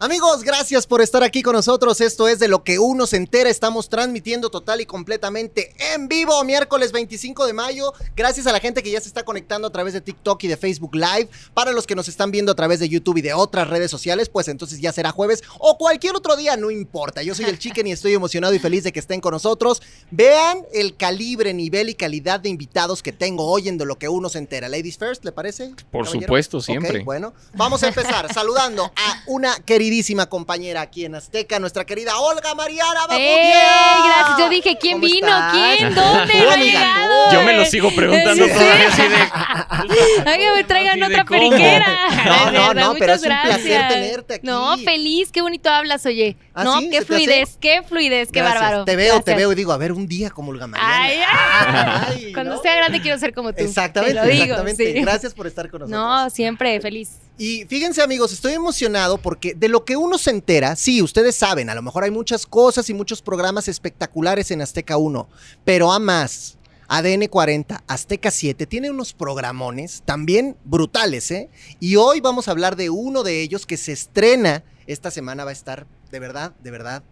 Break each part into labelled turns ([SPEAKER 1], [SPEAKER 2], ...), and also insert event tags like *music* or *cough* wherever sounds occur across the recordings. [SPEAKER 1] Amigos, gracias por estar aquí con nosotros. Esto es de lo que uno se entera. Estamos transmitiendo total y completamente en vivo miércoles 25 de mayo. Gracias a la gente que ya se está conectando a través de TikTok y de Facebook Live. Para los que nos están viendo a través de YouTube y de otras redes sociales, pues entonces ya será jueves o cualquier otro día, no importa. Yo soy el Chicken y estoy emocionado y feliz de que estén con nosotros. Vean el calibre, nivel y calidad de invitados que tengo hoy en de lo que uno se entera. Ladies first, ¿le parece?
[SPEAKER 2] Por
[SPEAKER 1] caballero?
[SPEAKER 2] supuesto,
[SPEAKER 1] Ok,
[SPEAKER 2] siempre.
[SPEAKER 1] bueno, vamos a
[SPEAKER 3] *laughs*
[SPEAKER 1] empezar saludando a una queridísima compañera aquí en Azteca, nuestra querida Olga Mariana Bacudia.
[SPEAKER 3] ¡Ey! Gracias. Yo dije, ¿quién
[SPEAKER 1] ¿Cómo
[SPEAKER 3] vino?
[SPEAKER 1] estás?
[SPEAKER 3] ¿Quién? ¿Dónde?
[SPEAKER 1] Tú,
[SPEAKER 3] no ha
[SPEAKER 1] amiga,
[SPEAKER 3] llegado,
[SPEAKER 1] tú.
[SPEAKER 2] Yo me lo
[SPEAKER 3] eh?
[SPEAKER 2] sigo preguntando
[SPEAKER 3] Sí, sí.
[SPEAKER 2] todavía así de-
[SPEAKER 3] Ay, que me traigan
[SPEAKER 2] Así de
[SPEAKER 3] otra
[SPEAKER 2] cómo.
[SPEAKER 3] periquera.
[SPEAKER 1] *laughs* No,
[SPEAKER 3] De
[SPEAKER 1] no,
[SPEAKER 3] verdad,
[SPEAKER 1] no, pero
[SPEAKER 3] muchas
[SPEAKER 1] es un placer
[SPEAKER 3] gracias.
[SPEAKER 1] tenerte aquí.
[SPEAKER 3] No, feliz, qué bonito hablas, oye.
[SPEAKER 1] ¿Ah,
[SPEAKER 3] no,
[SPEAKER 1] sí? ¿Se te
[SPEAKER 3] qué
[SPEAKER 1] hace?
[SPEAKER 3] fluidez, qué fluidez, qué
[SPEAKER 1] Gracias.
[SPEAKER 3] bárbaro.
[SPEAKER 1] Te veo, te
[SPEAKER 3] Gracias.
[SPEAKER 1] veo y digo, a ver, un día como Olga Mariana.
[SPEAKER 3] Ay, ay.
[SPEAKER 1] Ay,
[SPEAKER 3] Cuando
[SPEAKER 1] ¿no?
[SPEAKER 3] sea grande quiero ser como tú.
[SPEAKER 1] Exactamente,
[SPEAKER 3] Te lo digo,
[SPEAKER 1] exactamente.
[SPEAKER 3] sí.
[SPEAKER 1] Gracias por estar con nosotros.
[SPEAKER 3] No, siempre, feliz.
[SPEAKER 1] Y fíjense amigos, estoy emocionado porque de lo que uno se entera, sí, ustedes saben, a lo mejor hay muchas cosas y muchos programas espectaculares en Azteca 1, pero a más, ADN 40, Azteca 7, tiene unos programones también brutales, ¿eh? Y hoy vamos a hablar de uno de ellos que se estrena esta semana, va a estar, de verdad, de verdad.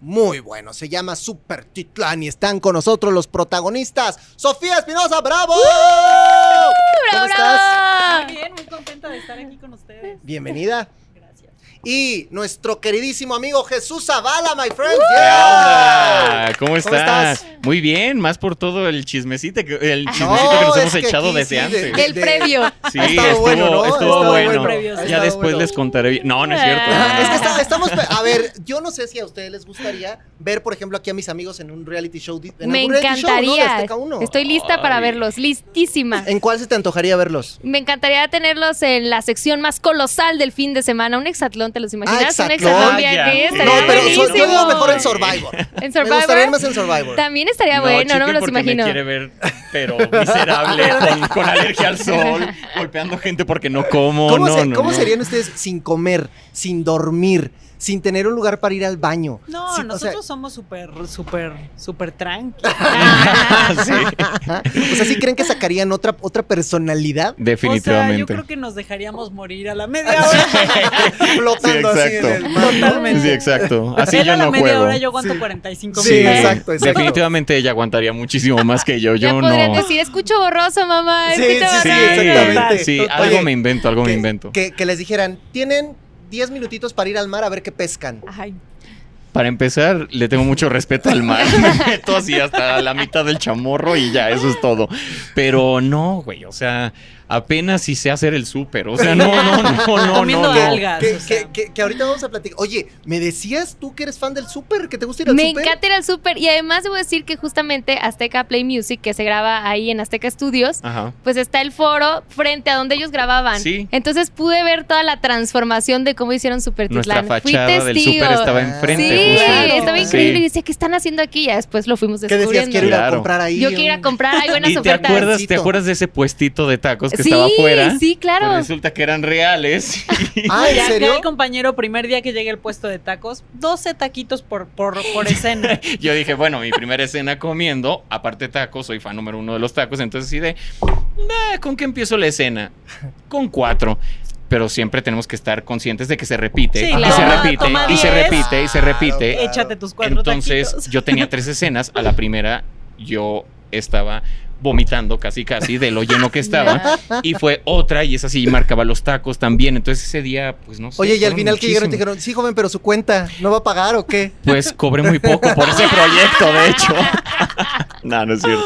[SPEAKER 1] Muy bueno, se llama Super Titlán y están con nosotros los protagonistas. Sofía Espinosa, bravo. ¿Cómo
[SPEAKER 3] ¡Bravo,
[SPEAKER 1] estás?
[SPEAKER 3] bravo!
[SPEAKER 4] Muy
[SPEAKER 1] *laughs*
[SPEAKER 4] bien, muy contenta de estar aquí con ustedes.
[SPEAKER 1] Bienvenida.
[SPEAKER 4] Gracias.
[SPEAKER 1] y nuestro queridísimo amigo Jesús Zavala, my friend.
[SPEAKER 2] ¿Qué
[SPEAKER 1] Yeah.
[SPEAKER 2] onda? ¿Cómo estás?
[SPEAKER 1] Ah. ¿Cómo estás? Ah.
[SPEAKER 2] Muy bien, más por todo el chismecito que, el chismecito
[SPEAKER 1] No,
[SPEAKER 2] que nos
[SPEAKER 1] es
[SPEAKER 2] hemos
[SPEAKER 1] que
[SPEAKER 2] echado
[SPEAKER 1] aquí
[SPEAKER 2] desde
[SPEAKER 1] sí, de-
[SPEAKER 2] antes.
[SPEAKER 1] de-
[SPEAKER 3] El previo.
[SPEAKER 2] Sí,
[SPEAKER 1] Ha estado
[SPEAKER 2] estuvo,
[SPEAKER 1] bueno, ¿no? Ha
[SPEAKER 2] estuvo
[SPEAKER 1] estado
[SPEAKER 2] bueno.
[SPEAKER 4] bueno. Ha
[SPEAKER 2] Ya
[SPEAKER 4] estado
[SPEAKER 2] después
[SPEAKER 1] bueno.
[SPEAKER 2] les contaré. bien. No, no es cierto.
[SPEAKER 3] Ah,
[SPEAKER 1] Es que está- estamos. A ver, yo no sé si a ustedes les gustaría ver, por ejemplo, aquí a mis amigos en un reality show. di- en
[SPEAKER 3] Me
[SPEAKER 1] algún reality show, ¿no? de
[SPEAKER 3] encantaría.
[SPEAKER 1] Azteca uno. Eh.
[SPEAKER 3] Estoy lista para
[SPEAKER 2] Ay.
[SPEAKER 3] verlos, listísima.
[SPEAKER 1] ¿En cuál se te antojaría verlos?
[SPEAKER 3] Me encantaría tenerlos en la sección más colosal del fin de semana. Un exatlón, ¿te los imaginas?
[SPEAKER 1] Ah,
[SPEAKER 3] un
[SPEAKER 1] hexatlón.
[SPEAKER 3] exatlón
[SPEAKER 2] Ah, ya.
[SPEAKER 3] viaje.
[SPEAKER 2] No,
[SPEAKER 1] No,
[SPEAKER 3] Estaría
[SPEAKER 1] pero so- yo
[SPEAKER 3] buenísimo.
[SPEAKER 1] digo mejor en Survivor.
[SPEAKER 3] ¿En
[SPEAKER 1] Me gustaría verme
[SPEAKER 3] Survivor.
[SPEAKER 1] en Survivor.
[SPEAKER 3] También estaría
[SPEAKER 2] No,
[SPEAKER 3] bueno, no
[SPEAKER 2] chiqui,
[SPEAKER 3] me los
[SPEAKER 2] porque me
[SPEAKER 3] imagino.
[SPEAKER 2] quiere ver, pero
[SPEAKER 1] *laughs*
[SPEAKER 2] miserable, con, con alergia al sol, golpeando gente porque no como.
[SPEAKER 1] ¿Cómo,
[SPEAKER 2] no,
[SPEAKER 1] se-
[SPEAKER 2] no,
[SPEAKER 1] cómo
[SPEAKER 2] no. *laughs*
[SPEAKER 1] serían ustedes sin comer, sin dormir, sin tener un lugar para ir al baño?
[SPEAKER 4] No,
[SPEAKER 1] Sí, o sea-
[SPEAKER 4] nosotros somos súper, súper, súper tranquilos.
[SPEAKER 1] *laughs*
[SPEAKER 2] Sí,
[SPEAKER 1] O sea, ¿sí creen que sacarían otra, otra personalidad?
[SPEAKER 4] O sea, yo
[SPEAKER 2] definitivamente.
[SPEAKER 4] creo que nos dejaríamos morir a la media hora.
[SPEAKER 1] Flotando así en
[SPEAKER 2] exacto.
[SPEAKER 1] el mar, ¿no?
[SPEAKER 4] Totalmente.
[SPEAKER 2] Sí, exacto. Así
[SPEAKER 4] Él a
[SPEAKER 2] yo
[SPEAKER 4] la
[SPEAKER 2] no
[SPEAKER 4] media
[SPEAKER 2] juego.
[SPEAKER 4] hora yo aguanto 45
[SPEAKER 1] Sí,
[SPEAKER 4] minutos.
[SPEAKER 1] exacto, exacto.
[SPEAKER 2] Definitivamente ella aguantaría muchísimo más que yo.
[SPEAKER 3] ya
[SPEAKER 2] Yo
[SPEAKER 3] podrían
[SPEAKER 2] no.
[SPEAKER 3] decir, escucho borroso, mamá.
[SPEAKER 1] Sí,
[SPEAKER 3] escucho
[SPEAKER 1] sí, sí,
[SPEAKER 3] borroso.
[SPEAKER 1] exactamente.
[SPEAKER 2] Sí,
[SPEAKER 1] Oye,
[SPEAKER 2] algo me invento, algo me
[SPEAKER 1] que-
[SPEAKER 2] invento.
[SPEAKER 1] Que, que les dijeran, tienen 10 minutitos para ir al mar a ver qué pescan.
[SPEAKER 4] Ay,
[SPEAKER 2] Para empezar, le tengo mucho respeto al mar. *laughs* Me meto así hasta la mitad del chamorro y ya, eso es todo. Pero no, güey, o sea, apenas si sé hacer el súper. O sea, no, no, no, no, no.
[SPEAKER 4] comiendo
[SPEAKER 2] no.
[SPEAKER 4] algas.
[SPEAKER 1] Que,
[SPEAKER 4] o sea.
[SPEAKER 1] que- que- que ahorita vamos a platicar. Oye, me decías tú que eres fan del súper, que te gusta ir al
[SPEAKER 3] Me
[SPEAKER 1] súper.
[SPEAKER 3] encanta ir al súper. Y además debo decir que justamente Azteca Play Music, que se graba ahí en Azteca Studios,
[SPEAKER 2] Ajá.
[SPEAKER 3] pues está el foro frente a donde ellos grababan.
[SPEAKER 2] Sí.
[SPEAKER 3] Entonces pude ver toda la transformación de cómo hicieron Super
[SPEAKER 2] Nuestra
[SPEAKER 3] Titlán. Fui
[SPEAKER 2] fachada del
[SPEAKER 3] testigo.
[SPEAKER 2] súper estaba
[SPEAKER 3] Sí,
[SPEAKER 2] enfrente,
[SPEAKER 1] Sí,
[SPEAKER 2] justo.
[SPEAKER 1] claro.
[SPEAKER 3] estaba
[SPEAKER 2] Sí.
[SPEAKER 3] increíble. Y decía, ¿qué están haciendo aquí? Ya después lo fuimos
[SPEAKER 1] ¿Qué decías?
[SPEAKER 3] descubriendo.
[SPEAKER 1] Quiero ir a
[SPEAKER 2] Claro.
[SPEAKER 1] comprar ahí.
[SPEAKER 3] Yo quiero ir a
[SPEAKER 1] un-
[SPEAKER 3] comprar, hay buenas
[SPEAKER 2] ¿Y te
[SPEAKER 3] ofertas.
[SPEAKER 2] acuerdas, te acuerdas de ese puestito de tacos que
[SPEAKER 3] sí,
[SPEAKER 2] estaba afuera?
[SPEAKER 3] sí, claro.
[SPEAKER 2] Pues resulta que eran reales. *laughs*
[SPEAKER 1] Ah, ¿en
[SPEAKER 4] Ya acá
[SPEAKER 1] serio?
[SPEAKER 4] el compañero, primer día que llegué al puesto de tacos, 12 taquitos por, por, por escena.
[SPEAKER 2] *laughs* Yo dije, bueno, mi primera escena comiendo, aparte tacos, soy fan número uno de los tacos, entonces sí de, "Ah, ¿con qué empiezo la escena? Con cuatro. Pero siempre tenemos que estar conscientes de que se repite,
[SPEAKER 4] Sí,
[SPEAKER 2] y,
[SPEAKER 1] claro.
[SPEAKER 2] se
[SPEAKER 1] Toma-
[SPEAKER 2] repite
[SPEAKER 4] toma
[SPEAKER 2] y se
[SPEAKER 4] diez.
[SPEAKER 2] repite, y se repite,
[SPEAKER 1] Claro.
[SPEAKER 4] Échate tus cuatro
[SPEAKER 2] Entonces
[SPEAKER 4] taquitos.
[SPEAKER 2] yo tenía tres escenas, a la primera yo estaba vomitando casi casi de lo lleno que estaba
[SPEAKER 4] *laughs*
[SPEAKER 2] y fue otra y esa sí marcaba los tacos también, entonces ese día pues no sé.
[SPEAKER 1] Oye, y al
[SPEAKER 2] fueron
[SPEAKER 1] final que llegaron y te
[SPEAKER 2] muchísimos.
[SPEAKER 1] dijeron, sí, joven, pero su cuenta no va a pagar o qué.
[SPEAKER 2] Pues cobré muy poco por ese proyecto, de hecho. no, no es cierto.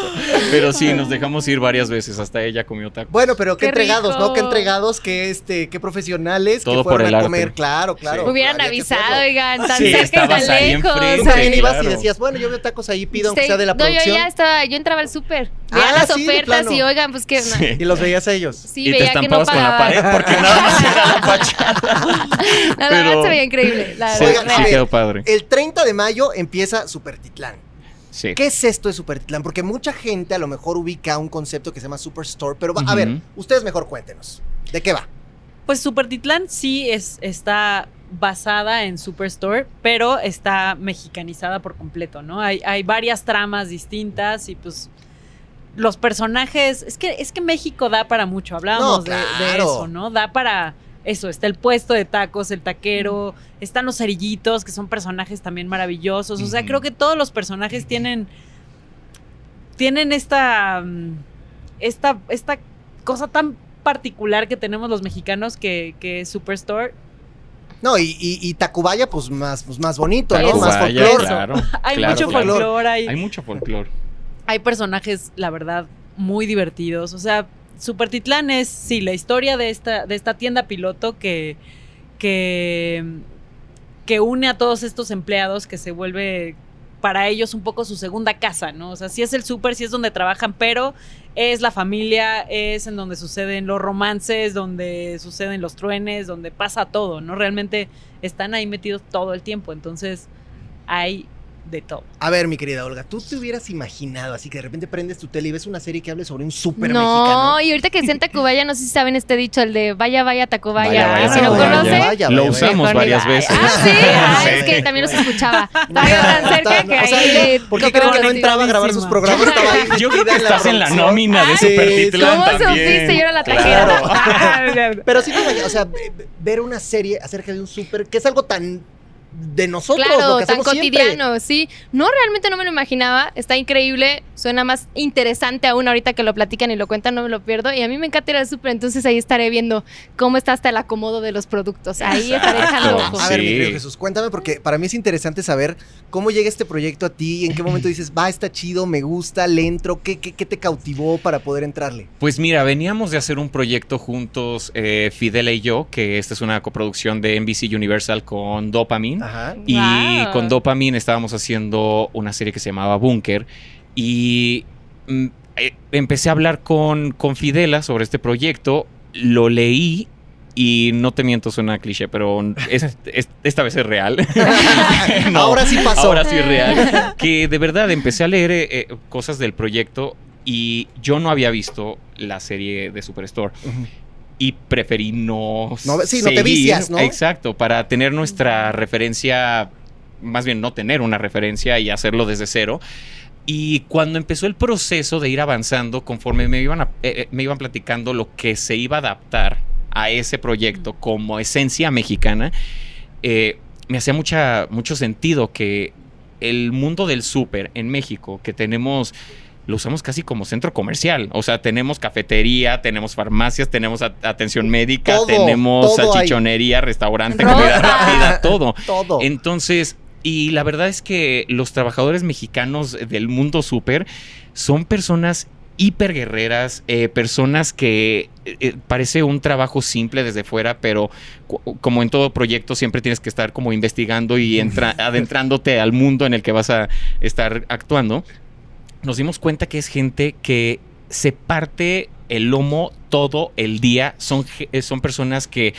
[SPEAKER 2] Pero sí, nos dejamos ir varias veces. Hasta ella comió tacos.
[SPEAKER 3] Pues
[SPEAKER 1] Bueno, pero qué,
[SPEAKER 3] Qué
[SPEAKER 1] entregados, ¿no? Qué
[SPEAKER 3] rico.
[SPEAKER 1] entregados, qué, este, qué profesionales, que
[SPEAKER 2] Todo por
[SPEAKER 1] fueron
[SPEAKER 2] el
[SPEAKER 1] a
[SPEAKER 2] arte.
[SPEAKER 1] comer. Claro, claro.
[SPEAKER 2] Sí.
[SPEAKER 3] Hubieran
[SPEAKER 1] había que
[SPEAKER 3] avisado,
[SPEAKER 1] hacerlo.
[SPEAKER 3] oigan, tan
[SPEAKER 2] Sí,
[SPEAKER 3] cerca y
[SPEAKER 2] estabas
[SPEAKER 3] tan
[SPEAKER 2] ahí
[SPEAKER 3] lejos.
[SPEAKER 2] enfrente.
[SPEAKER 1] Tú
[SPEAKER 3] o sea,
[SPEAKER 1] también ibas y
[SPEAKER 2] claro.
[SPEAKER 1] decías, bueno, yo veo tacos ahí, pido aunque
[SPEAKER 3] sí,
[SPEAKER 1] sea de la
[SPEAKER 3] no, yo
[SPEAKER 1] producción.
[SPEAKER 3] ya estaba, yo entraba al súper. Veía
[SPEAKER 1] Ah,
[SPEAKER 3] las
[SPEAKER 1] sí, de
[SPEAKER 3] ofertas
[SPEAKER 1] plano.
[SPEAKER 3] y oigan, pues que
[SPEAKER 2] Sí.
[SPEAKER 1] Y los veías a ellos.
[SPEAKER 3] sí,
[SPEAKER 2] y te
[SPEAKER 3] veía que no
[SPEAKER 2] estampabas con la
[SPEAKER 3] pagaba.
[SPEAKER 2] pared porque nada más era la
[SPEAKER 3] *laughs*
[SPEAKER 2] fachada.
[SPEAKER 3] La
[SPEAKER 2] pero-
[SPEAKER 3] verdad se veía increíble. La
[SPEAKER 2] Sí,
[SPEAKER 3] verdad.
[SPEAKER 2] sí
[SPEAKER 1] a
[SPEAKER 2] quedó
[SPEAKER 1] ver,
[SPEAKER 2] padre.
[SPEAKER 1] El 30 de mayo empieza Supertitlán.
[SPEAKER 2] Sí.
[SPEAKER 1] ¿Qué es esto de Supertitlán? Porque mucha gente a lo mejor ubica un concepto que se llama Superstore, pero va- a ver,
[SPEAKER 2] Ujú.
[SPEAKER 1] ustedes mejor cuéntenos. ¿De qué va?
[SPEAKER 4] Pues Supertitlán sí es, está basada en Superstore, pero está mexicanizada por completo, ¿no? Hay, hay varias tramas distintas y pues los personajes, es que, es que México da para mucho, hablábamos
[SPEAKER 1] No,
[SPEAKER 4] de- de,
[SPEAKER 1] claro.
[SPEAKER 4] eso, ¿no? Da para eso, está el puesto de tacos, el taquero, están los cerillitos, que son personajes también maravillosos, o sea,
[SPEAKER 2] Ujú.
[SPEAKER 4] creo que todos los personajes tienen, tienen esta, mm, esta, esta cosa tan particular que tenemos los mexicanos que, que es Superstore.
[SPEAKER 1] No, y, y, y Tacubaya, pues más, pues más bonito, ¿no?
[SPEAKER 4] Eso.
[SPEAKER 1] Más
[SPEAKER 2] Vaya,
[SPEAKER 1] folclor.
[SPEAKER 2] Claro,
[SPEAKER 4] Hay
[SPEAKER 2] claro,
[SPEAKER 4] mucho
[SPEAKER 2] claro.
[SPEAKER 4] folclore, hay,
[SPEAKER 2] Hay mucho folclore.
[SPEAKER 4] hay personajes, la verdad, muy divertidos. O sea, Supertitlán es, sí, la historia de esta, de esta tienda piloto que, que, que une a todos estos empleados, que se vuelve para ellos un poco su segunda casa, ¿no? O sea, sí es el súper, sí es donde trabajan, pero es la familia, es en donde suceden los romances, donde suceden los truenes, donde pasa todo, ¿no? Realmente están ahí metidos todo el tiempo, entonces hay de todo.
[SPEAKER 1] A ver, mi querida Olga, ¿tú te hubieras imaginado así que de repente prendes tu tele y ves una serie que hable sobre un super mexicano?
[SPEAKER 3] No, y ahorita que sienta Tacubaya, no sé si saben este dicho, el de vaya, vaya,
[SPEAKER 2] Vaya,
[SPEAKER 3] Tacubaya.
[SPEAKER 2] vaya,
[SPEAKER 3] si lo
[SPEAKER 2] Tacubaya.
[SPEAKER 3] conoce,
[SPEAKER 1] Vaya, vaya,
[SPEAKER 2] Lo
[SPEAKER 1] vaya.
[SPEAKER 2] usamos
[SPEAKER 3] mejor ni
[SPEAKER 2] varias
[SPEAKER 3] vaya.
[SPEAKER 2] veces.
[SPEAKER 3] Ah, sí, Ah,
[SPEAKER 2] Sí.
[SPEAKER 3] es que también los escuchaba.
[SPEAKER 1] No,
[SPEAKER 3] Estaba
[SPEAKER 1] *laughs*
[SPEAKER 3] tan cerca que
[SPEAKER 1] no, o sea,
[SPEAKER 3] ahí.
[SPEAKER 1] ¿Por qué
[SPEAKER 3] topé
[SPEAKER 1] creen que no
[SPEAKER 3] con-
[SPEAKER 1] entraba a grabar sus programas? Estaba
[SPEAKER 3] *laughs*
[SPEAKER 1] ahí
[SPEAKER 2] Yo creo
[SPEAKER 1] metida
[SPEAKER 2] que estás en la
[SPEAKER 1] producción.
[SPEAKER 2] nómina de
[SPEAKER 1] Ay,
[SPEAKER 2] Supertitlán
[SPEAKER 3] Ah, ¿Cómo
[SPEAKER 2] también.
[SPEAKER 3] supiste? Yo era la taquera. *laughs* Ah,
[SPEAKER 2] Claro.
[SPEAKER 1] Pero sí, me imagino, o sea, ve- ve- ver una serie acerca de un súper, que es algo tan de nosotros, lo
[SPEAKER 3] Claro,
[SPEAKER 1] que
[SPEAKER 3] tan
[SPEAKER 1] hacemos siempre.
[SPEAKER 3] cotidiano, sí. No, realmente no me lo imaginaba. Está increíble. Suena más interesante aún ahorita que lo platican y lo cuentan, no me lo pierdo. Y a mí me encanta ir al súper, entonces ahí estaré viendo cómo está hasta el acomodo de los productos. Ahí estaré echando
[SPEAKER 2] Exacto.
[SPEAKER 3] ojo.
[SPEAKER 1] A ver, mi
[SPEAKER 2] Sí.
[SPEAKER 1] querido Jesús, cuéntame, porque para mí es interesante saber cómo llega este proyecto a ti, en qué momento dices, va, está chido, me gusta, le entro, ¿qué, qué, qué te cautivó para poder entrarle?
[SPEAKER 2] Pues mira, veníamos de hacer un proyecto juntos, eh, Fidela y yo, que esta es una coproducción de NBC Universal con
[SPEAKER 1] *laughs*
[SPEAKER 2] Dopamine.
[SPEAKER 1] Ajá.
[SPEAKER 2] Y
[SPEAKER 3] Wow.
[SPEAKER 2] con Dopamine estábamos haciendo una serie que se llamaba Bunker. Y mm, eh, empecé a hablar con, con Fidela sobre este proyecto. Lo leí y no te miento, suena cliché, pero es- es- esta vez es real. No.
[SPEAKER 1] Ahora sí pasó.
[SPEAKER 2] Ahora sí es real. Que de verdad empecé a leer eh, eh, cosas del proyecto y yo no había visto la serie de Superstore
[SPEAKER 1] Ujú.
[SPEAKER 2] y preferí no.
[SPEAKER 1] No, sí, no te
[SPEAKER 2] seguir.
[SPEAKER 1] vicias, ¿no?
[SPEAKER 2] Exacto, para tener nuestra referencia, más bien no tener una referencia y hacerlo desde cero. Y cuando empezó el proceso de ir avanzando, conforme me iban, a- eh, eh, me iban platicando lo que se iba a adaptar a ese proyecto como esencia mexicana, eh, me hacía mucha, mucho sentido que el mundo del súper en México, que tenemos, lo usamos casi como centro comercial. O sea, tenemos cafetería, tenemos farmacias, tenemos at- atención médica,
[SPEAKER 1] Todo,
[SPEAKER 2] tenemos
[SPEAKER 1] todo hay.
[SPEAKER 2] salchichonería, restaurante,
[SPEAKER 3] Ropa.
[SPEAKER 2] comida *laughs* rápida, todo.
[SPEAKER 1] Ah, Todo.
[SPEAKER 2] Entonces, y la verdad es que los trabajadores mexicanos del mundo súper son personas hiperguerreras, eh, personas que eh, eh, parece un trabajo simple desde fuera, pero cu- como en todo proyecto siempre tienes que estar como investigando y entra- adentrándote al mundo en el que vas a estar actuando. Nos dimos cuenta que es gente que se parte el lomo todo el día, son, ge- eh, son personas que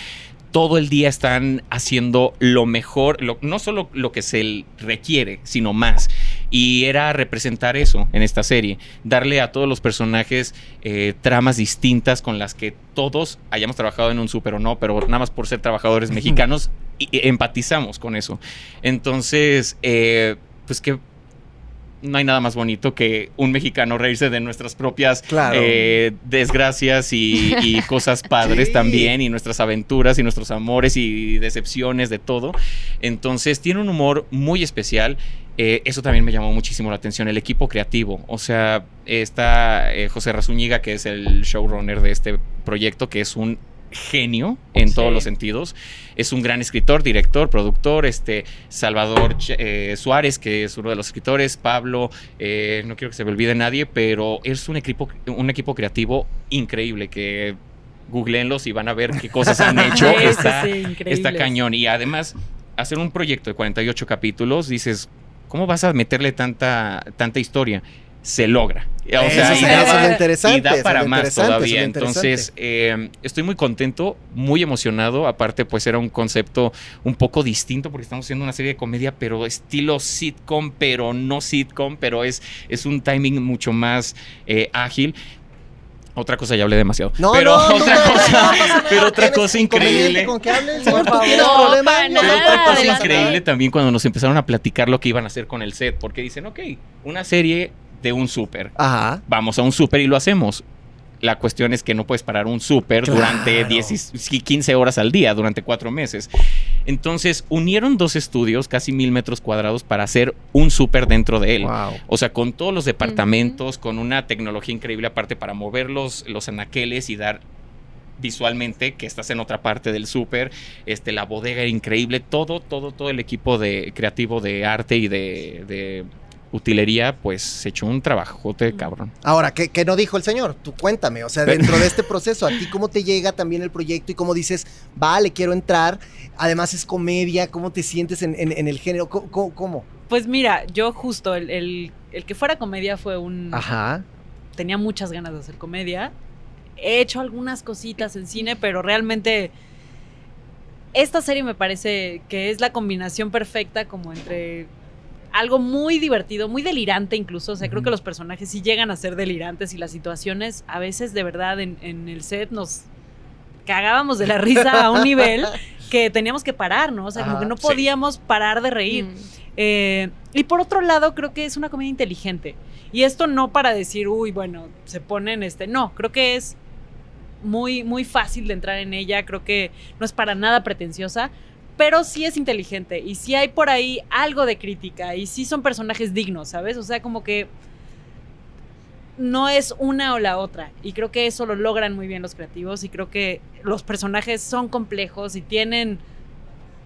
[SPEAKER 2] todo el día están haciendo lo mejor, lo- no solo lo que se l- requiere, sino más. Y era representar eso en esta serie, darle a todos los personajes eh, tramas distintas con las que todos hayamos trabajado en un súper o no, pero nada más por ser trabajadores mexicanos, y- y empatizamos con eso. Entonces, eh, pues que no hay nada más bonito que un mexicano reírse de nuestras propias
[SPEAKER 1] Claro.
[SPEAKER 2] eh, desgracias y,
[SPEAKER 1] *laughs*
[SPEAKER 2] y cosas padres
[SPEAKER 1] Sí.
[SPEAKER 2] también, y nuestras aventuras y nuestros amores y decepciones de todo. Entonces tiene un humor muy especial. Eh, eso también me llamó muchísimo la atención, el equipo creativo. O sea, está eh, José Razúñiga, que es el showrunner de este proyecto, que es un genio en todos
[SPEAKER 4] Sí.
[SPEAKER 2] los sentidos. Es un gran escritor, director, productor, este Salvador Ch- eh, Suárez, que es uno de los escritores, Pablo, eh, no quiero que se me olvide nadie, pero es un equipo, un equipo creativo increíble que googleenlos y van a ver qué cosas
[SPEAKER 4] *laughs*
[SPEAKER 2] han hecho.
[SPEAKER 4] Sí, sí,
[SPEAKER 2] Está,
[SPEAKER 4] sí, increíble.
[SPEAKER 2] está cañón. Y además, hacer un proyecto de 48 capítulos, dices, ¿cómo vas a meterle tanta, tanta historia? Se logra. O
[SPEAKER 1] eso,
[SPEAKER 2] sea,
[SPEAKER 1] es-
[SPEAKER 2] y
[SPEAKER 1] eso
[SPEAKER 2] daba-
[SPEAKER 1] es lo
[SPEAKER 4] y
[SPEAKER 1] interesante.
[SPEAKER 2] y da
[SPEAKER 1] eso es
[SPEAKER 2] para
[SPEAKER 1] lo
[SPEAKER 2] más
[SPEAKER 1] interesante, eso es lo
[SPEAKER 2] todavía.
[SPEAKER 1] interesante.
[SPEAKER 2] Entonces, eh, estoy muy contento, muy emocionado. Aparte, pues era un concepto un poco distinto porque estamos haciendo una serie de comedia, pero estilo sitcom, pero no sitcom, pero es, es un timing mucho más eh, ágil. Otra cosa, ya hablé demasiado.
[SPEAKER 1] No,
[SPEAKER 2] pero
[SPEAKER 1] no, no,
[SPEAKER 2] *laughs* otra
[SPEAKER 1] no, no, no
[SPEAKER 2] cosa,
[SPEAKER 1] pasa nada.
[SPEAKER 2] pero otra
[SPEAKER 1] ¿Tienes
[SPEAKER 2] cosa
[SPEAKER 1] inconveniente
[SPEAKER 2] increíble.
[SPEAKER 1] con que hable el señor? ¿Tú
[SPEAKER 4] Por
[SPEAKER 1] tienes
[SPEAKER 3] favor.
[SPEAKER 1] problema?
[SPEAKER 3] No, para
[SPEAKER 1] tampoco
[SPEAKER 2] Otra
[SPEAKER 3] nada,
[SPEAKER 1] pasa
[SPEAKER 2] cosa
[SPEAKER 3] adelante.
[SPEAKER 2] increíble también cuando nos empezaron a platicar lo que iban a hacer con el set, porque dicen, ok, una serie de un súper.
[SPEAKER 1] Ajá.
[SPEAKER 2] Vamos a un súper y lo hacemos. La cuestión es que no puedes parar un súper
[SPEAKER 1] Claro.
[SPEAKER 2] durante 10 y 15 horas al día, durante cuatro meses. Entonces, unieron dos estudios, casi mil metros cuadrados, para hacer un súper dentro de él.
[SPEAKER 1] Wow.
[SPEAKER 2] O sea, con todos los departamentos, con una tecnología increíble aparte para mover los, los anaqueles y dar visualmente que estás en otra parte del súper, este, la bodega era increíble, todo, todo, todo el equipo de creativo de arte y de, de utilería, pues se echó un trabajote, cabrón.
[SPEAKER 1] Ahora, ¿qué, qué no dijo el señor? Tú cuéntame, o sea, dentro de este proceso, ¿a ti cómo te llega también el proyecto y cómo dices, vale, quiero entrar? Además es comedia, ¿cómo te sientes en, en- en el género? ¿Cómo? cómo- cómo?
[SPEAKER 4] Pues mira, yo justo, el, el- el que fuera comedia fue un...
[SPEAKER 1] Ajá.
[SPEAKER 4] Tenía muchas ganas de hacer comedia. He hecho algunas cositas en cine, pero realmente esta serie me parece que es la combinación perfecta como entre algo muy divertido, muy delirante incluso. O sea, creo
[SPEAKER 2] Ujú.
[SPEAKER 4] que los personajes sí llegan a ser delirantes y las situaciones a veces de verdad en, en el set nos cagábamos de la risa a un nivel que teníamos que parar, ¿no? O sea, como
[SPEAKER 1] Ajá,
[SPEAKER 4] que no
[SPEAKER 2] sí.
[SPEAKER 4] podíamos parar de reír.
[SPEAKER 3] Mm.
[SPEAKER 4] Eh, y por otro lado, creo que es una comedia inteligente. Y esto no para decir, uy, bueno, se ponen este. No, creo que es muy, muy fácil de entrar en ella. Creo que no es para nada pretenciosa. Pero sí es inteligente. Y sí hay por ahí algo de crítica. Y sí son personajes dignos, ¿sabes? O sea, como que. No es una o la otra. Y creo que eso lo logran muy bien los creativos. Y creo que los personajes son complejos y tienen.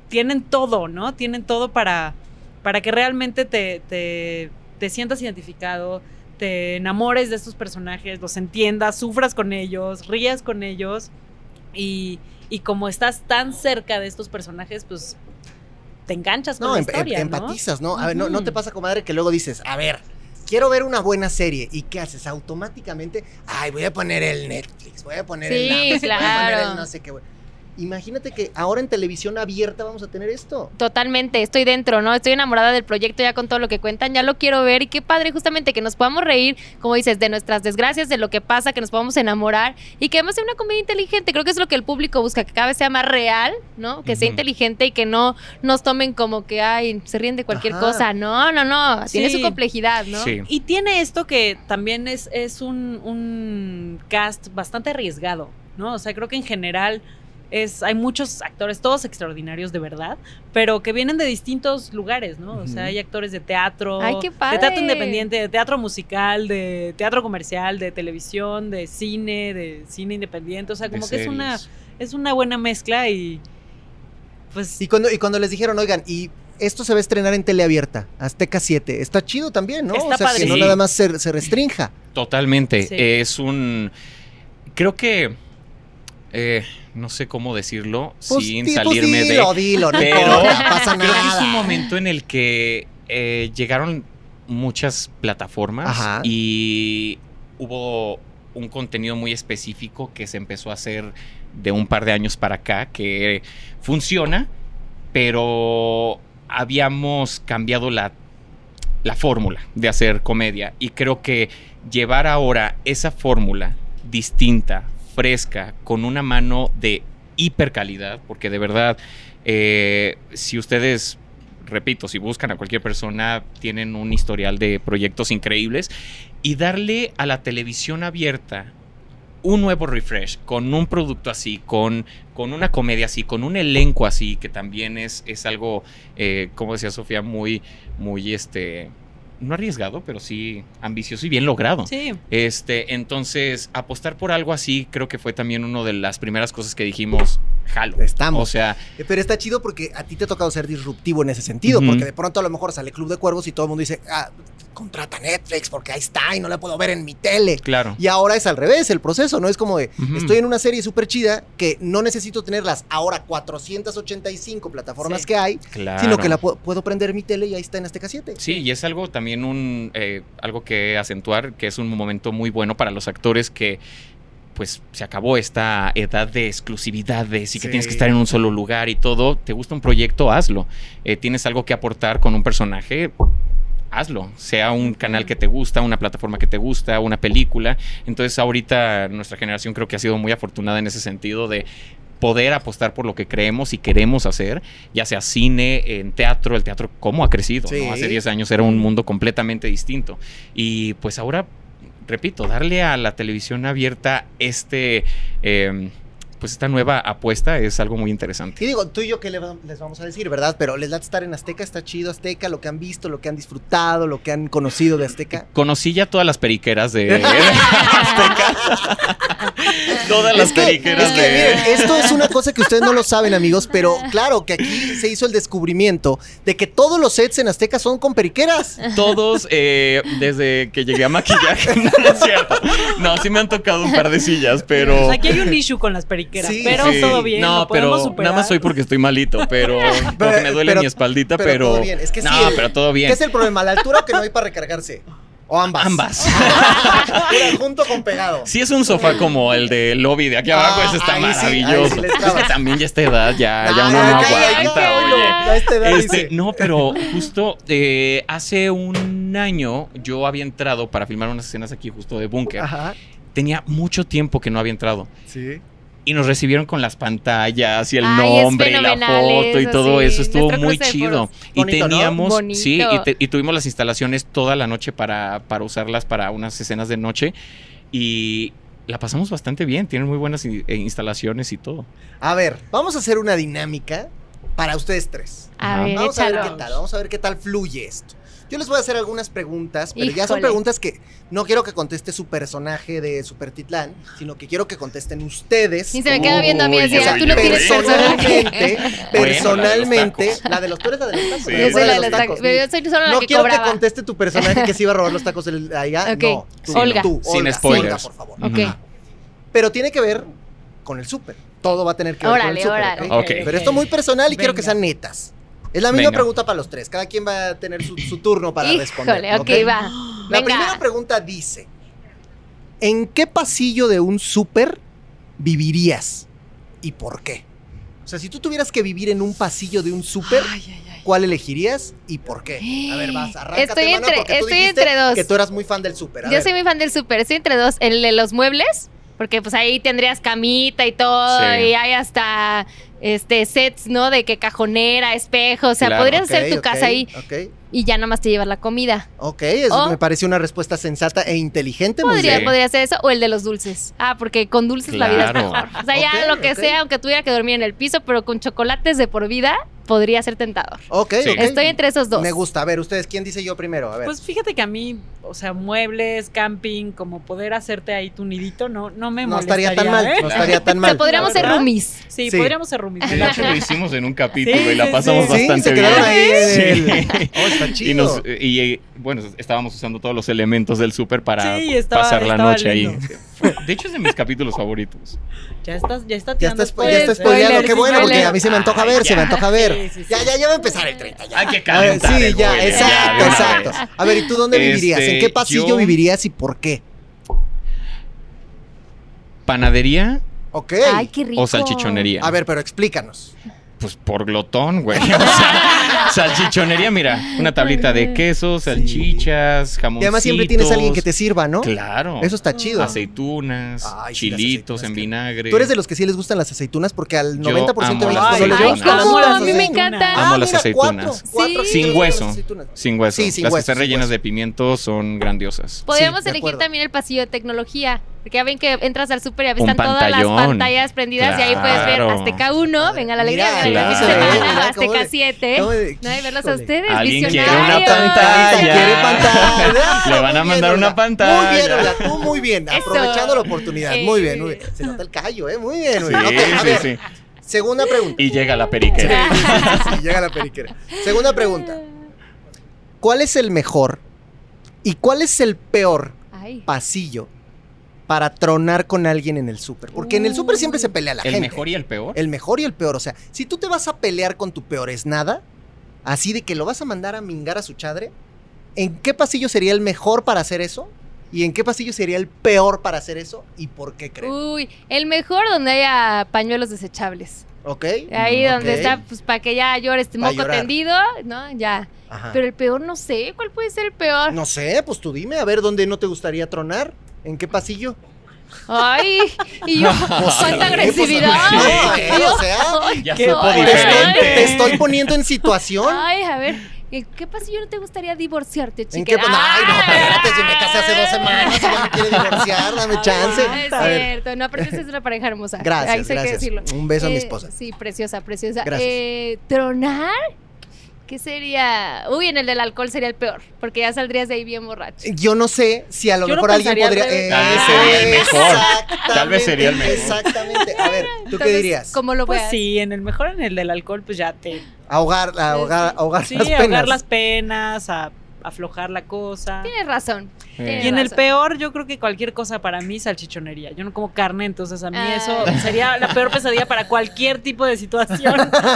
[SPEAKER 4] Tienen todo, ¿no? Tienen todo para para que realmente te, te- te sientas identificado, te enamores de estos personajes, los entiendas, sufras con ellos, rías con ellos. Y, y como estás tan cerca de estos personajes, pues te enganchas con
[SPEAKER 1] No,
[SPEAKER 4] la
[SPEAKER 1] em- em-
[SPEAKER 4] historia, ¿no?
[SPEAKER 1] empatizas, ¿no? A ver, no, no te
[SPEAKER 4] Ujú.
[SPEAKER 1] pasa, comadre, que luego dices, a ver, quiero ver una buena serie. ¿Y qué haces? Automáticamente, ay, voy a poner el Netflix, voy a poner el
[SPEAKER 3] Sí,
[SPEAKER 1] Amazon, voy a poner
[SPEAKER 3] claro.
[SPEAKER 1] el no sé qué. güey. Imagínate que ahora en televisión abierta vamos a tener esto.
[SPEAKER 3] Totalmente, estoy dentro, ¿no? Estoy enamorada del proyecto ya con todo lo que cuentan, ya lo quiero ver y qué padre justamente que nos podamos reír, como dices, de nuestras desgracias, de lo que pasa, que nos podamos enamorar y que además sea una comedia inteligente. Creo que es lo que el público busca, que cada vez sea más real, ¿no? Que sea
[SPEAKER 2] Ujú.
[SPEAKER 3] inteligente y que no nos tomen como que, ay, se ríen de cualquier
[SPEAKER 1] Ajá.
[SPEAKER 3] cosa. No, no, no, tiene
[SPEAKER 4] Sí.
[SPEAKER 3] su complejidad, ¿no? *laughs*
[SPEAKER 2] Sí.
[SPEAKER 4] Y tiene esto que también es, es un, un cast bastante arriesgado, ¿no? O sea, creo que en general es, hay muchos actores, todos extraordinarios de verdad, pero que vienen de distintos lugares, ¿no? O sea,
[SPEAKER 2] Ujú.
[SPEAKER 4] hay actores de teatro,
[SPEAKER 3] Ay, qué padre.
[SPEAKER 4] de teatro independiente, de teatro musical, de teatro comercial, de televisión, de cine, de cine independiente. O sea,
[SPEAKER 2] de
[SPEAKER 4] como que es una,
[SPEAKER 2] series.
[SPEAKER 4] es una buena mezcla y pues
[SPEAKER 1] Y cuando, y cuando les dijeron, oigan, y esto se va a estrenar en teleabierta, Azteca 7, está chido también, ¿no?
[SPEAKER 4] Está
[SPEAKER 1] o sea, que no
[SPEAKER 2] padrísimo.
[SPEAKER 1] nada más se, se restrinja.
[SPEAKER 2] Totalmente.
[SPEAKER 4] Sí.
[SPEAKER 2] Es un. Creo que. eh, no sé cómo decirlo sin
[SPEAKER 1] di-
[SPEAKER 2] salirme de.
[SPEAKER 1] Pues, dilo, dilo, *laughs* no
[SPEAKER 2] Pero-
[SPEAKER 1] importa, pasa
[SPEAKER 2] Creo que es un
[SPEAKER 1] nada.
[SPEAKER 2] momento en el que eh, llegaron muchas plataformas
[SPEAKER 1] Ajá.
[SPEAKER 2] y hubo un contenido muy específico que se empezó a hacer de un par de años para acá que funciona, pero habíamos cambiado la, la fórmula de hacer comedia y creo que llevar ahora esa fórmula distinta, fresca, con una mano de hipercalidad, porque de verdad, eh, si ustedes, repito, si buscan a cualquier persona, tienen un historial de proyectos increíbles, y darle a la televisión abierta un nuevo refresh, con un producto así, con, con una comedia así, con un elenco así, que también es, es algo, eh, como decía Sofía, muy, muy este... No arriesgado, pero sí ambicioso y bien logrado.
[SPEAKER 4] sí.
[SPEAKER 2] Este, entonces, apostar por algo así creo que fue también una de las primeras cosas que dijimos, jalo.
[SPEAKER 1] Estamos.
[SPEAKER 2] O sea,
[SPEAKER 1] Eh, Pero está chido porque a ti te ha tocado ser disruptivo en ese sentido,
[SPEAKER 2] Ujú.
[SPEAKER 1] porque de pronto a lo mejor sale Club de Cuervos y todo el mundo dice, ah, contrata Netflix porque ahí está y no la puedo ver en mi tele.
[SPEAKER 2] claro.
[SPEAKER 1] Y ahora es al revés el proceso, ¿no? Es como de,
[SPEAKER 2] Ujú.
[SPEAKER 1] estoy en una serie súper chida que no necesito tener las ahora 485 plataformas
[SPEAKER 4] Sí.
[SPEAKER 1] que hay,
[SPEAKER 2] Claro.
[SPEAKER 1] sino que la pu- puedo prender en mi tele y ahí está en Azteca 7.
[SPEAKER 2] Ah, Sí, y es algo también un eh, algo que acentuar, que es un momento muy bueno para los actores que pues se acabó esta edad de exclusividades y que
[SPEAKER 1] Sí.
[SPEAKER 2] tienes que estar en un solo lugar y todo. ¿Te gusta un proyecto? Hazlo. Eh, ¿Tienes algo que aportar con un personaje? Hazlo. Sea un canal que te gusta, una plataforma que te gusta, una película. Entonces ahorita nuestra generación creo que ha sido muy afortunada en ese sentido de poder apostar por lo que creemos y queremos hacer, ya sea cine, en teatro, el teatro, cómo ha crecido,
[SPEAKER 1] Sí.
[SPEAKER 2] ¿no? Hace 10 años era un mundo completamente distinto. Y pues ahora, repito, darle a la televisión abierta este... eh, pues esta nueva apuesta es algo muy interesante.
[SPEAKER 1] Y digo, tú y yo que les vamos a decir, ¿verdad? Pero les late estar en Azteca, está chido Azteca, lo que han visto, lo que han disfrutado, lo que han conocido de Azteca.
[SPEAKER 2] Conocí ya todas las periqueras de Azteca. *laughs* todas las
[SPEAKER 1] es que,
[SPEAKER 2] periqueras
[SPEAKER 1] es que,
[SPEAKER 2] de...
[SPEAKER 1] miren, esto es una cosa que ustedes no lo saben, amigos, pero claro que aquí se hizo el descubrimiento de que todos los sets en Azteca son con periqueras.
[SPEAKER 2] Todos, eh, desde que llegué a maquillaje, *laughs* no, no es cierto. No, sí me han tocado un par de sillas, pero.
[SPEAKER 4] O sea, aquí hay un issue con las periqueras,
[SPEAKER 1] Sí,
[SPEAKER 4] pero
[SPEAKER 2] sí.
[SPEAKER 4] todo bien.
[SPEAKER 2] No,
[SPEAKER 4] lo podemos
[SPEAKER 2] pero
[SPEAKER 4] superar.
[SPEAKER 2] nada más soy porque estoy
[SPEAKER 4] *laughs*
[SPEAKER 2] malito, pero. porque me duele
[SPEAKER 1] pero-
[SPEAKER 2] mi espaldita,
[SPEAKER 1] pero
[SPEAKER 2] pero.
[SPEAKER 1] todo bien, es que sí,
[SPEAKER 2] no,
[SPEAKER 1] el-
[SPEAKER 2] pero todo bien.
[SPEAKER 1] ¿Qué es el problema? ¿La altura o que no hay para recargarse? O ambas.
[SPEAKER 2] Ambas.
[SPEAKER 1] *laughs*
[SPEAKER 2] *laughs*
[SPEAKER 1] Mira, junto con pegado.
[SPEAKER 2] Si es un sofá como el de lobby de aquí abajo,
[SPEAKER 1] Ah,
[SPEAKER 2] ese está
[SPEAKER 1] ahí sí, ahí
[SPEAKER 2] maravilloso.
[SPEAKER 1] sí le
[SPEAKER 2] es
[SPEAKER 1] estabas.
[SPEAKER 2] que también ya esta edad, ya, ya
[SPEAKER 1] Ah,
[SPEAKER 2] uno
[SPEAKER 1] ya,
[SPEAKER 2] no
[SPEAKER 1] ya, ya,
[SPEAKER 2] aguanta,
[SPEAKER 1] ya,
[SPEAKER 2] oye.
[SPEAKER 1] ya, este edad
[SPEAKER 2] Este,
[SPEAKER 1] dice.
[SPEAKER 2] no, pero justo eh, hace un año yo había entrado para filmar unas escenas aquí justo de búnker.
[SPEAKER 1] Ajá.
[SPEAKER 2] tenía mucho tiempo que no había entrado.
[SPEAKER 1] Sí.
[SPEAKER 2] Y nos recibieron con las pantallas y el
[SPEAKER 3] Ay, es
[SPEAKER 2] nombre y la
[SPEAKER 3] fenomenal
[SPEAKER 2] foto y
[SPEAKER 3] eso,
[SPEAKER 2] todo
[SPEAKER 3] sí.
[SPEAKER 2] eso. Estuvo
[SPEAKER 3] Nuestro
[SPEAKER 2] muy
[SPEAKER 3] cruce de
[SPEAKER 2] chido.
[SPEAKER 3] foros.
[SPEAKER 2] Y
[SPEAKER 1] Bonito, ¿no?
[SPEAKER 2] teníamos,
[SPEAKER 3] Bonito.
[SPEAKER 2] sí, y, te- y tuvimos las instalaciones toda la noche para, para usarlas para unas escenas de noche. Y la pasamos bastante bien. Tienen muy buenas i- eh, instalaciones y todo.
[SPEAKER 1] A ver, vamos a hacer una dinámica para ustedes tres.
[SPEAKER 3] A
[SPEAKER 2] Ajá.
[SPEAKER 3] ver,
[SPEAKER 1] Vamos a ver
[SPEAKER 3] échalo.
[SPEAKER 1] qué tal, vamos a ver qué tal fluye esto. Yo les voy a hacer algunas preguntas, pero ya son
[SPEAKER 3] Híjole.
[SPEAKER 1] preguntas que no quiero que conteste su personaje de Super Titlán, sino que quiero que contesten ustedes.
[SPEAKER 3] Y se me
[SPEAKER 1] como-
[SPEAKER 3] queda viendo a mí
[SPEAKER 2] Uy,
[SPEAKER 3] así,
[SPEAKER 2] ya
[SPEAKER 3] ah,
[SPEAKER 2] soy
[SPEAKER 3] tú no
[SPEAKER 2] yo,
[SPEAKER 3] tienes
[SPEAKER 2] ¿eh?
[SPEAKER 3] personaje.
[SPEAKER 1] personalmente,
[SPEAKER 2] Bueno, la de los
[SPEAKER 3] *laughs*
[SPEAKER 1] personalmente,
[SPEAKER 2] tacos.
[SPEAKER 1] la de los tú eres la de los tacos.
[SPEAKER 2] Sí.
[SPEAKER 1] ¿no?
[SPEAKER 3] Yo soy la
[SPEAKER 1] de
[SPEAKER 3] de los tacos, pero yo soy solo la
[SPEAKER 1] No
[SPEAKER 3] que
[SPEAKER 1] quiero que
[SPEAKER 3] cobraba.
[SPEAKER 1] conteste tu personaje que se iba a robar los tacos el- allá.
[SPEAKER 3] Ok.
[SPEAKER 1] No, tú,
[SPEAKER 2] Sí,
[SPEAKER 3] Olga.
[SPEAKER 1] tú,
[SPEAKER 2] Sin
[SPEAKER 1] Olga, Olga,
[SPEAKER 2] spoilers.
[SPEAKER 1] por favor.
[SPEAKER 3] Ok.
[SPEAKER 2] Ajá.
[SPEAKER 1] Pero tiene que ver con el súper. Todo va a tener que ver con el
[SPEAKER 3] Órale,
[SPEAKER 1] súper.
[SPEAKER 3] órale.
[SPEAKER 1] ¿ok?
[SPEAKER 2] Ok.
[SPEAKER 1] Pero esto es muy personal y quiero que
[SPEAKER 4] Venga.
[SPEAKER 1] sean netas. Es la misma
[SPEAKER 2] Venga.
[SPEAKER 1] pregunta para los tres. Cada quien va a tener su, su turno para responder.
[SPEAKER 3] Híjole, ok,
[SPEAKER 1] ¿ok?
[SPEAKER 3] va.
[SPEAKER 1] La
[SPEAKER 3] Venga.
[SPEAKER 1] primera pregunta dice: ¿En qué pasillo de un súper vivirías? ¿Y por qué? O sea, si tú tuvieras que vivir en un pasillo de un súper,
[SPEAKER 4] Ay, ay, ay.
[SPEAKER 1] ¿cuál elegirías y por qué? A ver, vas, arráncate,
[SPEAKER 3] Estoy
[SPEAKER 1] mana,
[SPEAKER 3] entre-
[SPEAKER 1] porque tú
[SPEAKER 3] estoy
[SPEAKER 1] dijiste
[SPEAKER 3] entre dos.
[SPEAKER 1] Que tú eras muy fan del súper. A
[SPEAKER 3] Yo
[SPEAKER 1] ver.
[SPEAKER 3] soy muy fan del súper, estoy entre dos, el de los muebles, porque pues ahí tendrías camita y todo,
[SPEAKER 2] Sí.
[SPEAKER 3] y hay hasta este sets, ¿no? De que cajonera, espejo, o sea,
[SPEAKER 2] Claro,
[SPEAKER 3] podrías
[SPEAKER 1] Ok,
[SPEAKER 3] hacer tu
[SPEAKER 1] ok,
[SPEAKER 3] casa ahí
[SPEAKER 1] Ok,
[SPEAKER 3] y ya nada más te llevar la comida.
[SPEAKER 1] ok, eso
[SPEAKER 3] O-
[SPEAKER 1] me parece una respuesta sensata e inteligente. muy
[SPEAKER 3] Podría,
[SPEAKER 1] bien.
[SPEAKER 3] podría ser eso, o el de los dulces. Ah, porque con dulces la vida es
[SPEAKER 2] Claro.
[SPEAKER 3] mejor. O sea, ya
[SPEAKER 1] Ok,
[SPEAKER 3] lo que
[SPEAKER 1] ok.
[SPEAKER 3] sea, aunque tuviera que dormir en el piso, pero con chocolates de por vida, podría ser tentador.
[SPEAKER 1] Ok,
[SPEAKER 2] Sí.
[SPEAKER 1] ok.
[SPEAKER 3] Estoy entre esos dos.
[SPEAKER 1] Me gusta. A ver, ustedes, ¿quién dice yo primero? A ver.
[SPEAKER 4] Pues fíjate que a mí, o sea, muebles, camping, como poder hacerte ahí tu nidito, no, no me
[SPEAKER 1] no
[SPEAKER 4] molestaría.
[SPEAKER 1] estaría tan mal.
[SPEAKER 4] ¿eh?
[SPEAKER 1] No estaría tan
[SPEAKER 3] O
[SPEAKER 1] mal.
[SPEAKER 3] sea, podríamos
[SPEAKER 4] la
[SPEAKER 3] ser
[SPEAKER 4] verdad.
[SPEAKER 3] roomies.
[SPEAKER 4] Sí,
[SPEAKER 1] Sí.
[SPEAKER 4] podríamos
[SPEAKER 3] *laughs*
[SPEAKER 4] ser roomies.
[SPEAKER 2] De hecho, lo hicimos en un capítulo
[SPEAKER 4] Sí,
[SPEAKER 2] y la
[SPEAKER 4] sí,
[SPEAKER 2] pasamos
[SPEAKER 4] sí.
[SPEAKER 1] Sí,
[SPEAKER 2] bastante
[SPEAKER 1] se
[SPEAKER 2] bien.
[SPEAKER 1] quedaron ahí. en el-
[SPEAKER 2] Sí.
[SPEAKER 1] Oh, está chido.
[SPEAKER 2] *laughs* Y, nos, y eh, bueno, estábamos usando todos los elementos del súper para
[SPEAKER 4] Sí, estaba-
[SPEAKER 2] pasar la
[SPEAKER 4] estaba
[SPEAKER 2] noche
[SPEAKER 4] lindo.
[SPEAKER 2] ahí. De hecho, es de mis capítulos favoritos.
[SPEAKER 4] Ya estás, ya está
[SPEAKER 1] Ya
[SPEAKER 4] tirando
[SPEAKER 1] está, spo- ya está
[SPEAKER 4] spoilers,
[SPEAKER 1] spoileando.
[SPEAKER 4] spoilers,
[SPEAKER 1] Qué bueno, porque
[SPEAKER 4] spoilers.
[SPEAKER 1] a mí se me antoja
[SPEAKER 2] Ay,
[SPEAKER 1] ver, se me
[SPEAKER 2] ya.
[SPEAKER 1] antoja ver.
[SPEAKER 4] Sí, sí, sí.
[SPEAKER 1] Ya, ya, ya va a empezar el 30. Ya.
[SPEAKER 2] Hay que
[SPEAKER 1] A ver,
[SPEAKER 2] calentar
[SPEAKER 1] sí,
[SPEAKER 2] el
[SPEAKER 1] ya,
[SPEAKER 2] boiler, ya, de
[SPEAKER 1] exacto,
[SPEAKER 2] una
[SPEAKER 1] exacto.
[SPEAKER 2] vez.
[SPEAKER 1] A ver, ¿y tú dónde vivirías? ¿En
[SPEAKER 2] Este,
[SPEAKER 1] qué pasillo
[SPEAKER 2] yo-
[SPEAKER 1] vivirías y por qué?
[SPEAKER 2] Panadería
[SPEAKER 1] Ok.
[SPEAKER 3] Ay, qué rico.
[SPEAKER 2] o salchichonería.
[SPEAKER 1] A ver, pero explícanos.
[SPEAKER 2] Pues por glotón, güey. *laughs* O sea, salchichonería, mira, una tablita de queso, salchichas, jamón.
[SPEAKER 1] Y además siempre tienes a alguien que te sirva, ¿no?
[SPEAKER 2] Claro.
[SPEAKER 1] Eso está chido.
[SPEAKER 2] Aceitunas,
[SPEAKER 1] Ay, sí, las
[SPEAKER 2] chilitos
[SPEAKER 1] aceitunas,
[SPEAKER 2] en
[SPEAKER 1] que-
[SPEAKER 2] vinagre.
[SPEAKER 1] Tú eres de los que sí les gustan las aceitunas porque al
[SPEAKER 2] Yo
[SPEAKER 1] 90% de
[SPEAKER 2] amo
[SPEAKER 1] México
[SPEAKER 2] las
[SPEAKER 1] solo yo.
[SPEAKER 3] Ay,
[SPEAKER 2] aceitunas.
[SPEAKER 3] cómo
[SPEAKER 1] Amo las
[SPEAKER 3] a mí me
[SPEAKER 1] aceitunas.
[SPEAKER 3] encantan.
[SPEAKER 2] Amo las
[SPEAKER 1] Ah, mira,
[SPEAKER 2] aceitunas.
[SPEAKER 1] cuatro, cuatro,
[SPEAKER 3] Sí.
[SPEAKER 1] sí
[SPEAKER 2] Sin
[SPEAKER 1] les gustan
[SPEAKER 2] hueso.
[SPEAKER 1] las aceitunas.
[SPEAKER 2] Sin hueso.
[SPEAKER 1] Sí, sin
[SPEAKER 2] Las que
[SPEAKER 1] hueso,
[SPEAKER 2] están
[SPEAKER 1] sin
[SPEAKER 2] rellenas
[SPEAKER 1] hueso.
[SPEAKER 2] de pimiento son grandiosas.
[SPEAKER 3] Podríamos
[SPEAKER 1] Sí, de
[SPEAKER 3] elegir
[SPEAKER 1] acuerdo.
[SPEAKER 3] también el pasillo de tecnología. Porque ya ven que entras al súper y ya ves,
[SPEAKER 2] Un
[SPEAKER 3] están todas las
[SPEAKER 2] pantallón.
[SPEAKER 3] pantallas prendidas y ahí puedes ver
[SPEAKER 2] Claro.
[SPEAKER 3] Azteca 1,
[SPEAKER 1] Padre.
[SPEAKER 3] venga la alegría,
[SPEAKER 1] Mira,
[SPEAKER 3] venga la
[SPEAKER 2] claro.
[SPEAKER 3] fin de semana,
[SPEAKER 2] Mira,
[SPEAKER 1] cómo
[SPEAKER 3] Azteca
[SPEAKER 1] de-
[SPEAKER 3] 7.
[SPEAKER 1] cómo de-
[SPEAKER 3] No hay verlos a
[SPEAKER 1] híjole.
[SPEAKER 3] ustedes,
[SPEAKER 2] Alguien quiere
[SPEAKER 3] visionarios.
[SPEAKER 2] una pantalla.
[SPEAKER 1] Quiere *laughs* pantalla.
[SPEAKER 2] Le van a
[SPEAKER 1] Muy
[SPEAKER 2] mandar
[SPEAKER 1] bien,
[SPEAKER 2] una
[SPEAKER 1] Olga.
[SPEAKER 2] pantalla.
[SPEAKER 1] Muy bien, Olga, tú muy bien.
[SPEAKER 3] Eso.
[SPEAKER 1] Aprovechando la oportunidad.
[SPEAKER 3] Sí.
[SPEAKER 1] Muy bien, muy bien. Se nota el callo, ¿eh? Muy bien, muy
[SPEAKER 2] Sí,
[SPEAKER 1] bien. Ok, a
[SPEAKER 2] sí,
[SPEAKER 1] ver,
[SPEAKER 2] sí.
[SPEAKER 1] Segunda pregunta.
[SPEAKER 2] Y llega la periquera.
[SPEAKER 1] Sí, llega la periquera. Segunda pregunta. ¿Cuál es el mejor y cuál es el peor
[SPEAKER 3] Ay.
[SPEAKER 1] pasillo para tronar con alguien en el súper? Porque en el súper siempre se pelea la
[SPEAKER 2] El
[SPEAKER 1] gente.
[SPEAKER 2] mejor y el peor.
[SPEAKER 1] El mejor y el peor. O sea, si tú te vas a pelear con tu peor es nada, así de que lo vas a mandar a mingar a su chadre, ¿en qué pasillo sería el mejor para hacer eso? ¿Y en qué pasillo sería el peor para hacer eso? ¿Y por qué creen?
[SPEAKER 3] Uy, el mejor donde haya pañuelos desechables.
[SPEAKER 1] ¿Ok?
[SPEAKER 3] Ahí
[SPEAKER 1] Mm,
[SPEAKER 3] donde
[SPEAKER 1] ok.
[SPEAKER 3] está, pues para que ya llores, te
[SPEAKER 1] Pa'
[SPEAKER 3] moco
[SPEAKER 1] llorar.
[SPEAKER 3] tendido, ¿no? Ya.
[SPEAKER 1] Ajá.
[SPEAKER 3] Pero el peor no sé, ¿cuál puede ser el peor?
[SPEAKER 1] No sé, pues tú dime, a ver, ¿dónde no te gustaría tronar? ¿En qué pasillo?
[SPEAKER 3] Ay, y yo, cuánta agresividad.
[SPEAKER 1] Pues,
[SPEAKER 3] Y yo,
[SPEAKER 1] o sea,
[SPEAKER 3] ay,
[SPEAKER 2] Ya
[SPEAKER 4] Qué
[SPEAKER 2] supo
[SPEAKER 3] ay,
[SPEAKER 1] te estoy,
[SPEAKER 2] diferente.
[SPEAKER 1] te estoy poniendo en situación.
[SPEAKER 3] Ay, a ver, ¿qué qué pasa si yo no te gustaría divorciarte, chica?
[SPEAKER 1] ¿En qué? Ay, no, espérate, si me casé hace dos semanas, si me quiere divorciar, dame *laughs* chance.
[SPEAKER 3] No, es
[SPEAKER 1] A ver,
[SPEAKER 3] cierto. No, pero esa es una pareja hermosa. Ahí
[SPEAKER 1] *laughs* Gracias,
[SPEAKER 3] sí hay que
[SPEAKER 1] gracias.
[SPEAKER 3] decirlo.
[SPEAKER 1] Un beso a mi
[SPEAKER 3] Eh,
[SPEAKER 1] esposa.
[SPEAKER 3] Sí, preciosa, preciosa.
[SPEAKER 1] Gracias.
[SPEAKER 3] Eh, ¿Tronar? ¿Qué sería? Uy, en el del alcohol sería el peor, porque ya saldrías de ahí bien borracho.
[SPEAKER 1] Yo no sé si a lo
[SPEAKER 4] Yo no
[SPEAKER 1] mejor alguien
[SPEAKER 4] pensaría al
[SPEAKER 1] podría.
[SPEAKER 4] revés.
[SPEAKER 2] Tal vez sería el mejor.
[SPEAKER 1] exactamente,
[SPEAKER 2] Tal vez sería el mejor.
[SPEAKER 1] Exactamente. A ver, ¿tú qué
[SPEAKER 3] Entonces,
[SPEAKER 1] dirías?
[SPEAKER 3] ¿Cómo lo
[SPEAKER 4] Pues
[SPEAKER 3] veas?
[SPEAKER 4] sí, en el mejor en el del alcohol, pues ya te.
[SPEAKER 1] Ahogar, ahogar, ahogar
[SPEAKER 4] Sí,
[SPEAKER 1] las
[SPEAKER 4] ahogar
[SPEAKER 1] penas.
[SPEAKER 4] las penas, a- aflojar la cosa.
[SPEAKER 3] Tienes razón.
[SPEAKER 4] Y en el
[SPEAKER 3] razón.
[SPEAKER 4] peor, yo creo que cualquier cosa para mí es salchichonería. Yo no como carne, entonces a mí
[SPEAKER 3] Ah.
[SPEAKER 4] eso sería la peor pesadilla para cualquier tipo de situación.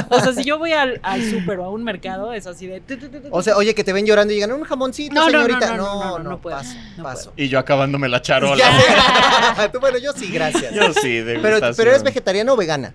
[SPEAKER 4] O sea, si yo voy al, al súper o a un mercado, es así de. tu, tu, tu, tu,
[SPEAKER 1] O sea, oye, que te ven llorando y digan, un jamoncito,
[SPEAKER 4] No, no, no,
[SPEAKER 1] señorita.
[SPEAKER 4] no, no, no, no puedo,
[SPEAKER 1] paso,
[SPEAKER 4] no
[SPEAKER 1] paso.
[SPEAKER 2] Y yo acabándome la charola.
[SPEAKER 1] Ya sé. *laughs* Tú, bueno, yo sí, gracias.
[SPEAKER 2] Yo sí, de
[SPEAKER 1] pero, pero eres vegetariana o vegana.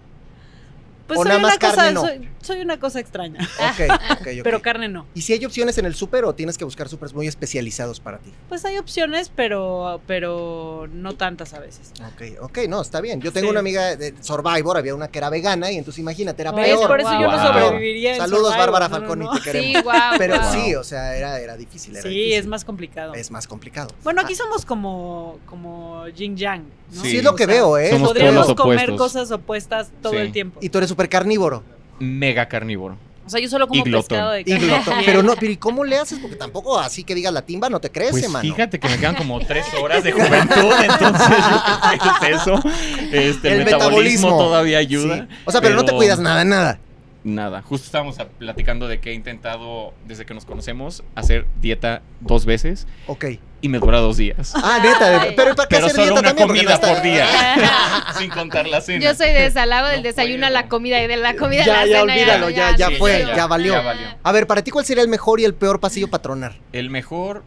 [SPEAKER 4] pues
[SPEAKER 1] o
[SPEAKER 4] soy
[SPEAKER 1] nada
[SPEAKER 4] una
[SPEAKER 1] más
[SPEAKER 4] cosa,
[SPEAKER 1] carne no.
[SPEAKER 4] soy, soy una cosa extraña.
[SPEAKER 1] Ok, ok, ok.
[SPEAKER 4] Pero carne no.
[SPEAKER 1] ¿Y si hay opciones en el súper o tienes que buscar súperes muy especializados para ti?
[SPEAKER 4] Pues hay opciones, pero, pero no tantas a veces.
[SPEAKER 1] Ok, ok, no, está bien. Yo tengo
[SPEAKER 4] Sí.
[SPEAKER 1] una amiga de Survivor, había una que era vegana y entonces imagínate, era
[SPEAKER 3] Ay,
[SPEAKER 4] ¿Ves?
[SPEAKER 1] peor.
[SPEAKER 4] Por eso yo no
[SPEAKER 2] Wow.
[SPEAKER 4] sobreviviría. en
[SPEAKER 1] Saludos,
[SPEAKER 4] Survivor.
[SPEAKER 1] Bárbara
[SPEAKER 4] No, no,
[SPEAKER 1] Falconi,
[SPEAKER 4] no.
[SPEAKER 1] te
[SPEAKER 3] Sí,
[SPEAKER 1] queremos.
[SPEAKER 3] wow.
[SPEAKER 1] *laughs* Pero
[SPEAKER 3] wow.
[SPEAKER 1] sí, o sea, era, era difícil. Era
[SPEAKER 4] Sí,
[SPEAKER 1] difícil.
[SPEAKER 4] es más complicado.
[SPEAKER 1] Es más complicado.
[SPEAKER 4] Bueno,
[SPEAKER 1] Ah,
[SPEAKER 4] aquí somos como, como yin yang. ¿no?
[SPEAKER 1] sí, es lo que
[SPEAKER 4] O sea,
[SPEAKER 1] veo, ¿eh? Es
[SPEAKER 2] somos
[SPEAKER 1] lo que veo.
[SPEAKER 4] Podríamos
[SPEAKER 2] polos
[SPEAKER 4] comer
[SPEAKER 2] opuestos.
[SPEAKER 4] cosas opuestas todo
[SPEAKER 2] Sí.
[SPEAKER 4] el tiempo.
[SPEAKER 1] Y tú eres súper carnívoro.
[SPEAKER 2] Mega carnívoro.
[SPEAKER 4] O sea, yo solo como
[SPEAKER 2] y glotón.
[SPEAKER 4] pescado de
[SPEAKER 1] Y
[SPEAKER 4] carne.
[SPEAKER 1] glotón. *laughs* Pero no, pero ¿y cómo le haces? Porque tampoco así que digas la timba no te crece,
[SPEAKER 2] Pues
[SPEAKER 1] mano.
[SPEAKER 2] fíjate que me quedan como
[SPEAKER 1] *laughs*
[SPEAKER 2] tres horas de juventud, entonces yo creo que es eso. Este, el, metabolismo, todavía ayuda.
[SPEAKER 1] Sí. O sea, pero, no te cuidas nada, nada.
[SPEAKER 2] Nada, justo estábamos a- platicando de que he intentado, desde que nos conocemos, hacer dieta dos veces
[SPEAKER 1] Ok.
[SPEAKER 2] y me dura dos días.
[SPEAKER 1] Ah, neta. de-
[SPEAKER 3] Ay.
[SPEAKER 1] Pero ¿para qué
[SPEAKER 2] Pero
[SPEAKER 1] hacer dieta
[SPEAKER 2] solo una
[SPEAKER 1] también? Porque no
[SPEAKER 2] comida
[SPEAKER 1] está-
[SPEAKER 2] por día,
[SPEAKER 1] *laughs*
[SPEAKER 2] sin contar la cena.
[SPEAKER 3] Yo soy de desalago del
[SPEAKER 2] No
[SPEAKER 3] desayuno a
[SPEAKER 2] puedo.
[SPEAKER 3] la comida y de la comida
[SPEAKER 1] Ya,
[SPEAKER 3] a la
[SPEAKER 1] ya,
[SPEAKER 3] cena.
[SPEAKER 1] olvídalo, ya, ya
[SPEAKER 3] sí,
[SPEAKER 1] fue,
[SPEAKER 3] sí,
[SPEAKER 1] ya valió. *laughs*
[SPEAKER 2] Ya valió.
[SPEAKER 1] A ver, para ti, ¿cuál sería el mejor y el peor pasillo patronar?
[SPEAKER 2] El mejor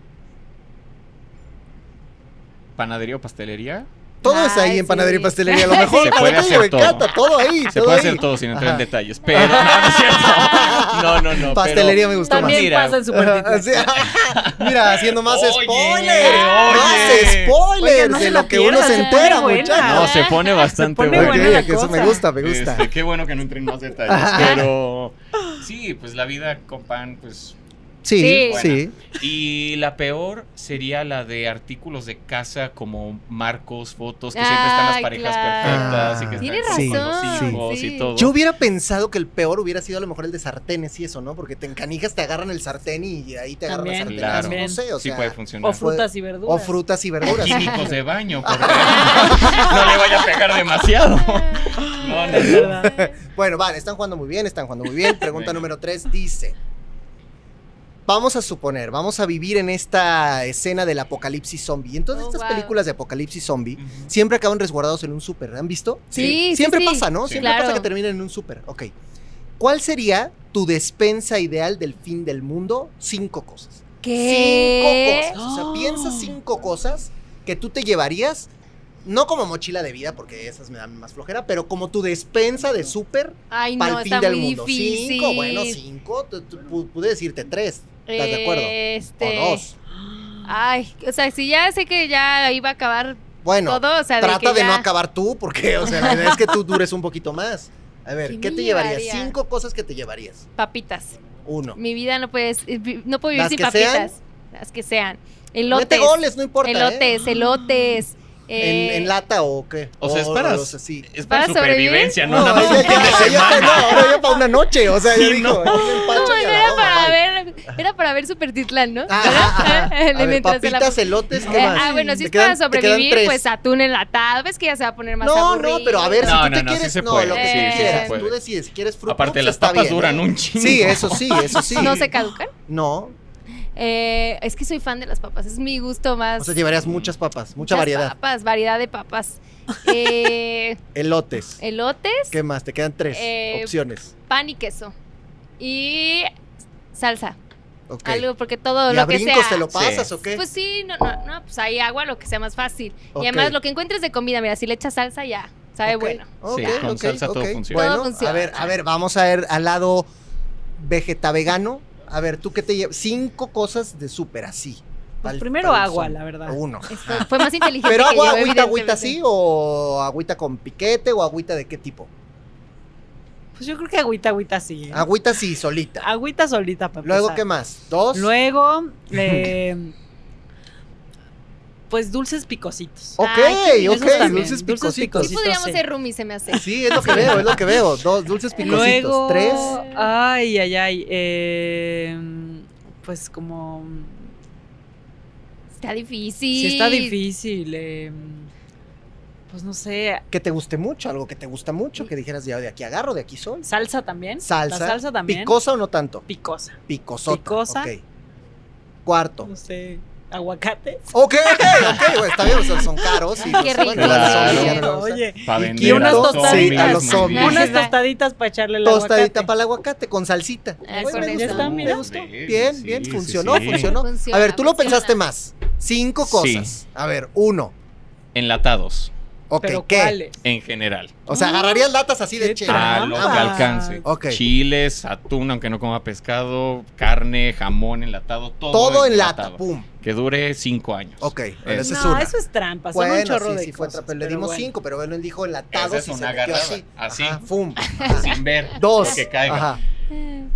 [SPEAKER 2] panadería o pastelería.
[SPEAKER 1] Todo
[SPEAKER 3] Ay,
[SPEAKER 1] es ahí en
[SPEAKER 3] sí.
[SPEAKER 1] panadería y pastelería. Lo mejor,
[SPEAKER 2] Se puede
[SPEAKER 1] panadería,
[SPEAKER 2] hacer
[SPEAKER 1] me
[SPEAKER 2] todo.
[SPEAKER 1] encanta, todo ahí.
[SPEAKER 2] Se
[SPEAKER 1] todo
[SPEAKER 2] puede
[SPEAKER 1] ahí.
[SPEAKER 2] hacer todo sin entrar
[SPEAKER 1] Ah, Ajá.
[SPEAKER 2] en detalles, pero no, no es
[SPEAKER 1] *laughs*
[SPEAKER 2] cierto. No, no, no.
[SPEAKER 1] Pastelería me gustó
[SPEAKER 4] *laughs* También
[SPEAKER 2] Mira.
[SPEAKER 4] pasa
[SPEAKER 1] *laughs* Ajá,
[SPEAKER 4] en
[SPEAKER 1] *laughs*
[SPEAKER 4] Supertitlán.
[SPEAKER 1] así, Mira, haciendo más
[SPEAKER 2] Oye,
[SPEAKER 1] spoilers.
[SPEAKER 2] oye.
[SPEAKER 1] Más spoilers
[SPEAKER 4] Oigan, no se
[SPEAKER 1] de
[SPEAKER 4] la
[SPEAKER 1] lo que uno
[SPEAKER 4] pierdan,
[SPEAKER 1] se
[SPEAKER 4] se
[SPEAKER 1] entera,
[SPEAKER 4] pone buena.
[SPEAKER 1] muchachos.
[SPEAKER 2] No, *laughs* se pone bastante
[SPEAKER 4] Se pone
[SPEAKER 1] Ok,
[SPEAKER 2] bueno.
[SPEAKER 4] buena la
[SPEAKER 1] ok, eso me
[SPEAKER 4] cosa.
[SPEAKER 1] gusta, me gusta.
[SPEAKER 2] Este, qué bueno que no entren más detalles, pero sí, pues la vida con pan, pues...
[SPEAKER 1] Sí,
[SPEAKER 3] Sí.
[SPEAKER 1] sí.
[SPEAKER 2] Y la peor sería la de artículos de casa como marcos, fotos, que siempre están las
[SPEAKER 3] Ay,
[SPEAKER 2] parejas
[SPEAKER 3] claro.
[SPEAKER 2] perfectas y que
[SPEAKER 3] Tienes
[SPEAKER 2] están como con
[SPEAKER 3] razón,
[SPEAKER 2] los hijos
[SPEAKER 3] sí.
[SPEAKER 2] y todo.
[SPEAKER 1] Yo hubiera pensado que el peor hubiera sido a lo mejor el de sartenes y eso, ¿no? Porque te encanijas, te agarran el sartén y ahí te agarran el
[SPEAKER 4] También,
[SPEAKER 1] sartenazo,
[SPEAKER 2] Claro.
[SPEAKER 1] No sé, o
[SPEAKER 2] sí
[SPEAKER 1] sea.
[SPEAKER 2] puede funcionar.
[SPEAKER 4] O frutas y verduras.
[SPEAKER 1] o frutas y
[SPEAKER 2] O
[SPEAKER 1] verduras.
[SPEAKER 2] químicos de
[SPEAKER 3] *laughs*
[SPEAKER 2] baño, porque no le vaya a pegar demasiado. No, no,
[SPEAKER 4] Es
[SPEAKER 2] no.
[SPEAKER 4] verdad.
[SPEAKER 1] Bueno, vale, están jugando muy bien, están jugando muy
[SPEAKER 2] *laughs*
[SPEAKER 1] bien. Pregunta
[SPEAKER 2] Venga.
[SPEAKER 1] número 3 dice: Vamos a suponer, vamos a vivir en esta escena del apocalipsis zombie. Y Entonces,
[SPEAKER 3] Oh,
[SPEAKER 1] estas
[SPEAKER 3] wow.
[SPEAKER 1] películas de apocalipsis zombie
[SPEAKER 2] Ujú.
[SPEAKER 1] siempre acaban resguardados en un súper, ¿han visto?
[SPEAKER 3] Sí, sí,
[SPEAKER 1] Siempre
[SPEAKER 3] sí.
[SPEAKER 1] pasa, ¿no?
[SPEAKER 2] Sí.
[SPEAKER 1] Siempre pasa
[SPEAKER 3] Claro.
[SPEAKER 1] que termina en un súper. Ok. ¿Cuál sería tu despensa ideal del fin del mundo? Cinco cosas.
[SPEAKER 3] ¿Qué?
[SPEAKER 1] Cinco cosas. O sea,
[SPEAKER 4] Oh.
[SPEAKER 1] piensa cinco cosas que tú te llevarías, no como mochila de vida, porque esas me dan más flojera, pero como tu despensa de súper
[SPEAKER 3] Ay,
[SPEAKER 1] para
[SPEAKER 3] no,
[SPEAKER 1] el
[SPEAKER 3] está
[SPEAKER 1] fin del
[SPEAKER 3] muy
[SPEAKER 1] mundo.
[SPEAKER 3] difícil.
[SPEAKER 1] Cinco, bueno, cinco. tú- tú- pu- Pude decirte tres. ¿Estás de acuerdo?
[SPEAKER 3] Este,
[SPEAKER 1] O dos.
[SPEAKER 4] Ah,
[SPEAKER 3] Ay, o sea, si ya sé que ya iba a acabar
[SPEAKER 1] Bueno,
[SPEAKER 3] todo, o sea, de
[SPEAKER 1] trata
[SPEAKER 3] que
[SPEAKER 1] de
[SPEAKER 3] ya...
[SPEAKER 1] no acabar tú, porque, o sea, la idea es que tú dures un poquito más. A ver,
[SPEAKER 3] ¿Qué
[SPEAKER 1] ¿qué
[SPEAKER 3] me
[SPEAKER 1] te llevarías?
[SPEAKER 3] llevaría?
[SPEAKER 1] Cinco cosas que te llevarías.
[SPEAKER 3] Papitas.
[SPEAKER 1] Uno.
[SPEAKER 3] Mi vida no puede, eh, vi- no puedo vivir
[SPEAKER 1] Las
[SPEAKER 3] sin
[SPEAKER 1] que
[SPEAKER 3] papitas. Las que sean.
[SPEAKER 1] Mete
[SPEAKER 3] Elotes.
[SPEAKER 1] goles, no importa. ¿eh?
[SPEAKER 3] elotes, elotes.
[SPEAKER 1] En,
[SPEAKER 3] eh,
[SPEAKER 1] en lata o qué?
[SPEAKER 2] O sea, es para-
[SPEAKER 1] los así.
[SPEAKER 2] Es para
[SPEAKER 3] ¿Para sobrevivir?
[SPEAKER 2] supervivencia, no,
[SPEAKER 1] No,
[SPEAKER 2] nada más
[SPEAKER 1] ya,
[SPEAKER 2] un fin de
[SPEAKER 1] ya, ya,
[SPEAKER 2] semana.
[SPEAKER 1] no, ahora ya para una noche. O sea,
[SPEAKER 2] Sí,
[SPEAKER 1] yo digo,
[SPEAKER 2] no.
[SPEAKER 1] el empacho
[SPEAKER 3] no,
[SPEAKER 1] y a la
[SPEAKER 3] era
[SPEAKER 1] goma,
[SPEAKER 3] para
[SPEAKER 1] bye.
[SPEAKER 3] ver, era para ver Supertitlán, ¿no?
[SPEAKER 1] Ah,
[SPEAKER 3] ¿Verdad? *laughs*
[SPEAKER 1] ah, ah.
[SPEAKER 3] Eh,
[SPEAKER 1] A ver,
[SPEAKER 3] mientras se la-
[SPEAKER 1] papitas, elotes, ¿qué
[SPEAKER 3] Eh,
[SPEAKER 1] más?
[SPEAKER 3] ah, bueno, si
[SPEAKER 1] Te
[SPEAKER 3] es para
[SPEAKER 1] quedan- te quedan
[SPEAKER 3] sobrevivir,
[SPEAKER 1] tres.
[SPEAKER 3] pues atún enlatado, ves que ya se va a poner más
[SPEAKER 1] No,
[SPEAKER 3] aburrido.
[SPEAKER 1] no, pero a ver,
[SPEAKER 2] No,
[SPEAKER 1] si tú
[SPEAKER 2] no,
[SPEAKER 1] te
[SPEAKER 2] no, sí
[SPEAKER 1] quieres,
[SPEAKER 2] se
[SPEAKER 1] no,
[SPEAKER 2] puede,
[SPEAKER 1] lo que
[SPEAKER 3] sí,
[SPEAKER 1] tú
[SPEAKER 3] sí se
[SPEAKER 1] quieras,
[SPEAKER 2] puede.
[SPEAKER 1] tú decides, si quieres fruta,
[SPEAKER 2] Aparte, las
[SPEAKER 1] está
[SPEAKER 2] tapas
[SPEAKER 1] bien,
[SPEAKER 2] duran
[SPEAKER 1] ¿eh?
[SPEAKER 2] un chingo.
[SPEAKER 1] Sí, eso sí, eso sí.
[SPEAKER 3] ¿No se caducan?
[SPEAKER 1] No,
[SPEAKER 3] Eh, es que soy fan de las papas, es mi gusto más.
[SPEAKER 1] o sea, llevarías muchas papas, mucha
[SPEAKER 3] muchas
[SPEAKER 1] variedad.
[SPEAKER 3] Papas, variedad
[SPEAKER 1] *laughs*
[SPEAKER 3] de papas. Eh,
[SPEAKER 1] Elotes.
[SPEAKER 3] elotes,
[SPEAKER 1] ¿Qué más? Te quedan tres
[SPEAKER 3] Eh,
[SPEAKER 1] opciones.
[SPEAKER 3] pan y queso. Y salsa,
[SPEAKER 1] Ok.
[SPEAKER 3] algo, porque todo
[SPEAKER 1] ¿Y
[SPEAKER 3] lo
[SPEAKER 1] a
[SPEAKER 3] que
[SPEAKER 1] brincos
[SPEAKER 3] sea.
[SPEAKER 1] te lo pasas
[SPEAKER 2] Sí.
[SPEAKER 1] o qué?
[SPEAKER 3] Pues sí, no, no, no, pues ahí agua, lo que sea más fácil.
[SPEAKER 1] Ok.
[SPEAKER 3] Y además lo que encuentres de comida, mira, si le echas salsa ya, sabe
[SPEAKER 1] Ok,
[SPEAKER 3] bueno.
[SPEAKER 1] ok,
[SPEAKER 2] Sí, con
[SPEAKER 1] ok,
[SPEAKER 2] salsa todo
[SPEAKER 1] ok.
[SPEAKER 2] funciona.
[SPEAKER 1] Bueno,
[SPEAKER 3] Todo funciona.
[SPEAKER 1] a ver, a ver, vamos a ver al lado vegetavegano. A ver, tú qué te llevas. Cinco cosas de súper así.
[SPEAKER 3] Pues
[SPEAKER 1] Tal-
[SPEAKER 4] primero
[SPEAKER 1] tal
[SPEAKER 4] agua,
[SPEAKER 1] son.
[SPEAKER 4] la verdad.
[SPEAKER 1] Uno.
[SPEAKER 3] Esto fue más
[SPEAKER 1] *laughs*
[SPEAKER 3] inteligente.
[SPEAKER 1] Pero
[SPEAKER 3] que
[SPEAKER 1] agua,
[SPEAKER 3] yo,
[SPEAKER 1] agüita, agüita
[SPEAKER 3] evidentemente.
[SPEAKER 1] así o agüita con piquete o agüita de qué tipo.
[SPEAKER 4] Pues yo creo que agüita, agüita sí. ¿eh?
[SPEAKER 1] Agüita sí, solita.
[SPEAKER 4] Agüita solita para
[SPEAKER 1] Luego, ¿qué
[SPEAKER 4] empezar.
[SPEAKER 1] más? Dos. *laughs*
[SPEAKER 4] Luego, eh, pues dulces picositos.
[SPEAKER 1] Ok,
[SPEAKER 3] Ay, qué bien,
[SPEAKER 1] ok,
[SPEAKER 4] esos también,
[SPEAKER 1] dulces
[SPEAKER 4] dulces
[SPEAKER 1] picositos.
[SPEAKER 3] Sí
[SPEAKER 4] picositos.
[SPEAKER 3] podríamos
[SPEAKER 4] sí.
[SPEAKER 3] ser roomies, se me hace.
[SPEAKER 1] Sí, es lo que veo, es lo que veo. Dos dulces picositos.
[SPEAKER 4] Luego,
[SPEAKER 1] Tres.
[SPEAKER 4] Ay, ay, ay. eh, pues como.
[SPEAKER 3] Está difícil.
[SPEAKER 4] Si está difícil. eh, pues no sé.
[SPEAKER 1] Que te guste mucho, algo que te gusta mucho, que dijeras ya de aquí agarro, de aquí soy.
[SPEAKER 4] Salsa también.
[SPEAKER 1] Salsa.
[SPEAKER 4] La salsa también.
[SPEAKER 1] ¿Picosa o no tanto?
[SPEAKER 4] Picosa.
[SPEAKER 1] Picosota.
[SPEAKER 4] Picosa.
[SPEAKER 1] ok. Cuarto.
[SPEAKER 4] No sé. Aguacate.
[SPEAKER 1] Ok, ok, güey, está bien, o sea, son caros. Y
[SPEAKER 3] Qué
[SPEAKER 1] pues, bueno,
[SPEAKER 3] rico.
[SPEAKER 1] las
[SPEAKER 2] Claro.
[SPEAKER 1] zombies ya no las usan.
[SPEAKER 4] Oye.
[SPEAKER 2] Para
[SPEAKER 1] Y
[SPEAKER 2] vender
[SPEAKER 4] unas
[SPEAKER 2] a los
[SPEAKER 4] tostaditas.
[SPEAKER 2] zombies,
[SPEAKER 1] A los
[SPEAKER 2] muy
[SPEAKER 1] zombies.
[SPEAKER 2] bien.
[SPEAKER 4] Unas tostaditas para echarle la
[SPEAKER 1] Tostadita para el aguacate con salsita.
[SPEAKER 3] Ah,
[SPEAKER 1] Güey,
[SPEAKER 3] con
[SPEAKER 1] me
[SPEAKER 4] eso.
[SPEAKER 1] gustó, me
[SPEAKER 4] Mira,
[SPEAKER 1] gustó.
[SPEAKER 2] sí,
[SPEAKER 1] Bien,
[SPEAKER 2] sí,
[SPEAKER 1] bien,
[SPEAKER 2] sí,
[SPEAKER 1] funcionó,
[SPEAKER 2] sí.
[SPEAKER 1] funcionó.
[SPEAKER 3] Funciona,
[SPEAKER 1] A ver, tú lo
[SPEAKER 3] funciona.
[SPEAKER 1] pensaste más. Cinco
[SPEAKER 2] Sí.
[SPEAKER 1] cosas. A ver, uno.
[SPEAKER 2] Enlatados,
[SPEAKER 1] Ok,
[SPEAKER 4] Pero
[SPEAKER 1] ¿qué?
[SPEAKER 4] ¿cuáles?
[SPEAKER 2] en general.
[SPEAKER 1] O sea, agarrarías latas así de
[SPEAKER 4] Qué
[SPEAKER 1] chela.
[SPEAKER 4] tra-
[SPEAKER 2] A Ah, lo que
[SPEAKER 1] Trampa.
[SPEAKER 2] alcance.
[SPEAKER 1] Ok.
[SPEAKER 2] Chiles, atún, aunque no coma pescado, carne, jamón enlatado, todo.
[SPEAKER 1] Todo en
[SPEAKER 2] enlatado.
[SPEAKER 1] lata, pum.
[SPEAKER 2] Que dure cinco años.
[SPEAKER 1] Ok, bueno, esa
[SPEAKER 2] Ese
[SPEAKER 1] es
[SPEAKER 4] no,
[SPEAKER 1] una.
[SPEAKER 4] eso es trampa. Son un
[SPEAKER 1] bueno,
[SPEAKER 4] chorro
[SPEAKER 1] sí,
[SPEAKER 4] de
[SPEAKER 1] sí fue
[SPEAKER 4] cosas,
[SPEAKER 1] trampa. Le
[SPEAKER 4] pero
[SPEAKER 1] dimos
[SPEAKER 4] bueno.
[SPEAKER 1] cinco, pero él él dijo enlatados
[SPEAKER 2] Esa es
[SPEAKER 1] y se
[SPEAKER 2] una
[SPEAKER 1] metió
[SPEAKER 2] agarrada,
[SPEAKER 1] así.
[SPEAKER 2] así.
[SPEAKER 1] Ajá,
[SPEAKER 4] *laughs*
[SPEAKER 1] fum.
[SPEAKER 2] Sin ver.
[SPEAKER 1] Dos.
[SPEAKER 2] Que caiga.
[SPEAKER 1] Ajá.
[SPEAKER 3] Mm.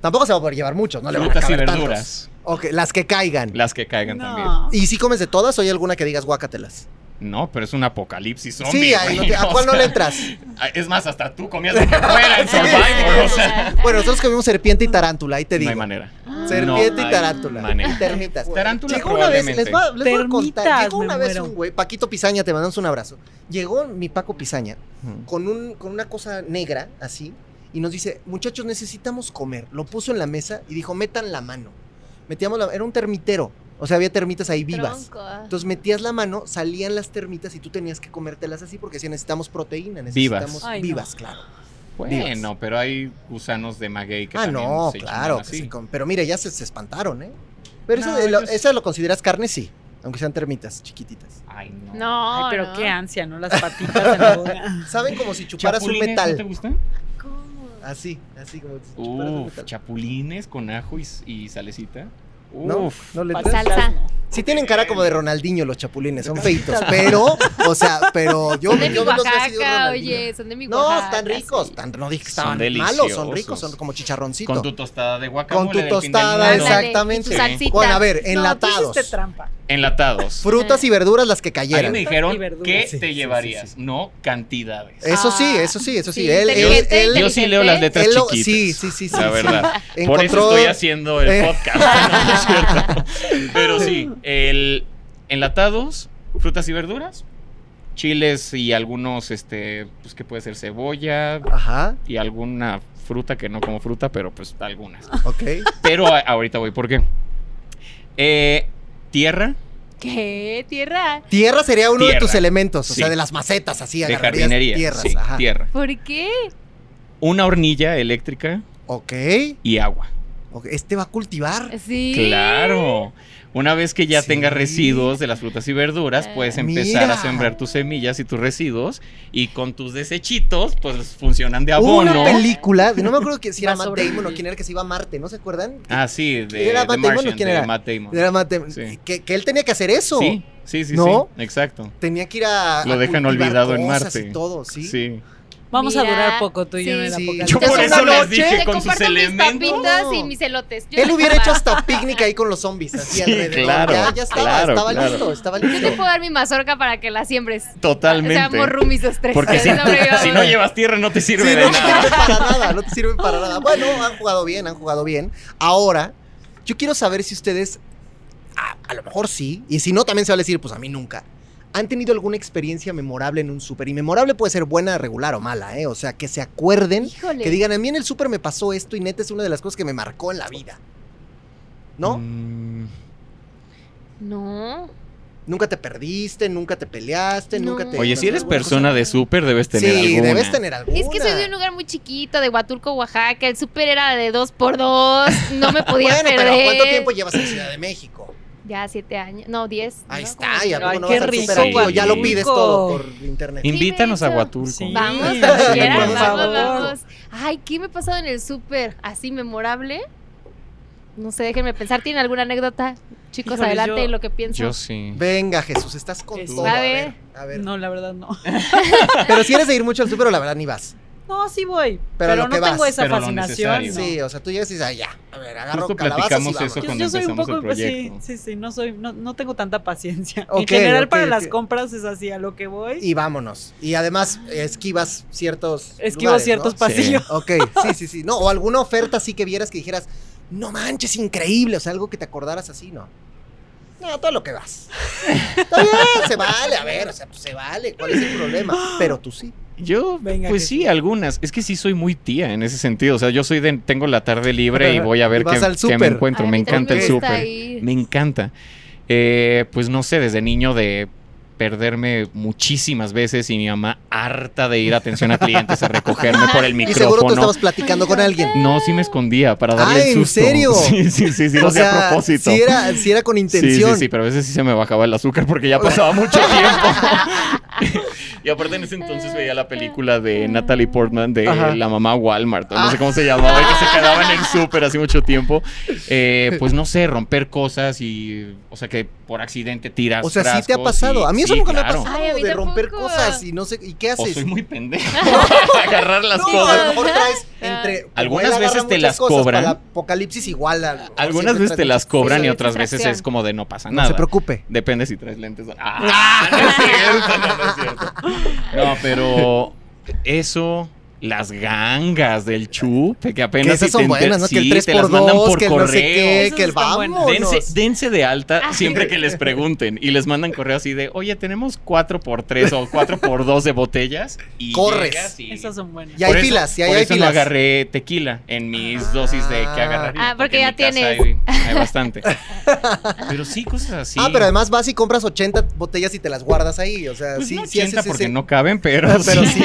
[SPEAKER 1] Tampoco se va a poder llevar muchos, no le van a
[SPEAKER 2] Frutas y
[SPEAKER 1] caber tantos.
[SPEAKER 2] verduras.
[SPEAKER 1] Ok, las que caigan.
[SPEAKER 2] Las que caigan también.
[SPEAKER 4] No.
[SPEAKER 1] ¿Y si comes de todas o hay alguna que digas guácatelas?
[SPEAKER 2] No, pero es un apocalipsis zombie.
[SPEAKER 1] Sí, ahí no
[SPEAKER 2] güey,
[SPEAKER 1] te- ¿a
[SPEAKER 2] o
[SPEAKER 1] cuál no
[SPEAKER 2] sea, ah,
[SPEAKER 1] le
[SPEAKER 4] *laughs*
[SPEAKER 1] entras?
[SPEAKER 2] Es más, hasta tú comías de que fuera en Survivor. o sea,
[SPEAKER 1] Bueno, nosotros comimos serpiente y tarántula, ahí te
[SPEAKER 2] no
[SPEAKER 1] digo.
[SPEAKER 2] hay manera.
[SPEAKER 1] Serpiente
[SPEAKER 2] No
[SPEAKER 1] y
[SPEAKER 2] hay
[SPEAKER 1] tarántula.
[SPEAKER 2] manera.
[SPEAKER 1] Y *laughs* termitas.
[SPEAKER 2] Tarántula
[SPEAKER 1] Llegó una vez,
[SPEAKER 2] probablemente.
[SPEAKER 1] les voy, a- les voy a contar.
[SPEAKER 4] Termitas,
[SPEAKER 1] Llegó una
[SPEAKER 4] me
[SPEAKER 1] vez
[SPEAKER 4] muero.
[SPEAKER 1] un güey, Paquito Pizaña, te mandamos un abrazo. Llegó mi Paco Pizaña con, un, con una cosa negra, así, y nos dice, muchachos, necesitamos comer. Lo puso en la mesa y dijo, metan la mano. Metíamos la Era un termitero. O sea, había termitas ahí vivas.
[SPEAKER 3] Tronco.
[SPEAKER 1] Entonces metías la mano, salían las termitas y tú tenías que comértelas así porque si necesitamos proteína,
[SPEAKER 2] Vivas.
[SPEAKER 1] necesitamos vivas,
[SPEAKER 4] Ay, no.
[SPEAKER 1] claro.
[SPEAKER 2] Bueno, pero hay gusanos de maguey que
[SPEAKER 1] ah,
[SPEAKER 2] también
[SPEAKER 1] no,
[SPEAKER 2] se chingan
[SPEAKER 1] claro. que
[SPEAKER 2] así.
[SPEAKER 1] sí com- pero mira, ya se, se espantaron, ¿eh? Pero
[SPEAKER 4] No,
[SPEAKER 1] eso, de lo,
[SPEAKER 4] ellos-
[SPEAKER 1] esa lo consideras carne, sí. Aunque sean termitas chiquititas.
[SPEAKER 2] Ay, no.
[SPEAKER 3] No,
[SPEAKER 4] Ay, pero
[SPEAKER 3] no.
[SPEAKER 4] qué ansia, ¿no? Las patitas
[SPEAKER 1] *laughs*
[SPEAKER 4] en la boca.
[SPEAKER 1] Saben como si chuparas un
[SPEAKER 2] ¿Chapulines
[SPEAKER 1] metal.
[SPEAKER 2] ¿No te gusta?
[SPEAKER 3] ¿Cómo?
[SPEAKER 1] Así, así como si chuparas un
[SPEAKER 2] Uf,
[SPEAKER 1] metal.
[SPEAKER 2] chapulines con ajo y, y salecita.
[SPEAKER 1] No,
[SPEAKER 2] Uf.
[SPEAKER 1] no le
[SPEAKER 4] Patitas
[SPEAKER 1] entras.
[SPEAKER 3] Salsa.
[SPEAKER 4] no.
[SPEAKER 1] Sí tienen cara como de Ronaldinho los chapulines,
[SPEAKER 3] *laughs*
[SPEAKER 1] son feitos. Pero, o sea, pero yo,
[SPEAKER 3] Son de mi
[SPEAKER 1] yo me los veo así de
[SPEAKER 3] Oaxaca,
[SPEAKER 1] Ronaldinho.
[SPEAKER 3] oye, son de mi
[SPEAKER 1] No,
[SPEAKER 3] Oaxaca.
[SPEAKER 1] están ricos.
[SPEAKER 3] sí.
[SPEAKER 1] tan- no dije que
[SPEAKER 2] Son
[SPEAKER 1] estaban malos, son
[SPEAKER 2] deliciosos.
[SPEAKER 1] ricos, son como chicharroncito.
[SPEAKER 2] Con tu tostada de guacamole.
[SPEAKER 1] Con tu
[SPEAKER 2] del fin del
[SPEAKER 1] tostada,
[SPEAKER 2] mundo.
[SPEAKER 3] Ándale,
[SPEAKER 1] exactamente.
[SPEAKER 3] y tu salsita.
[SPEAKER 1] Bueno, a ver,
[SPEAKER 4] No, tú
[SPEAKER 1] enlatados.
[SPEAKER 4] hiciste trampa.
[SPEAKER 2] Enlatados.
[SPEAKER 1] Frutas y verduras las que
[SPEAKER 2] Ahí
[SPEAKER 1] cayeran.
[SPEAKER 2] me dijeron
[SPEAKER 4] Y verduras.
[SPEAKER 2] qué
[SPEAKER 1] Sí, sí,
[SPEAKER 2] te
[SPEAKER 1] sí,
[SPEAKER 2] llevarías,
[SPEAKER 1] sí.
[SPEAKER 2] no cantidades.
[SPEAKER 1] Eso sí,
[SPEAKER 3] Ah,
[SPEAKER 1] eso sí, eso sí.
[SPEAKER 3] sí,
[SPEAKER 1] él, él,
[SPEAKER 3] inteligente,
[SPEAKER 1] él-
[SPEAKER 2] Yo sí leo las letras
[SPEAKER 1] él lo-
[SPEAKER 2] chiquitas.
[SPEAKER 1] sí, sí, sí, sí.
[SPEAKER 2] La
[SPEAKER 1] sí. *laughs*
[SPEAKER 2] verdad. Por
[SPEAKER 1] Encontró-
[SPEAKER 2] eso estoy haciendo
[SPEAKER 1] Eh. *laughs*
[SPEAKER 2] el podcast. ¿no? Es cierto. Pero sí, el enlatados, frutas y verduras, chiles y algunos, este, pues que puede ser cebolla
[SPEAKER 1] Ajá,
[SPEAKER 2] y alguna fruta que no como fruta, pero pues algunas.
[SPEAKER 1] ok.
[SPEAKER 2] Pero a- ahorita voy, ¿por qué? Eh, tierra
[SPEAKER 3] *laughs* ¿Qué? ¿Tierra?
[SPEAKER 1] Tierra sería uno de
[SPEAKER 2] Tierra.
[SPEAKER 1] tus elementos, o sea,
[SPEAKER 2] Sí.
[SPEAKER 1] de las macetas, así
[SPEAKER 2] de
[SPEAKER 1] agarrarías
[SPEAKER 2] jardinería.
[SPEAKER 1] Tierras,
[SPEAKER 2] sí,
[SPEAKER 1] ajá.
[SPEAKER 2] tierra.
[SPEAKER 3] ¿Por qué?
[SPEAKER 2] Una hornilla eléctrica
[SPEAKER 1] Ok,
[SPEAKER 2] y agua.
[SPEAKER 1] ok, este va a cultivar.
[SPEAKER 3] Sí.
[SPEAKER 2] Claro. Una vez que ya
[SPEAKER 1] Sí.
[SPEAKER 2] tengas residuos de las frutas y verduras,
[SPEAKER 3] Ah.
[SPEAKER 2] puedes empezar
[SPEAKER 1] Mira.
[SPEAKER 2] a sembrar tus semillas y tus residuos y con tus desechitos, pues funcionan de abono.
[SPEAKER 1] Una película, no me acuerdo que si
[SPEAKER 3] *laughs*
[SPEAKER 1] era
[SPEAKER 4] Va a
[SPEAKER 1] Matt
[SPEAKER 4] sobrevivir.
[SPEAKER 1] Damon o quién era que se iba a Marte, ¿no se acuerdan?
[SPEAKER 2] Ah, sí, de,
[SPEAKER 1] ¿Era
[SPEAKER 2] de
[SPEAKER 1] Matt Damon o
[SPEAKER 2] Martian,
[SPEAKER 1] quién
[SPEAKER 2] de
[SPEAKER 1] era?
[SPEAKER 2] Matt Damon.
[SPEAKER 1] Era Matt Damon,
[SPEAKER 2] Sí.
[SPEAKER 1] que, que él tenía que hacer eso.
[SPEAKER 2] Sí, sí, sí,
[SPEAKER 1] ¿No?
[SPEAKER 2] sí, exacto.
[SPEAKER 1] Tenía que ir a.
[SPEAKER 2] Lo
[SPEAKER 1] a
[SPEAKER 2] dejan
[SPEAKER 1] cultivar
[SPEAKER 2] olvidado en
[SPEAKER 1] cosas
[SPEAKER 2] Marte.
[SPEAKER 1] Y todo, sí.
[SPEAKER 2] Sí.
[SPEAKER 4] Vamos
[SPEAKER 3] Mira,
[SPEAKER 4] a durar poco tú y yo en el
[SPEAKER 1] sí.
[SPEAKER 4] apocalipsis.
[SPEAKER 2] Yo
[SPEAKER 3] Ya
[SPEAKER 2] por
[SPEAKER 3] son
[SPEAKER 2] eso
[SPEAKER 3] una
[SPEAKER 2] les
[SPEAKER 3] noche
[SPEAKER 2] dije
[SPEAKER 3] de
[SPEAKER 2] con sus
[SPEAKER 3] comparto mis
[SPEAKER 2] elementos.
[SPEAKER 3] papitas
[SPEAKER 1] No.
[SPEAKER 3] y mis elotes. Yo
[SPEAKER 1] Él
[SPEAKER 3] no
[SPEAKER 1] hubiera
[SPEAKER 3] jugaba.
[SPEAKER 1] hecho hasta picnic ahí con los zombies, así
[SPEAKER 2] Sí,
[SPEAKER 1] alrededor.
[SPEAKER 2] claro,
[SPEAKER 1] ya, ya estaba,
[SPEAKER 2] claro,
[SPEAKER 1] estaba
[SPEAKER 2] claro.
[SPEAKER 1] listo, estaba
[SPEAKER 3] Yo te
[SPEAKER 1] listo.
[SPEAKER 3] puedo dar mi mazorca para que la siembres.
[SPEAKER 2] Totalmente.
[SPEAKER 3] Seamos roomies los tres.
[SPEAKER 2] Porque si,
[SPEAKER 3] Eso me-
[SPEAKER 2] *laughs* si no llevas tierra no te
[SPEAKER 1] Sí,
[SPEAKER 2] sirve de
[SPEAKER 1] no te
[SPEAKER 2] nada.
[SPEAKER 1] sirve para nada, no te sirve para nada. Bueno, han jugado bien, han jugado bien. Ahora, yo quiero saber si ustedes, a, a lo mejor sí, y si no, también se va a decir, pues a mí nunca. ¿Han tenido alguna experiencia memorable en un súper? Y memorable puede ser buena, regular o mala, ¿eh? O sea, que se acuerden,
[SPEAKER 3] Híjole.
[SPEAKER 1] que digan, a mí en el súper me pasó esto y neta es una de las cosas que me marcó en la vida. *laughs* ¿No?
[SPEAKER 2] Mm,
[SPEAKER 3] No.
[SPEAKER 1] Nunca te perdiste, nunca te peleaste,
[SPEAKER 3] No.
[SPEAKER 1] nunca te...
[SPEAKER 2] Oye, si eres
[SPEAKER 1] alguna cosa-
[SPEAKER 2] persona de súper, debes tener
[SPEAKER 1] sí,
[SPEAKER 2] alguna.
[SPEAKER 1] debes tener alguna.
[SPEAKER 3] Es que soy de un lugar muy chiquito, de Huatulco, Oaxaca. El súper era de dos por dos. No me
[SPEAKER 1] *laughs*
[SPEAKER 3] podía
[SPEAKER 1] Bueno,
[SPEAKER 3] perder.
[SPEAKER 1] pero ¿cuánto tiempo llevas en Ciudad de México?
[SPEAKER 3] Ya siete años. No, diez.
[SPEAKER 1] Ahí
[SPEAKER 3] ¿no?
[SPEAKER 1] está, ya
[SPEAKER 4] Ay,
[SPEAKER 1] no
[SPEAKER 4] qué
[SPEAKER 1] vas al
[SPEAKER 4] rico,
[SPEAKER 1] súper aquí, o ya lo
[SPEAKER 2] Guadalupe.
[SPEAKER 1] pides todo por internet.
[SPEAKER 2] Invítanos
[SPEAKER 3] Sí,
[SPEAKER 2] a
[SPEAKER 3] de hecho.
[SPEAKER 2] Huatulco.
[SPEAKER 4] Sí.
[SPEAKER 3] Vamos,
[SPEAKER 4] Sí,
[SPEAKER 3] cuando
[SPEAKER 1] por
[SPEAKER 3] quieran, vamos,
[SPEAKER 4] favor.
[SPEAKER 3] vamos. Ay, ¿qué me ha pasado en el súper? Así memorable. No sé, déjenme pensar. ¿Tienen alguna anécdota? Chicos,
[SPEAKER 4] Híjole,
[SPEAKER 3] adelante
[SPEAKER 4] yo-
[SPEAKER 3] lo que pienso.
[SPEAKER 2] Yo sí.
[SPEAKER 1] Venga, Jesús, estás con
[SPEAKER 4] Jesús.
[SPEAKER 1] todo. A
[SPEAKER 3] A
[SPEAKER 1] ver,
[SPEAKER 3] ver.
[SPEAKER 1] a ver.
[SPEAKER 4] Pues, No, la verdad no.
[SPEAKER 1] Pero si eres de ir mucho al súper, la verdad ni vas.
[SPEAKER 4] No, sí voy.
[SPEAKER 1] Pero
[SPEAKER 4] Pero,
[SPEAKER 1] a lo
[SPEAKER 4] no
[SPEAKER 1] que
[SPEAKER 4] tengo
[SPEAKER 1] vas.
[SPEAKER 4] esa
[SPEAKER 2] Pero lo
[SPEAKER 4] fascinación.
[SPEAKER 2] necesario.
[SPEAKER 4] no.
[SPEAKER 1] Sí, o sea, tú llegas y dices, ah, ya, a ver, agarro
[SPEAKER 2] Justo
[SPEAKER 1] calabazas
[SPEAKER 2] platicamos
[SPEAKER 1] y
[SPEAKER 2] eso
[SPEAKER 1] vámonos.
[SPEAKER 4] Yo,
[SPEAKER 2] cuando
[SPEAKER 4] yo soy un
[SPEAKER 2] empezamos
[SPEAKER 4] poco, pues,
[SPEAKER 2] el
[SPEAKER 4] sí,
[SPEAKER 2] proyecto.
[SPEAKER 4] sí, sí, no soy, no, no tengo tanta paciencia.
[SPEAKER 1] Ok,
[SPEAKER 4] en general
[SPEAKER 1] ok,
[SPEAKER 4] para
[SPEAKER 1] ok.
[SPEAKER 4] las compras es así a lo que voy.
[SPEAKER 1] Y vámonos. Y además esquivas ciertos
[SPEAKER 4] esquivo
[SPEAKER 1] lugares, ¿no?
[SPEAKER 4] ciertos pasillos.
[SPEAKER 1] Ok, sí, sí, sí. No, o alguna oferta así que vieras que dijeras, no manches, increíble. O sea, algo que te acordaras así, ¿no? No, todo lo que
[SPEAKER 4] *laughs*
[SPEAKER 1] vas. Está bien, se vale, a ver, o sea, pues se vale. ¿Cuál es el problema? Pero tú sí.
[SPEAKER 2] Yo,
[SPEAKER 4] Venga,
[SPEAKER 2] pues
[SPEAKER 4] Jesús.
[SPEAKER 2] sí, algunas. Es que sí soy muy tía en ese sentido. O sea, yo soy de, tengo la tarde libre y voy a
[SPEAKER 1] Y
[SPEAKER 2] ver
[SPEAKER 1] vas
[SPEAKER 2] qué,
[SPEAKER 1] al
[SPEAKER 2] qué me
[SPEAKER 1] súper.
[SPEAKER 2] encuentro.
[SPEAKER 3] Ay, a
[SPEAKER 2] me
[SPEAKER 3] mí también
[SPEAKER 2] encanta el
[SPEAKER 1] me
[SPEAKER 3] gusta
[SPEAKER 2] súper.
[SPEAKER 3] ir.
[SPEAKER 2] Me encanta. Eh, pues no sé, desde niño de perderme muchísimas veces y mi mamá harta de ir a atención a clientes
[SPEAKER 1] *laughs*
[SPEAKER 2] a recogerme por el
[SPEAKER 1] Y seguro tú
[SPEAKER 2] micrófono.
[SPEAKER 1] estabas platicando con alguien.
[SPEAKER 2] No, sí me escondía para darle
[SPEAKER 1] Ah,
[SPEAKER 2] el
[SPEAKER 1] ¿en
[SPEAKER 2] susto.
[SPEAKER 1] serio?
[SPEAKER 2] *laughs* Sí, sí, sí, sí, lo
[SPEAKER 1] o
[SPEAKER 2] hacía a
[SPEAKER 1] sea,
[SPEAKER 2] propósito.
[SPEAKER 1] si era, si era con intención.
[SPEAKER 2] Sí, sí, sí, pero a veces sí se me bajaba el azúcar porque ya
[SPEAKER 1] *laughs*
[SPEAKER 2] pasaba mucho tiempo. y aparte en ese entonces veía la película de Natalie Portman de
[SPEAKER 1] Ajá.
[SPEAKER 2] la mamá Walmart, o no sé cómo se llamaba, y que se quedaba *laughs* en el súper así mucho tiempo. *laughs* Eh, pues no sé, romper cosas y, o sea, que por accidente tiras.
[SPEAKER 1] O sea, sí te ha
[SPEAKER 2] frascos
[SPEAKER 1] pasado.
[SPEAKER 2] y-
[SPEAKER 1] a mí eso
[SPEAKER 2] sí,
[SPEAKER 1] nunca me ha
[SPEAKER 2] claro.
[SPEAKER 1] pasado
[SPEAKER 3] Ay, a mí
[SPEAKER 1] de romper
[SPEAKER 3] tampoco.
[SPEAKER 1] cosas y no sé y qué
[SPEAKER 2] O
[SPEAKER 1] haces.
[SPEAKER 2] soy
[SPEAKER 1] *laughs*
[SPEAKER 2] muy pendejo. *laughs* Agarrar las
[SPEAKER 1] No,
[SPEAKER 2] cosas.
[SPEAKER 1] a lo mejor traes entre como
[SPEAKER 2] Algunas
[SPEAKER 1] él agarra
[SPEAKER 2] veces te
[SPEAKER 1] muchas
[SPEAKER 2] las
[SPEAKER 1] cosas
[SPEAKER 2] cobran.
[SPEAKER 1] Para el apocalipsis igual. a- como siempre
[SPEAKER 2] Algunas veces
[SPEAKER 1] traes
[SPEAKER 2] te las
[SPEAKER 1] muchas
[SPEAKER 2] cobran
[SPEAKER 1] cosas.
[SPEAKER 2] y
[SPEAKER 3] Sí,
[SPEAKER 2] otras
[SPEAKER 3] es
[SPEAKER 2] veces
[SPEAKER 3] distracción.
[SPEAKER 2] es como de no pasa
[SPEAKER 1] No
[SPEAKER 2] nada.
[SPEAKER 1] se preocupe.
[SPEAKER 2] Depende si traes
[SPEAKER 3] *laughs*
[SPEAKER 2] lentes o ¡Ah! No es cierto, no, no es cierto.
[SPEAKER 3] *laughs*
[SPEAKER 2] No, pero eso, las gangas del chupe, que
[SPEAKER 1] Que
[SPEAKER 2] apenas.
[SPEAKER 1] esas
[SPEAKER 2] si te
[SPEAKER 1] son
[SPEAKER 2] enter-
[SPEAKER 1] buenas, ¿no? Que
[SPEAKER 2] sí,
[SPEAKER 1] el 3
[SPEAKER 2] te las
[SPEAKER 1] por
[SPEAKER 2] mandan
[SPEAKER 1] 2
[SPEAKER 2] por
[SPEAKER 1] que el no sé qué,
[SPEAKER 4] Esas
[SPEAKER 1] que el
[SPEAKER 4] están
[SPEAKER 1] vámonos.
[SPEAKER 4] buenas.
[SPEAKER 2] Dense, dense de alta
[SPEAKER 3] Ay.
[SPEAKER 2] siempre que les pregunten y les mandan correo así de, oye, tenemos 4 por 3 o 4 por 2 de botellas y
[SPEAKER 1] Corres.
[SPEAKER 2] llegas y-
[SPEAKER 4] Esas son buenas.
[SPEAKER 1] Y hay
[SPEAKER 2] Por eso-
[SPEAKER 1] filas, y hay,
[SPEAKER 2] por
[SPEAKER 1] hay
[SPEAKER 2] eso
[SPEAKER 1] filas.
[SPEAKER 2] no agarré tequila en mis dosis de que agarraría.
[SPEAKER 3] Ah, porque
[SPEAKER 2] en
[SPEAKER 3] ya
[SPEAKER 2] mi casa
[SPEAKER 3] tienes.
[SPEAKER 2] Hay, hay bastante.
[SPEAKER 3] *laughs*
[SPEAKER 2] Pero sí, cosas así.
[SPEAKER 1] Ah, pero además vas y compras 80 botellas y te las guardas ahí. O sea,
[SPEAKER 2] Pues
[SPEAKER 1] sí,
[SPEAKER 2] no
[SPEAKER 1] sí
[SPEAKER 2] 80
[SPEAKER 1] haces
[SPEAKER 2] porque
[SPEAKER 1] ese-
[SPEAKER 2] no caben, pero,
[SPEAKER 1] Pero sí,
[SPEAKER 2] sí.
[SPEAKER 1] sí, sí,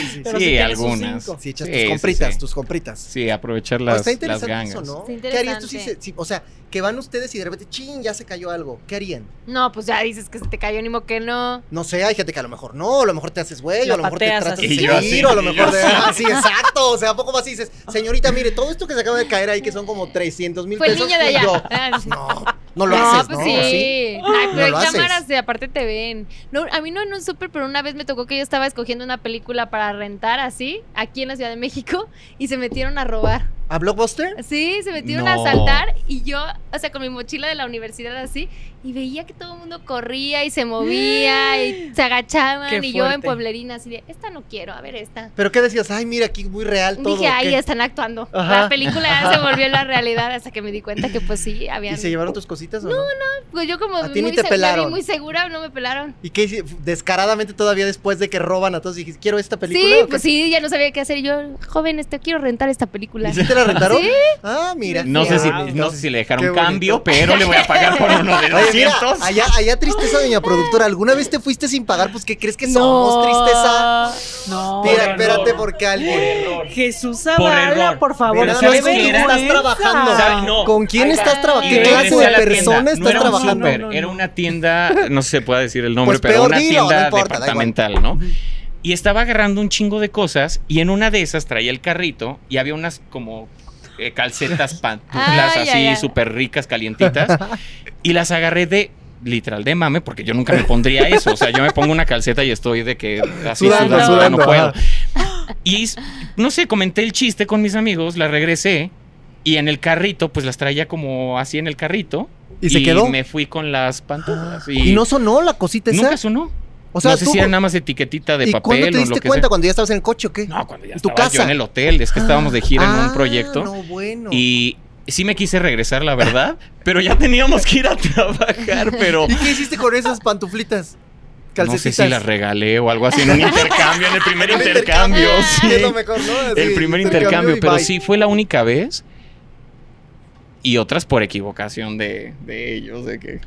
[SPEAKER 1] sí, sí.
[SPEAKER 4] Pero
[SPEAKER 2] sí,
[SPEAKER 4] sí tiene sus
[SPEAKER 2] algunas.
[SPEAKER 4] cinco.
[SPEAKER 1] Sí, echas
[SPEAKER 2] Sí,
[SPEAKER 1] tus
[SPEAKER 2] sí,
[SPEAKER 1] compritas,
[SPEAKER 2] sí.
[SPEAKER 1] tus compritas.
[SPEAKER 2] *laughs* Sí, aprovechar
[SPEAKER 1] Pues
[SPEAKER 2] las,
[SPEAKER 1] está
[SPEAKER 2] las
[SPEAKER 1] interesante
[SPEAKER 2] gangas.
[SPEAKER 1] eso, ¿no?
[SPEAKER 3] Está
[SPEAKER 1] ¿Qué harías tú si, se-
[SPEAKER 3] interesante.
[SPEAKER 1] si- o sea, que van ustedes y de repente, ching, ya se cayó algo? ¿Qué harían?
[SPEAKER 3] No, pues ya dices que se te cayó, ni modo que no.
[SPEAKER 1] No sé, hay gente que a lo mejor no, a lo mejor te haces güey, o
[SPEAKER 4] La
[SPEAKER 1] a lo mejor te
[SPEAKER 4] pateas
[SPEAKER 1] tratas de
[SPEAKER 2] así. Y yo así,
[SPEAKER 1] seguir, o a lo
[SPEAKER 2] y yo
[SPEAKER 1] mejor de.
[SPEAKER 2] así.
[SPEAKER 1] Ah, sí, exacto. O sea, ¿a poco vas y dices, señorita, mire, todo esto que se acaba de caer ahí, que son como 300 mil
[SPEAKER 3] Fue el
[SPEAKER 1] pesos.
[SPEAKER 3] niño de allá.
[SPEAKER 1] yo,
[SPEAKER 3] *laughs* Ah, sí.
[SPEAKER 1] no, no lo haces,
[SPEAKER 3] pues
[SPEAKER 1] ¿no?
[SPEAKER 3] sí.
[SPEAKER 1] Así.
[SPEAKER 3] Ay, pero
[SPEAKER 1] No
[SPEAKER 3] hay
[SPEAKER 1] lo haces.
[SPEAKER 3] cámaras y aparte te ven. No, a mí no en un súper, pero una vez me tocó que yo estaba escogiendo una película para rentar así, aquí en la Ciudad de México, y se metieron a robar.
[SPEAKER 1] ¿A Blockbuster?
[SPEAKER 3] Sí, se metieron
[SPEAKER 2] No.
[SPEAKER 3] a asaltar y yo, o sea, con mi mochila de la universidad así, y veía que todo el mundo corría y se movía y se agachaban
[SPEAKER 4] Qué
[SPEAKER 3] y yo en
[SPEAKER 4] fuerte.
[SPEAKER 3] pueblerina así de, esta no quiero, a ver esta.
[SPEAKER 1] ¿Pero qué decías? Ay, mira, aquí muy real todo.
[SPEAKER 3] Dije, ahí
[SPEAKER 1] ¿qué?
[SPEAKER 3] están actuando.
[SPEAKER 1] Ajá.
[SPEAKER 3] La película ya se volvió la realidad hasta que me di cuenta que pues sí, habían...
[SPEAKER 1] ¿Y se llevaron tus cositas o no?
[SPEAKER 3] Pues yo como
[SPEAKER 1] A ti
[SPEAKER 3] muy,
[SPEAKER 1] ni te
[SPEAKER 3] se- me vi
[SPEAKER 1] pelaron.
[SPEAKER 3] muy segura, no me pelaron.
[SPEAKER 1] ¿Y qué hici- Descaradamente todavía después de que roban a todos dijiste, quiero esta película.
[SPEAKER 3] sí,
[SPEAKER 1] ¿o qué?
[SPEAKER 3] pues sí, ya no sabía qué hacer. Y Yo, joven, este, quiero rentar esta película.
[SPEAKER 1] ¿Y sí te la rentaron?
[SPEAKER 3] Sí.
[SPEAKER 1] Ah, mira.
[SPEAKER 2] No, sé si, no sé si le dejaron cambio, pero le voy a pagar con uno
[SPEAKER 1] *laughs*
[SPEAKER 2] de
[SPEAKER 1] Oye, mira,
[SPEAKER 2] 200.
[SPEAKER 1] allá, allá tristeza, doña productora. ¿Alguna vez te fuiste sin pagar? Pues, ¿qué crees que somos, tristeza?
[SPEAKER 4] No.
[SPEAKER 1] Mira,
[SPEAKER 2] Por
[SPEAKER 1] espérate
[SPEAKER 2] error.
[SPEAKER 1] porque alguien.
[SPEAKER 4] Jesús
[SPEAKER 2] Por
[SPEAKER 4] Zavala,
[SPEAKER 2] error.
[SPEAKER 4] por, favor.
[SPEAKER 2] Pero
[SPEAKER 4] qué
[SPEAKER 2] ¿sabes
[SPEAKER 4] vergüenza.
[SPEAKER 2] qué era?
[SPEAKER 1] Estás trabajando.
[SPEAKER 2] ¿Sabe? No.
[SPEAKER 1] ¿Con quién
[SPEAKER 4] Ahí
[SPEAKER 1] estás
[SPEAKER 4] va.
[SPEAKER 1] trabajando?
[SPEAKER 4] Y
[SPEAKER 1] ¿Qué
[SPEAKER 4] regresé
[SPEAKER 1] clase
[SPEAKER 4] a
[SPEAKER 1] de
[SPEAKER 4] la tienda.
[SPEAKER 1] persona
[SPEAKER 2] no
[SPEAKER 1] estás
[SPEAKER 2] era un
[SPEAKER 1] trabajando?
[SPEAKER 2] súper,
[SPEAKER 4] No, no, no.
[SPEAKER 2] Era una tienda, no se puede decir el nombre,
[SPEAKER 1] Pues
[SPEAKER 2] pero
[SPEAKER 1] peor
[SPEAKER 2] una
[SPEAKER 1] dilo,
[SPEAKER 2] tienda
[SPEAKER 1] no importa, da
[SPEAKER 2] departamental, ¿no? Y estaba agarrando un chingo de cosas y en una de esas traía el carrito y había unas como eh, calcetas pantuflas
[SPEAKER 3] *laughs* Ay, ay,
[SPEAKER 2] así
[SPEAKER 3] ay.
[SPEAKER 2] súper ricas, calientitas. y las agarré de literal de mame porque yo nunca me pondría eso. O sea, yo me pongo una calceta y estoy de que así
[SPEAKER 1] Sudando,
[SPEAKER 2] sudando,
[SPEAKER 1] sudando,
[SPEAKER 2] no puedo.
[SPEAKER 1] ajá.
[SPEAKER 2] Y s- no sé, comenté el chiste con mis amigos, la regresé y en el carrito, pues las traía como así en el carrito.
[SPEAKER 1] ¿Y se quedó?
[SPEAKER 2] me fui con las pantuflas. Y,
[SPEAKER 1] Y no sonó la cosita esa.
[SPEAKER 2] nunca sonó.
[SPEAKER 1] o sea,
[SPEAKER 2] no sé
[SPEAKER 1] tú.
[SPEAKER 2] si era nada más etiquetita de
[SPEAKER 1] ¿Y
[SPEAKER 2] papel
[SPEAKER 1] cuándo te
[SPEAKER 2] o lo
[SPEAKER 1] diste
[SPEAKER 2] que
[SPEAKER 1] cuenta?
[SPEAKER 2] sea.
[SPEAKER 1] ¿Cuando ya estabas en el coche o qué?
[SPEAKER 2] No, cuando ya
[SPEAKER 1] ¿En tu
[SPEAKER 2] estaba yo
[SPEAKER 1] casa?
[SPEAKER 2] en el hotel, es que estábamos de gira en
[SPEAKER 1] Ah,
[SPEAKER 2] un proyecto.
[SPEAKER 1] No, bueno.
[SPEAKER 2] Y sí me quise regresar, la verdad, pero ya teníamos que ir a trabajar, pero
[SPEAKER 1] ¿Y qué hiciste con esas pantuflitas?
[SPEAKER 2] no
[SPEAKER 1] Calcetitas.
[SPEAKER 2] sé si las regalé o algo así en un intercambio, en el
[SPEAKER 1] *laughs*
[SPEAKER 2] primer
[SPEAKER 1] El
[SPEAKER 2] intercambio, sí.
[SPEAKER 1] Ah, Es lo mejor, ¿no? Así,
[SPEAKER 2] El primer intercambio,
[SPEAKER 1] y
[SPEAKER 2] pero
[SPEAKER 1] bye.
[SPEAKER 2] sí fue la única vez. Y otras por equivocación de, de ellos, de que.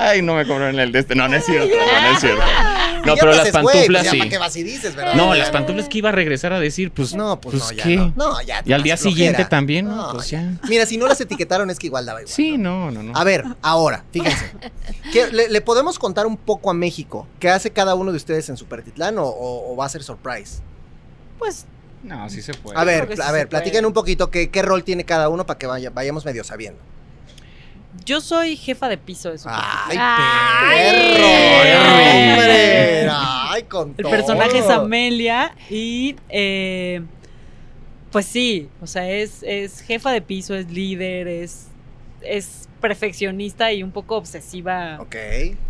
[SPEAKER 2] Ay, no me cobraron el de este. No, no es cierto, no, no es cierto.
[SPEAKER 1] Y
[SPEAKER 2] No,
[SPEAKER 1] ya
[SPEAKER 2] pero
[SPEAKER 1] te
[SPEAKER 2] las
[SPEAKER 1] haces, güey, pues
[SPEAKER 2] pantuflas
[SPEAKER 1] ya
[SPEAKER 2] sí.
[SPEAKER 1] ¿Para qué vas y dices, verdad?
[SPEAKER 2] No, las pantuflas que iba a regresar a decir, pues no.
[SPEAKER 1] No, pues,
[SPEAKER 2] Pues,
[SPEAKER 1] no, ya
[SPEAKER 2] ¿qué?
[SPEAKER 1] no. No, ya.
[SPEAKER 2] Y al
[SPEAKER 1] más flojera.
[SPEAKER 2] día siguiente también, ¿no?
[SPEAKER 1] No,
[SPEAKER 2] Pues
[SPEAKER 1] ya.
[SPEAKER 2] ya.
[SPEAKER 1] Mira, si no las etiquetaron es que igual daba igual.
[SPEAKER 2] Sí, no, no, no.
[SPEAKER 1] A ver, ahora, fíjense. ¿Qué- le, le podemos contar un poco a México qué hace cada uno de ustedes en Supertitlán o, o- o va a ser surprise?
[SPEAKER 4] Pues
[SPEAKER 2] No, sí se puede.
[SPEAKER 1] A ver,
[SPEAKER 4] creo que
[SPEAKER 1] a
[SPEAKER 4] sí
[SPEAKER 1] ver,
[SPEAKER 4] se
[SPEAKER 1] platiquen
[SPEAKER 4] puede.
[SPEAKER 1] un poquito qué, qué rol tiene cada uno para que vaya- vayamos medio sabiendo.
[SPEAKER 4] Yo soy jefa de piso de Supertitlán.
[SPEAKER 1] ¡Ay,
[SPEAKER 3] Ay.
[SPEAKER 1] perro! ¡Hombre! ¡Ay, con
[SPEAKER 4] El
[SPEAKER 1] todo.
[SPEAKER 4] personaje es
[SPEAKER 1] Oh.
[SPEAKER 4] Amelia y eh, pues sí, o sea, es, es jefa de piso, es líder, es, es perfeccionista y un poco obsesiva
[SPEAKER 1] Ok.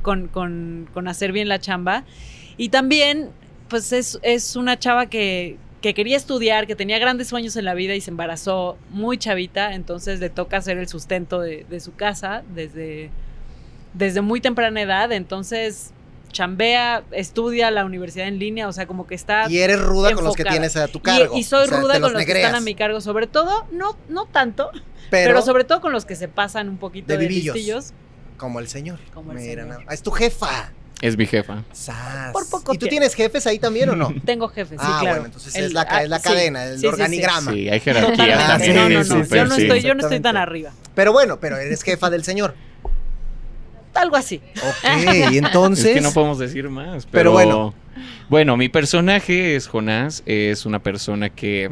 [SPEAKER 4] con, con- con hacer bien la chamba. Y también, pues es, es una chava que, que quería estudiar, que tenía grandes sueños en la vida y se embarazó muy chavita, entonces le toca hacer el sustento de, de su casa desde, desde muy temprana edad, entonces chambea, estudia la universidad en línea, o sea, como que está...
[SPEAKER 1] Y eres ruda con los que
[SPEAKER 4] enfocada.
[SPEAKER 1] tienes a tu
[SPEAKER 4] y-
[SPEAKER 1] cargo.
[SPEAKER 4] Y, soy
[SPEAKER 1] O sea,
[SPEAKER 4] ruda
[SPEAKER 1] te
[SPEAKER 4] con los que están
[SPEAKER 1] negreas.
[SPEAKER 4] a mi cargo, sobre todo, no, no tanto, pero,
[SPEAKER 1] Pero,
[SPEAKER 4] sobre todo con los que se pasan un poquito
[SPEAKER 1] De
[SPEAKER 4] de,
[SPEAKER 1] vivillos.
[SPEAKER 4] listillos.
[SPEAKER 1] como el señor.
[SPEAKER 4] Como el
[SPEAKER 1] Mira,
[SPEAKER 4] señor.
[SPEAKER 1] no. Ah, Es tu jefa.
[SPEAKER 2] Es mi jefa.
[SPEAKER 1] Sas.
[SPEAKER 4] Por poco
[SPEAKER 1] ¿Y tú
[SPEAKER 4] tiempo.
[SPEAKER 1] tienes jefes ahí también o
[SPEAKER 2] *laughs*
[SPEAKER 1] no?
[SPEAKER 4] Tengo jefes, sí,
[SPEAKER 1] ah,
[SPEAKER 4] claro.
[SPEAKER 1] bueno, entonces es
[SPEAKER 4] El-
[SPEAKER 1] la, ca-
[SPEAKER 4] ah,
[SPEAKER 1] es la
[SPEAKER 4] sí,
[SPEAKER 1] cadena, el
[SPEAKER 4] sí, sí, sí.
[SPEAKER 1] organigrama.
[SPEAKER 2] Sí, hay jerarquía
[SPEAKER 1] Ah,
[SPEAKER 4] Totalmente.
[SPEAKER 2] también.
[SPEAKER 4] No, no, no.
[SPEAKER 2] es súper,
[SPEAKER 4] yo, no
[SPEAKER 2] sí.
[SPEAKER 4] estoy, yo no estoy tan
[SPEAKER 1] Exactamente.
[SPEAKER 4] arriba.
[SPEAKER 1] Pero bueno, pero eres jefa del señor.
[SPEAKER 4] Algo así. *laughs*
[SPEAKER 1] Ok, y entonces.
[SPEAKER 2] Es que no podemos decir más. Pero,
[SPEAKER 1] Pero bueno.
[SPEAKER 2] bueno. Bueno, mi personaje es Jonás. Es una persona que.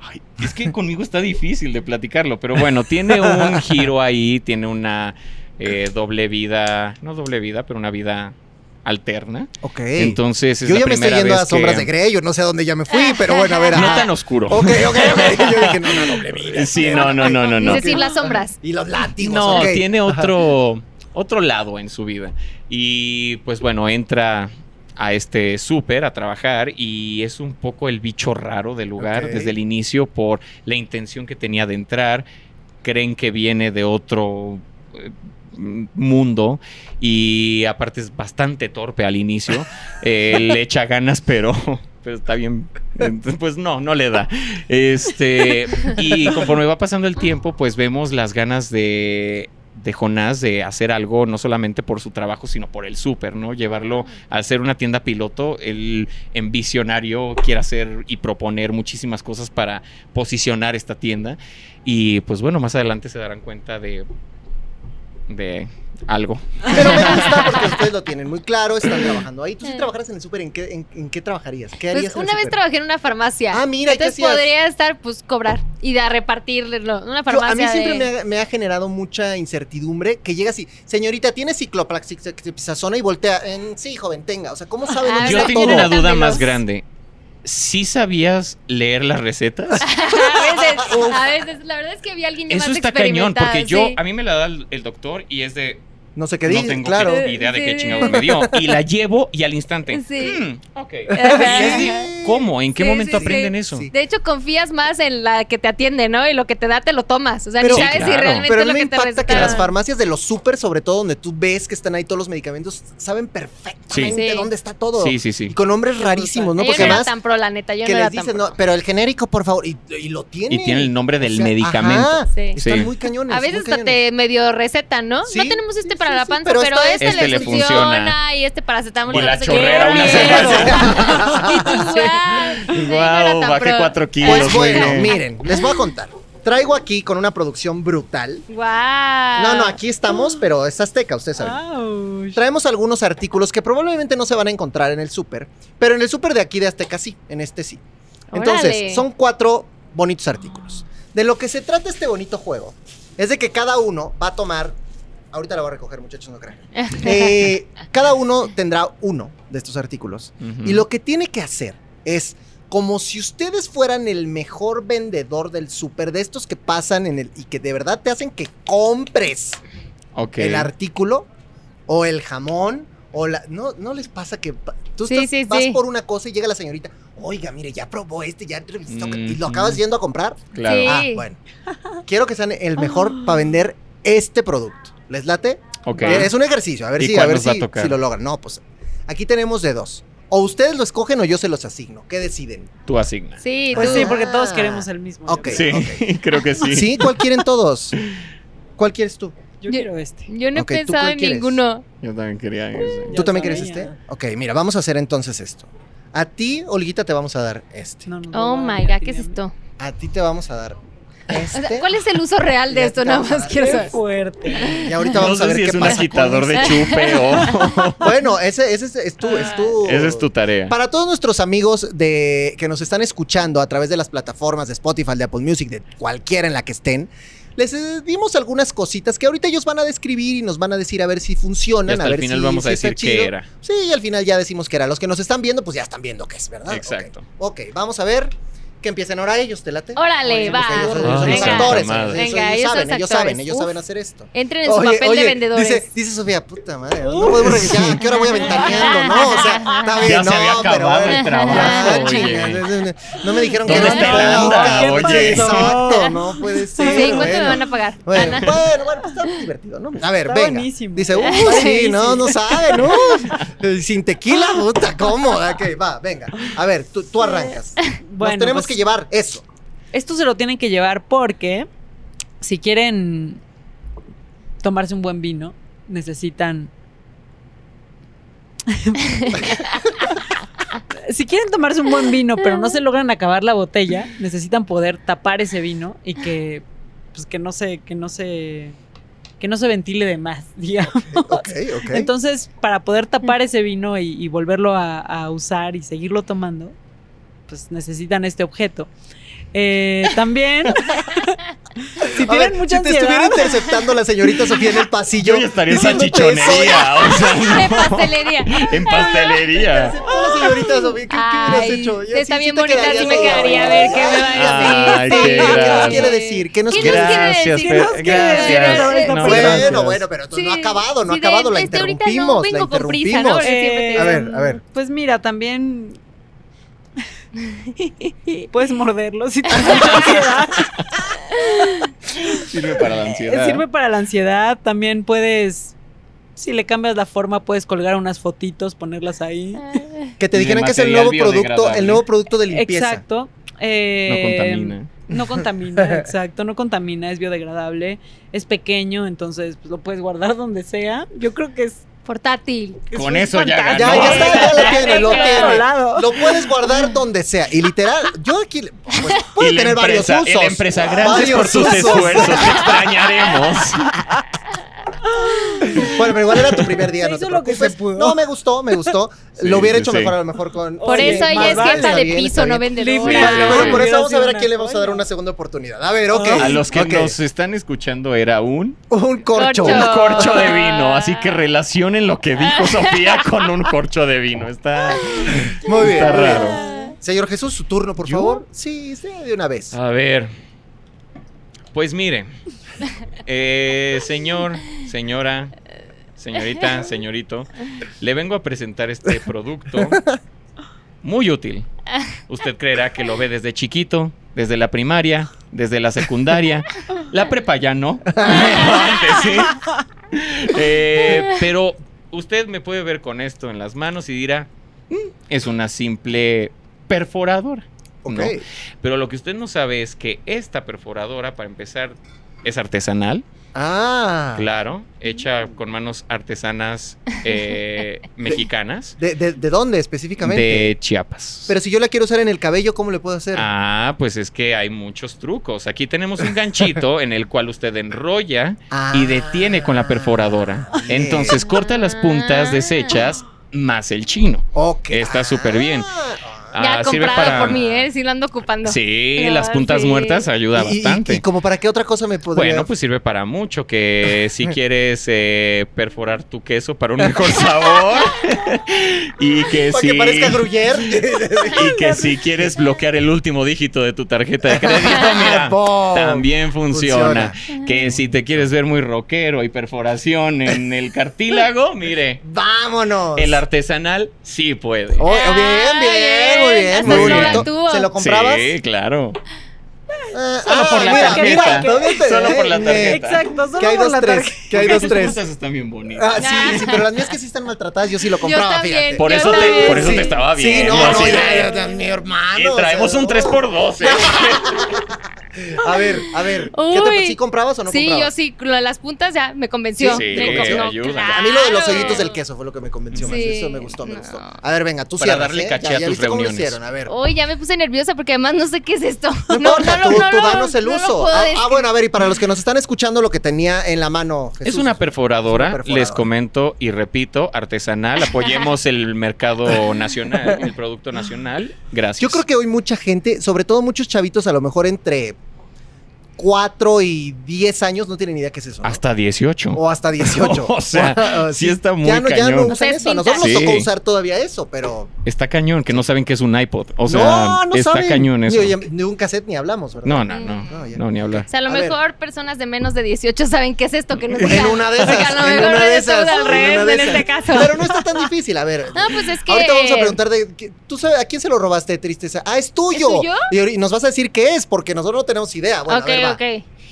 [SPEAKER 2] Ay, es que conmigo está difícil de platicarlo. Pero bueno, tiene un giro ahí. Tiene una eh, doble vida. No doble vida, pero una vida alterna.
[SPEAKER 1] Ok.
[SPEAKER 2] Entonces es
[SPEAKER 1] yo
[SPEAKER 2] la
[SPEAKER 1] ya me estoy
[SPEAKER 2] primera
[SPEAKER 1] yendo a
[SPEAKER 2] vez
[SPEAKER 1] las sombras
[SPEAKER 2] que-
[SPEAKER 1] de Grey, yo no sé a dónde ya me fui,
[SPEAKER 4] *laughs*
[SPEAKER 1] pero bueno, a ver.
[SPEAKER 2] No
[SPEAKER 1] ajá.
[SPEAKER 2] tan oscuro.
[SPEAKER 1] Ok, ok,
[SPEAKER 2] *laughs*
[SPEAKER 1] ok. *laughs* Yo dije, no, no, doble vida.
[SPEAKER 2] Sí, no, no, no, no, no.
[SPEAKER 3] Es decir, las sombras.
[SPEAKER 1] Y los látigos.
[SPEAKER 2] No,
[SPEAKER 1] ok.
[SPEAKER 2] tiene otro, otro lado en su vida. Y pues bueno, entra a este súper a trabajar y es un poco el bicho raro del lugar
[SPEAKER 1] Ok.
[SPEAKER 2] desde el inicio por la intención que tenía de entrar. Creen que viene de otro eh, m- mundo y aparte es bastante torpe
[SPEAKER 1] *laughs*
[SPEAKER 2] al inicio. Eh, le echa ganas, pero, *laughs* pero está bien. Entonces, Pues no, no le da. Este, y conforme va pasando el tiempo, pues vemos las ganas de, de Jonás de hacer algo, no solamente por su trabajo, sino por el súper, ¿no? Llevarlo a hacer una tienda piloto. Él, en visionario, quiere hacer y proponer muchísimas cosas para posicionar esta tienda. Y pues bueno, más adelante se darán cuenta de. de algo.
[SPEAKER 1] Pero me gusta porque ustedes lo tienen muy claro,
[SPEAKER 2] *laughs*
[SPEAKER 1] están trabajando ahí. ¿Tú si trabajaras en el súper, ¿en qué, en, en qué trabajarías? ¿Qué harías
[SPEAKER 3] Eh. Pues
[SPEAKER 1] en el
[SPEAKER 3] una vez
[SPEAKER 1] súper?
[SPEAKER 3] trabajé en una farmacia.
[SPEAKER 1] Ah, mira, ¿y qué
[SPEAKER 3] Entonces
[SPEAKER 1] hacías?
[SPEAKER 3] podría estar, pues, cobrar y de repartirlo. Una
[SPEAKER 1] Yo-
[SPEAKER 3] farmacia.
[SPEAKER 1] a mí siempre
[SPEAKER 3] de-
[SPEAKER 1] me, ha, me ha generado mucha incertidumbre que llega así, señorita, ¿tiene cicloplaxixazona? Y voltea, "En, sí, joven, tenga. O sea, ¿cómo saben?
[SPEAKER 3] Ah,
[SPEAKER 1] dónde
[SPEAKER 2] Yo
[SPEAKER 1] está
[SPEAKER 2] tengo
[SPEAKER 1] todo?
[SPEAKER 2] una duda más
[SPEAKER 3] Cántamelos.
[SPEAKER 2] grande. ¿Sí sabías leer las recetas?
[SPEAKER 3] a
[SPEAKER 2] *laughs*
[SPEAKER 3] veces, a veces. La verdad es que vi a alguien ya
[SPEAKER 2] Eso
[SPEAKER 3] más
[SPEAKER 2] está cañón,
[SPEAKER 3] experimentada,
[SPEAKER 2] porque yo,
[SPEAKER 3] sí.
[SPEAKER 2] a mí me la da el, el doctor y es de,
[SPEAKER 1] No sé qué
[SPEAKER 2] no
[SPEAKER 1] dicen,
[SPEAKER 2] tengo
[SPEAKER 1] claro.
[SPEAKER 2] que- idea de qué
[SPEAKER 3] Sí.
[SPEAKER 2] chingados me dio. Y la llevo y al instante.
[SPEAKER 3] Sí.
[SPEAKER 2] mm, ok.
[SPEAKER 3] Ajá.
[SPEAKER 2] Y es de, ¿Cómo? ¿En qué
[SPEAKER 3] Sí,
[SPEAKER 2] momento
[SPEAKER 3] sí, sí.
[SPEAKER 2] aprenden eso?
[SPEAKER 1] Sí.
[SPEAKER 3] De hecho, confías más en la que te atiende, ¿no? Y lo que te da te lo tomas. O sea,
[SPEAKER 1] Pero-
[SPEAKER 3] ni
[SPEAKER 2] Sí,
[SPEAKER 3] sabes si
[SPEAKER 2] claro.
[SPEAKER 3] realmente
[SPEAKER 1] Pero a
[SPEAKER 3] es
[SPEAKER 1] mí
[SPEAKER 3] lo
[SPEAKER 1] me
[SPEAKER 3] que te
[SPEAKER 1] impacta que en las
[SPEAKER 3] recetaron.
[SPEAKER 1] farmacias de los súper, sobre todo donde tú ves que están ahí todos los medicamentos, saben perfectamente
[SPEAKER 3] Sí. Sí.
[SPEAKER 1] dónde está todo.
[SPEAKER 2] Sí, sí,
[SPEAKER 1] Y
[SPEAKER 2] sí.
[SPEAKER 1] con nombres rarísimos, ¿no?
[SPEAKER 3] Yo
[SPEAKER 1] Porque
[SPEAKER 3] no era
[SPEAKER 1] además
[SPEAKER 3] tan pro, la neta. Yo
[SPEAKER 1] que
[SPEAKER 3] no
[SPEAKER 1] les
[SPEAKER 3] era tan
[SPEAKER 1] dicen,
[SPEAKER 3] pro.
[SPEAKER 1] no, pero el genérico, por favor, y, y lo tiene.
[SPEAKER 2] Y tiene el nombre del
[SPEAKER 1] O sea,
[SPEAKER 2] medicamento.
[SPEAKER 1] ajá,
[SPEAKER 3] Sí.
[SPEAKER 1] Están
[SPEAKER 2] Sí.
[SPEAKER 1] muy cañones.
[SPEAKER 3] A veces
[SPEAKER 1] muy
[SPEAKER 3] hasta
[SPEAKER 1] cañones.
[SPEAKER 3] te medio recetan, ¿no?
[SPEAKER 1] Sí,
[SPEAKER 3] No tenemos este
[SPEAKER 1] sí,
[SPEAKER 3] para
[SPEAKER 1] sí,
[SPEAKER 3] la
[SPEAKER 1] sí,
[SPEAKER 3] panza,
[SPEAKER 1] pero
[SPEAKER 3] pero,
[SPEAKER 1] esta
[SPEAKER 3] este,
[SPEAKER 2] Este
[SPEAKER 3] le
[SPEAKER 2] le
[SPEAKER 3] funciona,
[SPEAKER 2] funciona.
[SPEAKER 3] y este paracetamol
[SPEAKER 2] Y
[SPEAKER 3] no
[SPEAKER 2] la
[SPEAKER 3] sé qué.
[SPEAKER 2] chorrera, una
[SPEAKER 3] Pero-
[SPEAKER 2] semana.
[SPEAKER 3] *laughs* Y tú,
[SPEAKER 2] Guau,
[SPEAKER 3] wow, no era tan
[SPEAKER 2] bajé
[SPEAKER 3] pro.
[SPEAKER 2] cuatro kilos,
[SPEAKER 1] Pues
[SPEAKER 2] muy
[SPEAKER 1] bueno,
[SPEAKER 2] bien.
[SPEAKER 1] miren, les voy a contar. Traigo aquí con una producción brutal.
[SPEAKER 3] Guau.
[SPEAKER 1] No, no, aquí estamos, pero es azteca, ustedes saben.
[SPEAKER 4] Ouch.
[SPEAKER 1] Traemos algunos artículos que probablemente no se van a encontrar en el súper, pero en el súper de aquí de Azteca sí, en este sí. Entonces,
[SPEAKER 3] Órale.
[SPEAKER 1] son cuatro bonitos artículos. De lo que se trata este bonito juego es de que cada uno va a tomar. Ahorita la voy a recoger, muchachos, no crean. Eh, cada uno tendrá uno de estos artículos.
[SPEAKER 2] Ujú.
[SPEAKER 1] Y lo que tiene que hacer es como si ustedes fueran el mejor vendedor del súper, de estos que pasan en el y que de verdad te hacen que compres
[SPEAKER 2] Ok.
[SPEAKER 1] el artículo o el jamón o la no no les pasa que pa- tú
[SPEAKER 3] Sí,
[SPEAKER 1] estás-
[SPEAKER 3] sí,
[SPEAKER 1] vas
[SPEAKER 3] sí.
[SPEAKER 1] por una cosa y llega la señorita, "Oiga, mire, ya probó este, ya entrevistó
[SPEAKER 2] Mm,
[SPEAKER 1] y lo
[SPEAKER 2] mm.
[SPEAKER 1] acabas yendo a comprar."
[SPEAKER 2] Claro.
[SPEAKER 3] Sí. Ah.
[SPEAKER 1] Ah,
[SPEAKER 3] *laughs*
[SPEAKER 1] bueno. Quiero que sean el mejor para vender este producto. ¿Les late?
[SPEAKER 2] Ok.
[SPEAKER 1] Eh, Es un ejercicio, a ver
[SPEAKER 2] ¿Y
[SPEAKER 1] si, a
[SPEAKER 2] cuál
[SPEAKER 1] ver
[SPEAKER 2] nos va a
[SPEAKER 1] si,
[SPEAKER 2] tocar?
[SPEAKER 1] si lo logran. No, pues aquí tenemos de dos. O ustedes lo escogen o yo se los asigno. ¿Qué deciden?
[SPEAKER 2] Tú asignas.
[SPEAKER 3] Sí,
[SPEAKER 4] Pues
[SPEAKER 3] tú.
[SPEAKER 4] sí, porque todos
[SPEAKER 1] Ah.
[SPEAKER 4] queremos el mismo.
[SPEAKER 1] Ok.
[SPEAKER 4] Yo,
[SPEAKER 2] Sí, *laughs* creo que sí.
[SPEAKER 1] ¿Sí? ¿Cuál quieren
[SPEAKER 2] *laughs*
[SPEAKER 1] todos? ¿Cuál quieres tú?
[SPEAKER 4] yo quiero este.
[SPEAKER 3] Yo no
[SPEAKER 1] Ok,
[SPEAKER 3] he
[SPEAKER 1] ¿tú
[SPEAKER 3] pensado
[SPEAKER 1] cuál
[SPEAKER 3] en
[SPEAKER 1] quieres?
[SPEAKER 3] ninguno.
[SPEAKER 2] Yo también quería ese.
[SPEAKER 1] ¿Tú
[SPEAKER 4] Ya
[SPEAKER 1] también quieres
[SPEAKER 4] sabía.
[SPEAKER 1] este? Ok, mira, vamos a hacer entonces esto. A ti, Olguita, te vamos a dar este.
[SPEAKER 4] No, no, no,
[SPEAKER 3] Oh
[SPEAKER 4] no,
[SPEAKER 3] my
[SPEAKER 4] ni a
[SPEAKER 3] god,
[SPEAKER 4] ti
[SPEAKER 3] ¿qué es
[SPEAKER 4] ni a mí.
[SPEAKER 3] esto?
[SPEAKER 1] A ti te vamos a dar
[SPEAKER 3] O
[SPEAKER 1] este.
[SPEAKER 3] sea, ¿cuál es el uso real de
[SPEAKER 1] Ya
[SPEAKER 3] esto?
[SPEAKER 1] te
[SPEAKER 3] Nada
[SPEAKER 1] vamos a
[SPEAKER 3] más
[SPEAKER 1] dar
[SPEAKER 3] quiero
[SPEAKER 1] eso.
[SPEAKER 4] Qué
[SPEAKER 3] saber.
[SPEAKER 4] fuerte.
[SPEAKER 1] *laughs* Y ahorita
[SPEAKER 2] no
[SPEAKER 1] vamos a
[SPEAKER 2] sé
[SPEAKER 1] ver
[SPEAKER 2] si
[SPEAKER 1] qué
[SPEAKER 2] es un
[SPEAKER 1] pasa.
[SPEAKER 2] agitador
[SPEAKER 1] con
[SPEAKER 2] de
[SPEAKER 1] eso.
[SPEAKER 2] chupe o...
[SPEAKER 1] Bueno, ese, ese es, es tu,
[SPEAKER 2] Ah.
[SPEAKER 1] es tu.
[SPEAKER 2] *laughs* Esa es tu tarea.
[SPEAKER 1] Para todos nuestros amigos de que nos están escuchando a través de las plataformas de Spotify, de Apple Music, de cualquiera en la que estén, les eh, dimos algunas cositas que ahorita ellos van a describir y nos van a decir a ver si
[SPEAKER 2] Y
[SPEAKER 1] funcionan,
[SPEAKER 2] hasta
[SPEAKER 1] a ver
[SPEAKER 2] el final
[SPEAKER 1] si-
[SPEAKER 2] vamos a
[SPEAKER 1] si está
[SPEAKER 2] decir qué
[SPEAKER 1] chido.
[SPEAKER 2] era.
[SPEAKER 1] Sí, y al final ya decimos que era. Los que nos están viendo, pues ya están viendo qué es, ¿verdad?
[SPEAKER 2] Exacto.
[SPEAKER 1] Ok, ok, vamos a ver. Que empiecen ahora ellos, ¿te late?
[SPEAKER 3] Órale,
[SPEAKER 1] Ellos
[SPEAKER 3] va.
[SPEAKER 1] son los-
[SPEAKER 2] Ah,
[SPEAKER 1] son los
[SPEAKER 2] venga.
[SPEAKER 1] actores,
[SPEAKER 2] Madre.
[SPEAKER 1] ellos-
[SPEAKER 3] Venga,
[SPEAKER 1] ellos
[SPEAKER 3] ellos son
[SPEAKER 1] saben, ellos saben,
[SPEAKER 3] actores.
[SPEAKER 1] ellos
[SPEAKER 3] Uf.
[SPEAKER 1] saben hacer esto.
[SPEAKER 3] Entren en su papel de vendedores.
[SPEAKER 1] Dice, dice Sofía, puta madre, no podemos regresar, ¿a qué hora voy aventaneando? No, o
[SPEAKER 3] *laughs*
[SPEAKER 1] sea, está bien,
[SPEAKER 2] Ya
[SPEAKER 1] no,
[SPEAKER 2] se había
[SPEAKER 1] pero
[SPEAKER 2] acabado
[SPEAKER 1] bueno,
[SPEAKER 2] el trabajo,
[SPEAKER 1] ah,
[SPEAKER 2] oye.
[SPEAKER 1] chingas, No me dijeron que
[SPEAKER 2] ¿Dónde
[SPEAKER 1] era
[SPEAKER 2] está
[SPEAKER 1] un
[SPEAKER 2] la
[SPEAKER 1] podcast,
[SPEAKER 2] onda, oye?
[SPEAKER 1] Exacto, no puede
[SPEAKER 3] Sí,
[SPEAKER 1] ser.
[SPEAKER 3] ¿cuánto
[SPEAKER 1] bueno.
[SPEAKER 3] me van a pagar? *laughs*
[SPEAKER 1] Bueno, bueno, bueno, pues está divertido, ¿no? A ver,
[SPEAKER 4] Está
[SPEAKER 1] venga.
[SPEAKER 3] *laughs*
[SPEAKER 4] buenísimo.
[SPEAKER 1] Dice, uy,
[SPEAKER 4] Está
[SPEAKER 1] sí,
[SPEAKER 4] buenísimo.
[SPEAKER 1] no, no sabe, ¿no? Eh, Sin tequila, puta, ¿cómo? Ok, va, venga. A ver, tú, tú arrancas. Nos tenemos
[SPEAKER 4] pues,
[SPEAKER 1] que llevar eso.
[SPEAKER 4] Esto se lo tienen que llevar porque si quieren tomarse un buen vino, necesitan. *laughs* si quieren tomarse un buen vino, pero no se logran acabar la botella, necesitan poder tapar ese vino y que pues que no se que no se que no se ventile de más, *laughs* digamos.
[SPEAKER 1] Ok, ok.
[SPEAKER 4] Entonces, para poder tapar ese vino y, y volverlo a, a usar y seguirlo tomando, pues necesitan este objeto. Eh, también, si
[SPEAKER 1] A ver,
[SPEAKER 4] tienen mucha
[SPEAKER 1] si te
[SPEAKER 4] ansiedad,
[SPEAKER 1] estuviera interceptando la señorita Sofía
[SPEAKER 2] *laughs*
[SPEAKER 1] en el pasillo.
[SPEAKER 2] Yo ya estaría en
[SPEAKER 1] diciéndote eso,
[SPEAKER 2] salchichonería, o sea,
[SPEAKER 3] De pastelería.
[SPEAKER 2] en pastelería.
[SPEAKER 1] interceptando a la señorita Sofía, ¿qué, qué hubieras
[SPEAKER 3] Ay,
[SPEAKER 1] hecho? Yo sí-
[SPEAKER 3] está
[SPEAKER 1] sí
[SPEAKER 3] bien
[SPEAKER 1] te
[SPEAKER 3] bonita,
[SPEAKER 1] quedarías
[SPEAKER 3] sí me
[SPEAKER 1] toda-
[SPEAKER 3] quedaría. A ver, ¿qué me va a
[SPEAKER 2] Ay,
[SPEAKER 3] decir?
[SPEAKER 2] qué
[SPEAKER 1] ¿Qué nos
[SPEAKER 2] grande.
[SPEAKER 1] quiere decir? ¿Qué nos
[SPEAKER 3] ¿Qué
[SPEAKER 1] quiere
[SPEAKER 3] nos
[SPEAKER 1] decir?
[SPEAKER 2] Gracias, Fer,
[SPEAKER 3] quiere decir?
[SPEAKER 4] ¿Qué nos quiere decir?
[SPEAKER 2] gracias.
[SPEAKER 4] No,
[SPEAKER 1] Bueno,
[SPEAKER 2] gracias.
[SPEAKER 1] bueno, pero no ha
[SPEAKER 3] Sí,
[SPEAKER 1] acabado, no ha
[SPEAKER 3] sí, de-
[SPEAKER 1] acabado, la
[SPEAKER 3] este, ahorita
[SPEAKER 1] interrumpimos,
[SPEAKER 3] No, vengo
[SPEAKER 1] la
[SPEAKER 3] con prisa,
[SPEAKER 1] interrumpimos.
[SPEAKER 3] ¿no? eh. Porque siempre te
[SPEAKER 1] A ver,
[SPEAKER 3] digo,
[SPEAKER 1] a ver.
[SPEAKER 4] eh, Pues mira, también puedes morderlo si tienes mucha ansiedad.
[SPEAKER 2] Sirve para la ansiedad.
[SPEAKER 4] Sirve para la ansiedad. También puedes, si le cambias la forma, puedes colgar unas fotitos, ponerlas ahí.
[SPEAKER 1] Que te
[SPEAKER 2] De
[SPEAKER 1] dijeran que es el nuevo
[SPEAKER 2] material
[SPEAKER 1] producto, el
[SPEAKER 2] biodegradable.
[SPEAKER 1] nuevo producto de limpieza.
[SPEAKER 4] Exacto.
[SPEAKER 2] No
[SPEAKER 4] Eh,
[SPEAKER 2] contamina.
[SPEAKER 1] *laughs*
[SPEAKER 4] No contamina, exacto, no contamina, es biodegradable, es pequeño, entonces pues, lo puedes guardar *laughs* donde sea. Yo creo que es...
[SPEAKER 3] Portátil.
[SPEAKER 4] es
[SPEAKER 2] Con eso ya
[SPEAKER 4] fantástico.
[SPEAKER 1] Ah, Ya,
[SPEAKER 2] ganó.
[SPEAKER 1] ya está,
[SPEAKER 4] *laughs*
[SPEAKER 1] ya lo
[SPEAKER 3] *laughs*
[SPEAKER 1] tiene, lo
[SPEAKER 4] Está
[SPEAKER 1] tiene.
[SPEAKER 4] controlado.
[SPEAKER 1] Lo puedes guardar donde sea. Y literal, yo aquí le- pues, puede
[SPEAKER 2] Y la
[SPEAKER 1] tener
[SPEAKER 2] empresa,
[SPEAKER 1] varios
[SPEAKER 2] y
[SPEAKER 1] usos.
[SPEAKER 2] la empresa, gracias por
[SPEAKER 1] Varios
[SPEAKER 2] tus
[SPEAKER 1] usos.
[SPEAKER 2] esfuerzos. Te extrañaremos.
[SPEAKER 1] Bueno, pero igual era tu primer día,
[SPEAKER 4] Se
[SPEAKER 1] no te
[SPEAKER 4] hizo lo que
[SPEAKER 1] preocupes.
[SPEAKER 4] se pudo.
[SPEAKER 1] No, me gustó, me gustó.
[SPEAKER 2] *laughs* Sí,
[SPEAKER 1] lo hubiera
[SPEAKER 2] sí,
[SPEAKER 1] hecho
[SPEAKER 2] sí.
[SPEAKER 1] mejor a lo mejor con.
[SPEAKER 3] Por
[SPEAKER 4] Oye,
[SPEAKER 3] eso
[SPEAKER 4] más
[SPEAKER 3] ella es
[SPEAKER 4] vale.
[SPEAKER 3] jefa
[SPEAKER 1] Está
[SPEAKER 3] de
[SPEAKER 1] bien,
[SPEAKER 3] piso,
[SPEAKER 1] está
[SPEAKER 3] no Ah.
[SPEAKER 1] bien.
[SPEAKER 4] Libre.
[SPEAKER 3] vendedora.
[SPEAKER 1] Bueno,
[SPEAKER 2] Pero-
[SPEAKER 1] por
[SPEAKER 4] Hubiera
[SPEAKER 1] eso vamos a
[SPEAKER 4] sido
[SPEAKER 1] ver a
[SPEAKER 4] una
[SPEAKER 1] quién le vamos a dar
[SPEAKER 4] joya.
[SPEAKER 1] una segunda oportunidad. A ver, ok.
[SPEAKER 2] A los que
[SPEAKER 1] ok.
[SPEAKER 2] nos están escuchando era un,
[SPEAKER 1] Un corcho.
[SPEAKER 2] un
[SPEAKER 3] Corcho.
[SPEAKER 2] corcho de vino. Así que relacionen lo que dijo Sofía con un corcho de vino. Está,
[SPEAKER 1] Muy bien.
[SPEAKER 2] está
[SPEAKER 1] muy bien.
[SPEAKER 2] raro.
[SPEAKER 1] Señor Jesús, su turno, por
[SPEAKER 2] ¿Yo? Ah,
[SPEAKER 1] favor. Sí, sí, de una vez.
[SPEAKER 2] A ver. Pues mire. eh, señor, señora, señorita, señorito. Le vengo a presentar este producto muy útil. Usted creerá que lo ve desde chiquito, desde la primaria, desde la secundaria. La prepa ya no. Antes sí. Eh, pero usted me puede ver con esto en las manos y dirá: "Mm, es una simple perforadora.
[SPEAKER 1] ok.
[SPEAKER 2] no. Pero lo que usted no sabe es que esta perforadora, para empezar, es artesanal,
[SPEAKER 1] Ah.
[SPEAKER 2] claro, hecha con manos artesanas
[SPEAKER 1] *laughs*
[SPEAKER 2] eh, mexicanas
[SPEAKER 1] ¿De, de, de dónde específicamente?
[SPEAKER 2] de Chiapas.
[SPEAKER 1] Pero si yo la quiero usar en el cabello, ¿cómo le puedo hacer?
[SPEAKER 2] Ah, pues es que hay muchos trucos. Aquí tenemos un ganchito en el cual usted enrolla
[SPEAKER 1] Ah.
[SPEAKER 2] y detiene con la perforadora.
[SPEAKER 1] Bien.
[SPEAKER 2] Entonces corta las
[SPEAKER 3] Ah.
[SPEAKER 2] puntas desechas más el chino.
[SPEAKER 1] Ok.
[SPEAKER 2] Está súper bien.
[SPEAKER 1] Ah.
[SPEAKER 3] Ya
[SPEAKER 2] Ah, sirve
[SPEAKER 3] comprado
[SPEAKER 2] para-
[SPEAKER 3] por mí, ¿eh? Sí lo ando ocupando.
[SPEAKER 2] Sí,
[SPEAKER 3] Ah,
[SPEAKER 2] las puntas
[SPEAKER 3] sí.
[SPEAKER 2] muertas ayuda
[SPEAKER 1] ¿Y- y-
[SPEAKER 2] bastante.
[SPEAKER 1] ¿Y, como para qué otra cosa me podría...?
[SPEAKER 2] Bueno, pues sirve para mucho, que
[SPEAKER 1] *laughs*
[SPEAKER 2] si quieres eh, perforar tu queso para un mejor
[SPEAKER 1] *laughs*
[SPEAKER 2] sabor y que
[SPEAKER 1] Para
[SPEAKER 2] si
[SPEAKER 1] que parezca gruyer.
[SPEAKER 2] *laughs* y que si quieres bloquear el último dígito de tu tarjeta de crédito,
[SPEAKER 1] *laughs*
[SPEAKER 2] mira,
[SPEAKER 1] Pum.
[SPEAKER 2] también funciona. Que si te quieres ver muy rockero y perforación en
[SPEAKER 1] *laughs*
[SPEAKER 2] el cartílago, mire,
[SPEAKER 1] ¡Vámonos!
[SPEAKER 2] el artesanal sí puede.
[SPEAKER 1] Oh, oh, bien,
[SPEAKER 3] Ah,
[SPEAKER 1] bien, muy bien.
[SPEAKER 3] bien.
[SPEAKER 1] muy
[SPEAKER 2] Hasta
[SPEAKER 1] bien.
[SPEAKER 2] eslogan
[SPEAKER 3] tuvo.
[SPEAKER 1] ¿Se lo comprabas?
[SPEAKER 2] Sí, claro.
[SPEAKER 1] Ah,
[SPEAKER 2] Solo
[SPEAKER 1] ah,
[SPEAKER 2] por la
[SPEAKER 1] mira,
[SPEAKER 2] tarjeta.
[SPEAKER 1] mira, todavía te-
[SPEAKER 2] Solo por la
[SPEAKER 1] eh,
[SPEAKER 2] tarjeta.
[SPEAKER 4] Exacto,
[SPEAKER 1] Que hay
[SPEAKER 4] solo por
[SPEAKER 1] dos,
[SPEAKER 4] la
[SPEAKER 1] tres.
[SPEAKER 4] tarjeta.
[SPEAKER 1] Que hay dos,
[SPEAKER 2] Tus
[SPEAKER 3] *laughs*
[SPEAKER 1] tres.
[SPEAKER 2] puntas están bien bonitas.
[SPEAKER 1] Ah, sí, sí, pero las mías que sí están maltratadas, yo sí lo compraba,
[SPEAKER 3] también.
[SPEAKER 1] fíjate.
[SPEAKER 2] Por
[SPEAKER 3] Yo
[SPEAKER 2] eso, te,
[SPEAKER 3] también.
[SPEAKER 2] por eso
[SPEAKER 1] Sí.
[SPEAKER 2] te estaba bien.
[SPEAKER 1] Sí, no, no,
[SPEAKER 2] así de-
[SPEAKER 1] ya, ya, mi hermano.
[SPEAKER 2] Y Eh, traemos
[SPEAKER 1] Ah, o sea,
[SPEAKER 2] un 3x2.
[SPEAKER 1] *laughs* A ver, a ver. ¿Qué te,
[SPEAKER 3] Uy.
[SPEAKER 1] ¿Sí comprabas o no
[SPEAKER 3] sí, yo
[SPEAKER 1] comprabas?
[SPEAKER 3] sí, lo de las puntas ya me convenció.
[SPEAKER 2] Sí, sí,
[SPEAKER 3] Me
[SPEAKER 2] porque
[SPEAKER 3] no,
[SPEAKER 2] ayuda.
[SPEAKER 3] claro.
[SPEAKER 1] A mí lo de los hoyitos del queso fue lo que me convenció más.
[SPEAKER 3] Sí,
[SPEAKER 1] Eso me gustó, me
[SPEAKER 3] no.
[SPEAKER 1] gustó. A ver, venga, tú
[SPEAKER 2] Para
[SPEAKER 1] cierras,
[SPEAKER 2] darle
[SPEAKER 1] ¿eh? Ya-
[SPEAKER 2] caché a
[SPEAKER 1] ya
[SPEAKER 2] tus
[SPEAKER 1] viste cómo lo
[SPEAKER 2] reuniones.
[SPEAKER 1] hicieron, a ver.
[SPEAKER 3] Hoy ya me puse nerviosa porque además *laughs* no sé qué es esto.
[SPEAKER 1] No, importa, tú, tú
[SPEAKER 3] lo-
[SPEAKER 1] danos el
[SPEAKER 3] no lo
[SPEAKER 1] uso.
[SPEAKER 3] puedo
[SPEAKER 1] Ah, ah,
[SPEAKER 3] describir.
[SPEAKER 1] bueno, a ver, y para los que nos están escuchando, lo que tenía en la mano Jesús.
[SPEAKER 2] Es una perforadora,
[SPEAKER 1] Es una perforadora.
[SPEAKER 2] les comento y repito, artesanal.
[SPEAKER 1] *laughs*
[SPEAKER 2] Apoyemos el mercado nacional, el producto nacional. Gracias.
[SPEAKER 1] Yo creo que hoy mucha gente, sobre todo muchos chavitos, a lo mejor entre 4 y 10 años no tienen idea qué es eso. ¿no?
[SPEAKER 2] Hasta 18.
[SPEAKER 1] O hasta 18.
[SPEAKER 2] *laughs*
[SPEAKER 1] *laughs*
[SPEAKER 2] O sea, sí está muy
[SPEAKER 1] ya no, ya no
[SPEAKER 2] cañón.
[SPEAKER 1] usan
[SPEAKER 3] Ustedes
[SPEAKER 1] eso. A
[SPEAKER 3] pintan.
[SPEAKER 1] nosotros nos tocó
[SPEAKER 2] Sí.
[SPEAKER 1] usar todavía eso, pero.
[SPEAKER 2] Está cañón, que no saben qué es un iPod. O sea,
[SPEAKER 1] no, no
[SPEAKER 2] está
[SPEAKER 1] saben.
[SPEAKER 2] cañón eso.
[SPEAKER 1] Ni, oye, ni un cassette ni hablamos, ¿verdad?
[SPEAKER 2] no, no, no,
[SPEAKER 1] No,
[SPEAKER 2] no,
[SPEAKER 1] ya.
[SPEAKER 2] ni hablar.
[SPEAKER 3] O sea, a lo
[SPEAKER 1] A ver.
[SPEAKER 3] mejor personas de menos de 18 saben qué es esto que no es
[SPEAKER 1] En
[SPEAKER 3] *laughs*
[SPEAKER 1] una de esas.
[SPEAKER 3] Porque a lo
[SPEAKER 1] en
[SPEAKER 3] mejor
[SPEAKER 1] una de
[SPEAKER 3] es todo
[SPEAKER 1] esas.
[SPEAKER 3] al
[SPEAKER 1] en una
[SPEAKER 3] revés
[SPEAKER 1] de
[SPEAKER 3] en
[SPEAKER 1] esas.
[SPEAKER 3] este caso.
[SPEAKER 1] Pero no está tan difícil. A ver.
[SPEAKER 3] No, pues es que.
[SPEAKER 1] Ahorita vamos a preguntar de. ¿qué- ¿Tú sabes a quién se lo robaste, tristeza? Ah, es tuyo.
[SPEAKER 3] ¿Es tuyo?
[SPEAKER 1] Y ahor- Y nos vas a decir qué es, porque nosotros no tenemos idea. Bueno,
[SPEAKER 3] ok,
[SPEAKER 1] a ver, va,
[SPEAKER 3] ok.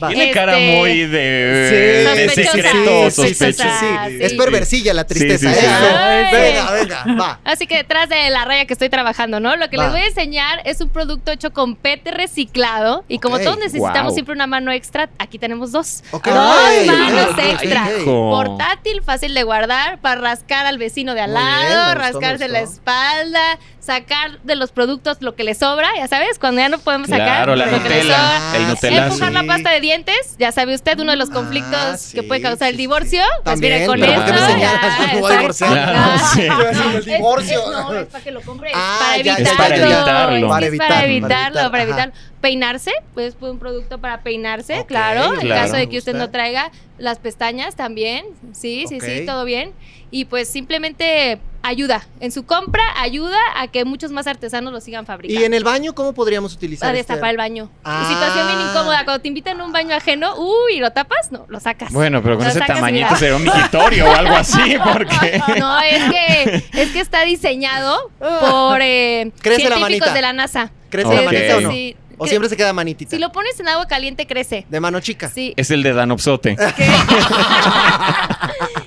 [SPEAKER 1] va.
[SPEAKER 2] Tiene
[SPEAKER 3] Este-
[SPEAKER 2] cara muy de,
[SPEAKER 1] Sí,
[SPEAKER 2] de
[SPEAKER 3] Sospechosa,
[SPEAKER 2] secreto,
[SPEAKER 1] sí, sí, sí,
[SPEAKER 2] Eh, sospecho.
[SPEAKER 3] sospechosa,
[SPEAKER 1] sí.
[SPEAKER 3] sí.
[SPEAKER 1] Es perversilla la tristeza.
[SPEAKER 2] Sí, sí,
[SPEAKER 1] ¿eh?
[SPEAKER 2] sí.
[SPEAKER 1] Ah,
[SPEAKER 3] Ay.
[SPEAKER 1] Venga, venga, va.
[SPEAKER 3] Así que detrás de la raya que estoy trabajando, ¿no? Lo que
[SPEAKER 1] Va.
[SPEAKER 3] les voy a enseñar es un producto hecho con PET reciclado. Y como
[SPEAKER 1] Ok.
[SPEAKER 3] todos necesitamos
[SPEAKER 2] Wow.
[SPEAKER 3] siempre una mano extra, aquí tenemos dos.
[SPEAKER 1] Ok.
[SPEAKER 3] Dos
[SPEAKER 1] Ay,
[SPEAKER 3] manos
[SPEAKER 1] ok, ok,
[SPEAKER 3] extra.
[SPEAKER 1] ok.
[SPEAKER 3] Portátil, fácil de guardar, para rascar al vecino de al
[SPEAKER 1] Muy bien, me
[SPEAKER 3] lado,
[SPEAKER 1] gustó, me
[SPEAKER 3] rascarse
[SPEAKER 1] gustó.
[SPEAKER 3] la espalda, sacar de los productos lo que le sobra, ya sabes, cuando ya no podemos sacar
[SPEAKER 2] Claro, la
[SPEAKER 3] lo que le sobra.
[SPEAKER 2] Nutella, el
[SPEAKER 1] Ah,
[SPEAKER 2] Nutella.
[SPEAKER 1] sí.
[SPEAKER 3] Empujar
[SPEAKER 2] sí.
[SPEAKER 3] la pasta de dientes, ya sabe usted, uno de los conflictos
[SPEAKER 1] Ah,
[SPEAKER 3] que
[SPEAKER 1] sí,
[SPEAKER 3] puede causar
[SPEAKER 1] sí,
[SPEAKER 3] el divorcio.
[SPEAKER 1] sí.
[SPEAKER 3] Pues
[SPEAKER 1] También,
[SPEAKER 3] mira, con
[SPEAKER 2] ¿pero
[SPEAKER 3] esto.
[SPEAKER 2] por qué me
[SPEAKER 1] señalas?
[SPEAKER 3] ya,
[SPEAKER 1] Me voy a divorciar.
[SPEAKER 3] *laughs* exacto.
[SPEAKER 2] Claro,
[SPEAKER 3] Ah,
[SPEAKER 1] *laughs*
[SPEAKER 2] sí.
[SPEAKER 1] Yo haciendo el
[SPEAKER 3] es-
[SPEAKER 1] divorcio.
[SPEAKER 3] es- no, es para que lo compre.
[SPEAKER 1] Ah,
[SPEAKER 3] para
[SPEAKER 1] ya,
[SPEAKER 3] evitarlo.
[SPEAKER 1] es
[SPEAKER 2] para evitarlo.
[SPEAKER 3] es
[SPEAKER 1] Para
[SPEAKER 3] Para
[SPEAKER 1] evitarlo, para evitar,
[SPEAKER 3] evitarlo, para
[SPEAKER 1] ajá.
[SPEAKER 3] evitarlo. Peinarse, pues fue un producto para peinarse,
[SPEAKER 1] Ok,
[SPEAKER 3] claro. En
[SPEAKER 2] claro.
[SPEAKER 3] caso de
[SPEAKER 1] Me
[SPEAKER 3] que usted
[SPEAKER 1] gusta.
[SPEAKER 3] no traiga las pestañas también. Sí, sí,
[SPEAKER 1] Ok.
[SPEAKER 3] sí, todo bien. Y pues simplemente ayuda. En su compra, ayuda a que muchos más artesanos lo sigan fabricando.
[SPEAKER 1] ¿Y en el baño cómo podríamos
[SPEAKER 3] A
[SPEAKER 1] utilizar? este?
[SPEAKER 3] destapar el baño.
[SPEAKER 1] Ah.
[SPEAKER 3] Y Situación bien incómoda. Cuando te invitan a un baño ajeno, uy, ¿lo tapas? No, lo sacas.
[SPEAKER 2] Bueno, pero con
[SPEAKER 3] Lo
[SPEAKER 2] ese
[SPEAKER 3] sacas y
[SPEAKER 2] tamañito
[SPEAKER 3] mira.
[SPEAKER 2] sería un migitorio o algo así, porque...
[SPEAKER 3] *laughs* No, es que, es que está diseñado por eh,
[SPEAKER 1] Crece la
[SPEAKER 3] científicos
[SPEAKER 1] manita.
[SPEAKER 3] de la NASA.
[SPEAKER 1] ¿Crece
[SPEAKER 2] Ok.
[SPEAKER 1] la manita o no?
[SPEAKER 3] Sí,
[SPEAKER 1] ¿O
[SPEAKER 3] cre-
[SPEAKER 1] siempre se queda manitita?
[SPEAKER 3] Si lo pones en agua caliente, crece.
[SPEAKER 1] De mano chica.
[SPEAKER 2] *laughs*
[SPEAKER 3] Sí.
[SPEAKER 2] Es el de Danopsote.
[SPEAKER 3] *laughs*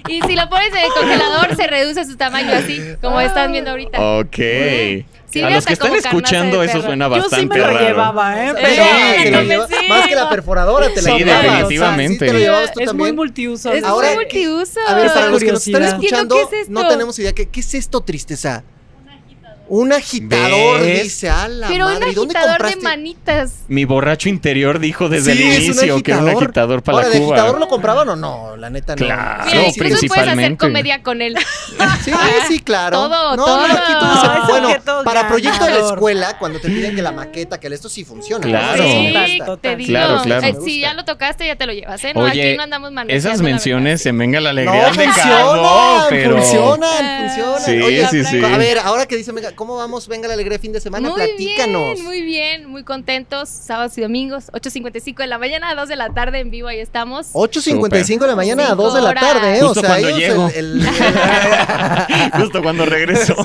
[SPEAKER 3] Y si lo pones en el congelador, se reduce su tamaño así, como están viendo ahorita.
[SPEAKER 2] Ok.
[SPEAKER 3] Sirve
[SPEAKER 2] A los
[SPEAKER 3] hasta
[SPEAKER 2] que están
[SPEAKER 3] como carnaza
[SPEAKER 2] escuchando
[SPEAKER 3] de
[SPEAKER 2] eso
[SPEAKER 3] perro.
[SPEAKER 2] suena
[SPEAKER 4] Yo sí
[SPEAKER 2] bastante
[SPEAKER 4] me lo
[SPEAKER 2] raro.
[SPEAKER 4] llevaba, ¿eh?
[SPEAKER 3] Sí,
[SPEAKER 4] Pero
[SPEAKER 1] Sí, te lo
[SPEAKER 3] me
[SPEAKER 1] lleva-
[SPEAKER 3] convencí.
[SPEAKER 1] más que la perforadora te la
[SPEAKER 2] Sí,
[SPEAKER 1] llevabas.
[SPEAKER 2] definitivamente.
[SPEAKER 1] O sea, sí te lo llevabas tú
[SPEAKER 4] es muy
[SPEAKER 1] también.
[SPEAKER 4] multiuso.
[SPEAKER 3] Es
[SPEAKER 1] Ahora-
[SPEAKER 3] muy multiuso.
[SPEAKER 1] A ver, para los que nos están
[SPEAKER 4] Curiosidad.
[SPEAKER 1] escuchando,
[SPEAKER 3] Entiendo, ¿qué es esto?
[SPEAKER 1] no tenemos idea. ¿Qué, qué es esto, tristeza? Un agitador,
[SPEAKER 2] ¿Ves?
[SPEAKER 1] dice. A la
[SPEAKER 3] Pero
[SPEAKER 1] madre. ¿y
[SPEAKER 3] un
[SPEAKER 1] dónde
[SPEAKER 3] agitador de
[SPEAKER 1] compraste?
[SPEAKER 3] manitas.
[SPEAKER 2] Mi borracho interior dijo desde
[SPEAKER 1] Sí,
[SPEAKER 2] el
[SPEAKER 1] es un
[SPEAKER 2] inicio que era un
[SPEAKER 1] agitador.
[SPEAKER 2] agitador para
[SPEAKER 1] Ahora,
[SPEAKER 2] la
[SPEAKER 1] ¿de
[SPEAKER 2] Cuba.
[SPEAKER 1] agitador lo compraban o no? La neta no.
[SPEAKER 2] Claro,
[SPEAKER 3] Mira,
[SPEAKER 2] Ah, no,
[SPEAKER 1] sí,
[SPEAKER 3] incluso puedes hacer
[SPEAKER 2] principalmente.
[SPEAKER 3] comedia con él.
[SPEAKER 1] Sí, sí, claro.
[SPEAKER 3] Todo,
[SPEAKER 1] no,
[SPEAKER 3] todo.
[SPEAKER 1] no, aquí todo se-
[SPEAKER 3] No,
[SPEAKER 4] es
[SPEAKER 1] bueno,
[SPEAKER 4] objeto
[SPEAKER 1] para proyecto de la
[SPEAKER 4] ganador.
[SPEAKER 1] escuela, cuando te piden que la maqueta, que el- esto sí funciona. ¿no?
[SPEAKER 2] Claro.
[SPEAKER 1] Sí,
[SPEAKER 3] Sí,
[SPEAKER 1] me
[SPEAKER 4] Total,
[SPEAKER 1] gusta.
[SPEAKER 3] te
[SPEAKER 4] total.
[SPEAKER 3] digo.
[SPEAKER 2] Claro, claro.
[SPEAKER 3] Eh,
[SPEAKER 1] Me
[SPEAKER 3] Si
[SPEAKER 1] gusta.
[SPEAKER 3] ya lo tocaste, ya te lo llevas, ¿eh? No,
[SPEAKER 2] Oye,
[SPEAKER 3] aquí no andamos manejando.
[SPEAKER 2] Esas menciones se vengan la
[SPEAKER 1] No,
[SPEAKER 2] alegría de
[SPEAKER 1] funcionan,
[SPEAKER 2] Cabo, pero
[SPEAKER 1] funcionan, funcionan.
[SPEAKER 2] Sí,
[SPEAKER 1] Oye,
[SPEAKER 2] sí, sí.
[SPEAKER 1] A ver, ahora que dice, venga, ¿cómo vamos? Venga la alegría fin de semana, platícanos.
[SPEAKER 3] Bien, muy bien, muy contentos. Sábados y domingos, 8.55 de la mañana a 2 de la tarde en vivo, ahí estamos.
[SPEAKER 1] 8.55 de la mañana a 2 de la
[SPEAKER 3] Horas.
[SPEAKER 1] tarde, ¿eh?
[SPEAKER 2] Justo
[SPEAKER 1] o sea,
[SPEAKER 2] cuando
[SPEAKER 1] ellos
[SPEAKER 2] llego.
[SPEAKER 1] el- el- el-
[SPEAKER 2] *laughs* justo
[SPEAKER 1] *laughs*
[SPEAKER 2] cuando regreso.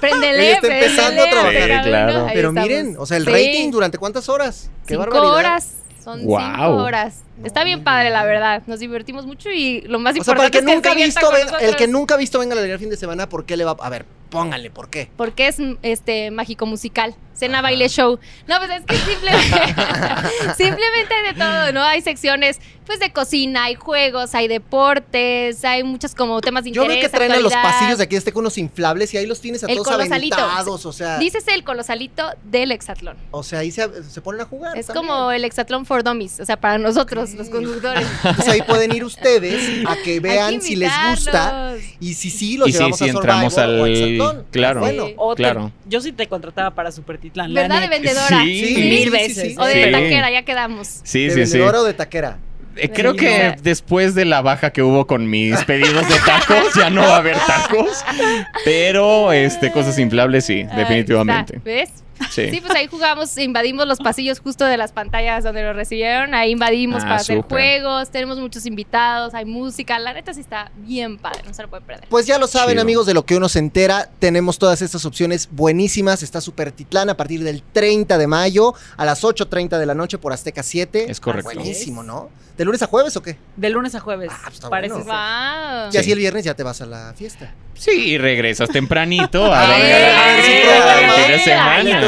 [SPEAKER 3] Préndele,
[SPEAKER 1] Ella está
[SPEAKER 3] préndele,
[SPEAKER 1] empezando a trabajar.
[SPEAKER 3] préndele,
[SPEAKER 2] Sí, claro.
[SPEAKER 3] *laughs* ahí
[SPEAKER 1] Pero
[SPEAKER 3] estamos.
[SPEAKER 1] miren, o sea, el
[SPEAKER 3] Sí,
[SPEAKER 1] rating durante cuántas horas? Qué
[SPEAKER 3] cinco
[SPEAKER 1] barbaridad.
[SPEAKER 3] horas. Son
[SPEAKER 2] Guau.
[SPEAKER 3] cinco horas. Está bien padre, la verdad. Nos divertimos mucho y lo más
[SPEAKER 1] O sea, para el
[SPEAKER 3] importante
[SPEAKER 1] que nunca ha
[SPEAKER 3] es que
[SPEAKER 1] visto,
[SPEAKER 3] venga
[SPEAKER 1] venga- el que nunca ha visto venga la alegría fin de semana, ¿por qué le va? A ver, pónganle, ¿por qué?
[SPEAKER 3] porque es este mágico musical, cena, baile, show. No, pues es que simplemente, *laughs* simplemente hay de todo, ¿no? Hay secciones pues de cocina, hay juegos, hay deportes, hay muchos como temas de
[SPEAKER 1] Yo
[SPEAKER 3] interés.
[SPEAKER 1] veo que traen a los
[SPEAKER 3] actualidad.
[SPEAKER 1] pasillos de aquí este con unos inflables y ahí los tienes a
[SPEAKER 3] El
[SPEAKER 1] todos
[SPEAKER 3] colosalito.
[SPEAKER 1] aventados, o sea,
[SPEAKER 3] Dícese el colosalito del hexatlón.
[SPEAKER 1] o sea, ahí se, se ponen a jugar.
[SPEAKER 3] Es
[SPEAKER 1] también.
[SPEAKER 3] como el hexatlón for dummies, o sea, para nosotros, los conductores.
[SPEAKER 1] Entonces ahí pueden ir ustedes a que
[SPEAKER 3] *laughs*
[SPEAKER 1] *laughs*
[SPEAKER 3] Hay
[SPEAKER 1] vean
[SPEAKER 3] que
[SPEAKER 1] si les gusta
[SPEAKER 3] invitarlos.
[SPEAKER 1] y si sí los
[SPEAKER 2] Y sí,
[SPEAKER 1] llevamos
[SPEAKER 2] sí,
[SPEAKER 1] a Survivor
[SPEAKER 2] entramos
[SPEAKER 1] o a
[SPEAKER 2] al-
[SPEAKER 1] Exatón.
[SPEAKER 2] claro.
[SPEAKER 1] Bueno,
[SPEAKER 3] Sí.
[SPEAKER 4] O te-
[SPEAKER 2] Claro.
[SPEAKER 4] Yo sí te contrataba para Supertitlán. la
[SPEAKER 3] ¿Verdad de
[SPEAKER 4] neta.
[SPEAKER 3] vendedora?
[SPEAKER 2] Sí.
[SPEAKER 1] Sí,
[SPEAKER 4] Mil
[SPEAKER 1] sí,
[SPEAKER 4] veces.
[SPEAKER 1] sí, sí.
[SPEAKER 3] O de
[SPEAKER 2] Sí.
[SPEAKER 3] taquera, ya quedamos.
[SPEAKER 2] Sí,
[SPEAKER 1] ¿De
[SPEAKER 2] sí, sí.
[SPEAKER 1] vendedora o de taquera?
[SPEAKER 2] Eh, Creo
[SPEAKER 3] Sí.
[SPEAKER 2] que después de la baja que hubo con mis pedidos de tacos, ya no va a haber tacos. Pero
[SPEAKER 1] Ah.
[SPEAKER 2] este, cosas inflables, sí,
[SPEAKER 3] Ahí
[SPEAKER 2] definitivamente.
[SPEAKER 3] está, ¿Ves?
[SPEAKER 2] Sí.
[SPEAKER 3] Sí, pues ahí jugamos, invadimos los pasillos justo de las pantallas donde lo recibieron. Ahí invadimos
[SPEAKER 2] Ah,
[SPEAKER 3] para hacer
[SPEAKER 2] súper.
[SPEAKER 3] juegos, tenemos muchos invitados, hay música. La neta sí está bien padre, no se lo pueden perder.
[SPEAKER 1] Pues ya lo saben,
[SPEAKER 2] Chido.
[SPEAKER 1] amigos, de lo que uno se entera. Tenemos todas estas opciones buenísimas. Está Super Titlán a partir del 30 de mayo a las 8.30 de la noche por Azteca 7.
[SPEAKER 2] Es correcto.
[SPEAKER 1] Buenísimo, ¿no? ¿De lunes a jueves o qué?
[SPEAKER 4] De lunes a jueves.
[SPEAKER 1] Ah, pues está
[SPEAKER 4] parece
[SPEAKER 1] bueno.
[SPEAKER 4] ser.
[SPEAKER 3] Wow.
[SPEAKER 1] Y así el viernes ya te vas a la fiesta.
[SPEAKER 2] Sí, regresas tempranito a
[SPEAKER 1] Ay,
[SPEAKER 2] ver
[SPEAKER 1] ay,
[SPEAKER 2] el
[SPEAKER 1] ay,
[SPEAKER 2] fin
[SPEAKER 1] ay,
[SPEAKER 2] de
[SPEAKER 1] Entonces,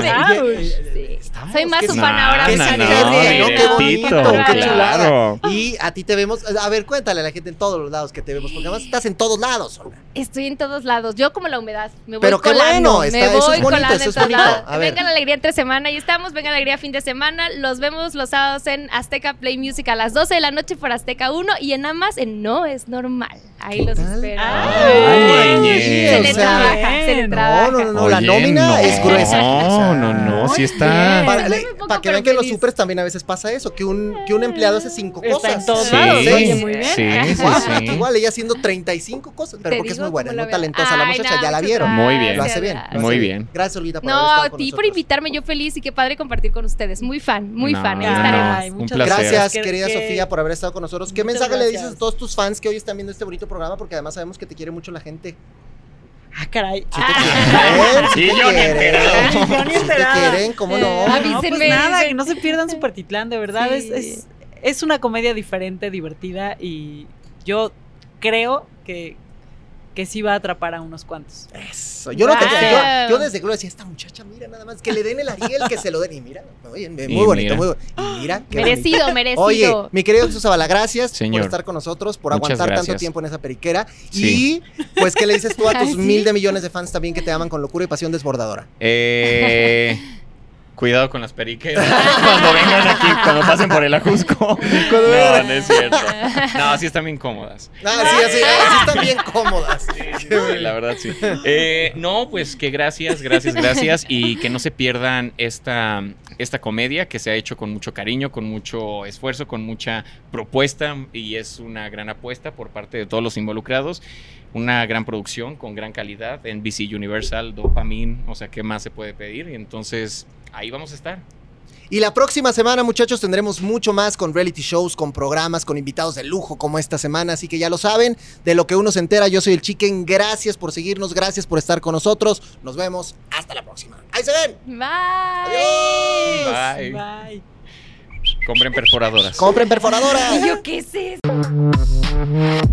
[SPEAKER 2] semana.
[SPEAKER 4] ay,
[SPEAKER 1] oye,
[SPEAKER 4] Ouch.
[SPEAKER 1] eh, estamos,
[SPEAKER 3] Soy más
[SPEAKER 1] qué
[SPEAKER 3] su
[SPEAKER 1] sa-
[SPEAKER 3] fan ahora.
[SPEAKER 1] qué
[SPEAKER 3] no,
[SPEAKER 1] sacaría,
[SPEAKER 3] no,
[SPEAKER 1] ¿no? Qué
[SPEAKER 3] directito,
[SPEAKER 1] bonito, qué
[SPEAKER 3] claro.
[SPEAKER 1] chulada.
[SPEAKER 2] claro.
[SPEAKER 1] Y a ti te vemos, a ver, cuéntale a la gente en todos los lados que te vemos, porque además estás en todos lados. Olga.
[SPEAKER 3] Estoy en todos lados. Yo como la humedad. Me voy
[SPEAKER 1] Pero qué
[SPEAKER 3] colando,
[SPEAKER 1] bueno, está-
[SPEAKER 3] me
[SPEAKER 1] eso es
[SPEAKER 3] voy
[SPEAKER 1] bonito,
[SPEAKER 3] colando
[SPEAKER 1] eso
[SPEAKER 3] en
[SPEAKER 1] es
[SPEAKER 3] todos
[SPEAKER 1] bonito.
[SPEAKER 3] lados.
[SPEAKER 1] A ver.
[SPEAKER 3] Venga la alegría entre semana. Ahí estamos. Venga la alegría fin de semana. Los vemos los sábados en Azteca Play Music a las 12 de la noche por Azteca 1 y en Amas en No es Normal. Ahí los
[SPEAKER 1] tal?
[SPEAKER 3] espero.
[SPEAKER 2] Ay,
[SPEAKER 1] Ay,
[SPEAKER 3] se
[SPEAKER 1] o
[SPEAKER 3] le
[SPEAKER 1] sea,
[SPEAKER 3] trabaja, se le
[SPEAKER 4] no,
[SPEAKER 3] trabaja.
[SPEAKER 1] No, no, no, la
[SPEAKER 2] Oye,
[SPEAKER 1] nómina
[SPEAKER 2] no,
[SPEAKER 1] es gruesa.
[SPEAKER 2] No, no, no, así está.
[SPEAKER 4] bien.
[SPEAKER 1] Para,
[SPEAKER 3] Muy
[SPEAKER 1] le-
[SPEAKER 3] poco,
[SPEAKER 1] para que
[SPEAKER 3] pero
[SPEAKER 1] vean que en los
[SPEAKER 3] feliz.
[SPEAKER 1] supers también a veces pasa eso, que un, que un empleado hace cinco
[SPEAKER 4] Está en
[SPEAKER 1] cosas.
[SPEAKER 4] todos
[SPEAKER 2] Sí,
[SPEAKER 4] lados,
[SPEAKER 1] oye,
[SPEAKER 2] sí,
[SPEAKER 3] muy bien.
[SPEAKER 1] *laughs*
[SPEAKER 2] sí, sí,
[SPEAKER 1] Igual,
[SPEAKER 2] sí.
[SPEAKER 1] igual ella haciendo 35 cosas, pero
[SPEAKER 3] Te
[SPEAKER 1] porque es
[SPEAKER 3] digo
[SPEAKER 1] muy buena,
[SPEAKER 3] cómo la
[SPEAKER 1] muy
[SPEAKER 3] veo.
[SPEAKER 1] talentosa la
[SPEAKER 3] Ay,
[SPEAKER 1] muchacha,
[SPEAKER 3] no,
[SPEAKER 1] ya la
[SPEAKER 3] muchas
[SPEAKER 1] vieron.
[SPEAKER 2] Muy bien.
[SPEAKER 1] Lo
[SPEAKER 3] gracias.
[SPEAKER 1] hace bien. lo hace
[SPEAKER 2] Muy bien.
[SPEAKER 1] Gracias, Olvita, por haber
[SPEAKER 3] No,
[SPEAKER 1] estado
[SPEAKER 3] a
[SPEAKER 1] con
[SPEAKER 3] ti por
[SPEAKER 1] nosotros.
[SPEAKER 3] invitarme, yo feliz y qué padre compartir con ustedes. Muy fan, muy
[SPEAKER 2] Ah, No,
[SPEAKER 3] fan. Aquí
[SPEAKER 2] no,
[SPEAKER 3] estaremos.
[SPEAKER 4] Ay,
[SPEAKER 2] Un
[SPEAKER 4] muchas
[SPEAKER 2] placer.
[SPEAKER 1] Gracias,
[SPEAKER 4] Que-
[SPEAKER 1] querida
[SPEAKER 4] que-
[SPEAKER 1] Sofía, por haber estado con nosotros. ¿Qué
[SPEAKER 4] Muchas
[SPEAKER 1] mensaje le
[SPEAKER 4] gracias.
[SPEAKER 1] dices a todos tus fans que hoy están viendo este bonito programa? Porque además sabemos que te quiere mucho la gente.
[SPEAKER 4] Ah, caray.
[SPEAKER 1] Si
[SPEAKER 4] Ah,
[SPEAKER 1] te *laughs* quieren, si
[SPEAKER 2] Sí,
[SPEAKER 1] te
[SPEAKER 2] yo ni
[SPEAKER 1] quieren.
[SPEAKER 2] enterado.
[SPEAKER 1] Si
[SPEAKER 4] Yo ni
[SPEAKER 1] te
[SPEAKER 4] enterada.
[SPEAKER 1] quieren, ¿cómo no?
[SPEAKER 3] Eh,
[SPEAKER 4] no, pues
[SPEAKER 3] avísenme,
[SPEAKER 4] nada,
[SPEAKER 3] dicen.
[SPEAKER 4] que no se pierdan Supertitlán, de verdad.
[SPEAKER 3] Sí.
[SPEAKER 4] Es, es, es una comedia diferente, divertida y yo creo que, que sí va a atrapar a unos cuantos.
[SPEAKER 1] Eso, Yo, no te
[SPEAKER 4] Wow.
[SPEAKER 1] creía. yo, yo desde que lo decía, esta muchacha, mira nada más, que le den el Ariel, que se lo den. Y mira, oye, muy
[SPEAKER 2] Y
[SPEAKER 1] bonito,
[SPEAKER 2] mira.
[SPEAKER 1] muy bonito. Y mira, qué bonito.
[SPEAKER 3] Merecido, merecido.
[SPEAKER 1] Oye, mi querido Jesús Zavala, gracias
[SPEAKER 2] Señor.
[SPEAKER 1] por estar con nosotros, por
[SPEAKER 2] Muchas
[SPEAKER 1] aguantar tanto
[SPEAKER 2] gracias.
[SPEAKER 1] tiempo en esa periquera.
[SPEAKER 2] Sí.
[SPEAKER 1] Y pues, ¿qué le dices tú a tus
[SPEAKER 3] Ay, sí.
[SPEAKER 1] mil de millones de fans también que te aman con locura y pasión desbordadora?
[SPEAKER 2] Eh, cuidado con las periqueras cuando vengan aquí, cuando pasen por el Ajusco. No, no es cierto. No, sí están bien cómodas.
[SPEAKER 1] Ah, sí, así, así están bien cómodas. Qué
[SPEAKER 2] Sí,
[SPEAKER 1] bueno.
[SPEAKER 2] la verdad sí. Eh, no, pues que gracias, gracias, gracias y que no se pierdan esta, esta comedia que se ha hecho con mucho cariño, con mucho esfuerzo, con mucha propuesta y es una gran apuesta por parte de todos los involucrados. Una gran producción con gran calidad en BC Universal, Dopamin, o sea, ¿qué más se puede pedir? Y entonces ahí vamos a estar.
[SPEAKER 1] Y la próxima semana, muchachos, tendremos mucho más con reality shows, con programas, con invitados de lujo como esta semana. Así que ya lo saben, de lo que uno se entera, yo soy el Chicken. Gracias por seguirnos, gracias por estar con nosotros. Nos vemos hasta la próxima. ¡Ahí se ven!
[SPEAKER 3] *laughs* Bye.
[SPEAKER 1] ¡Adiós!
[SPEAKER 2] Bye.
[SPEAKER 4] Bye.
[SPEAKER 2] Compren perforadoras.
[SPEAKER 1] Compren perforadoras.
[SPEAKER 3] ¿Y yo qué sé?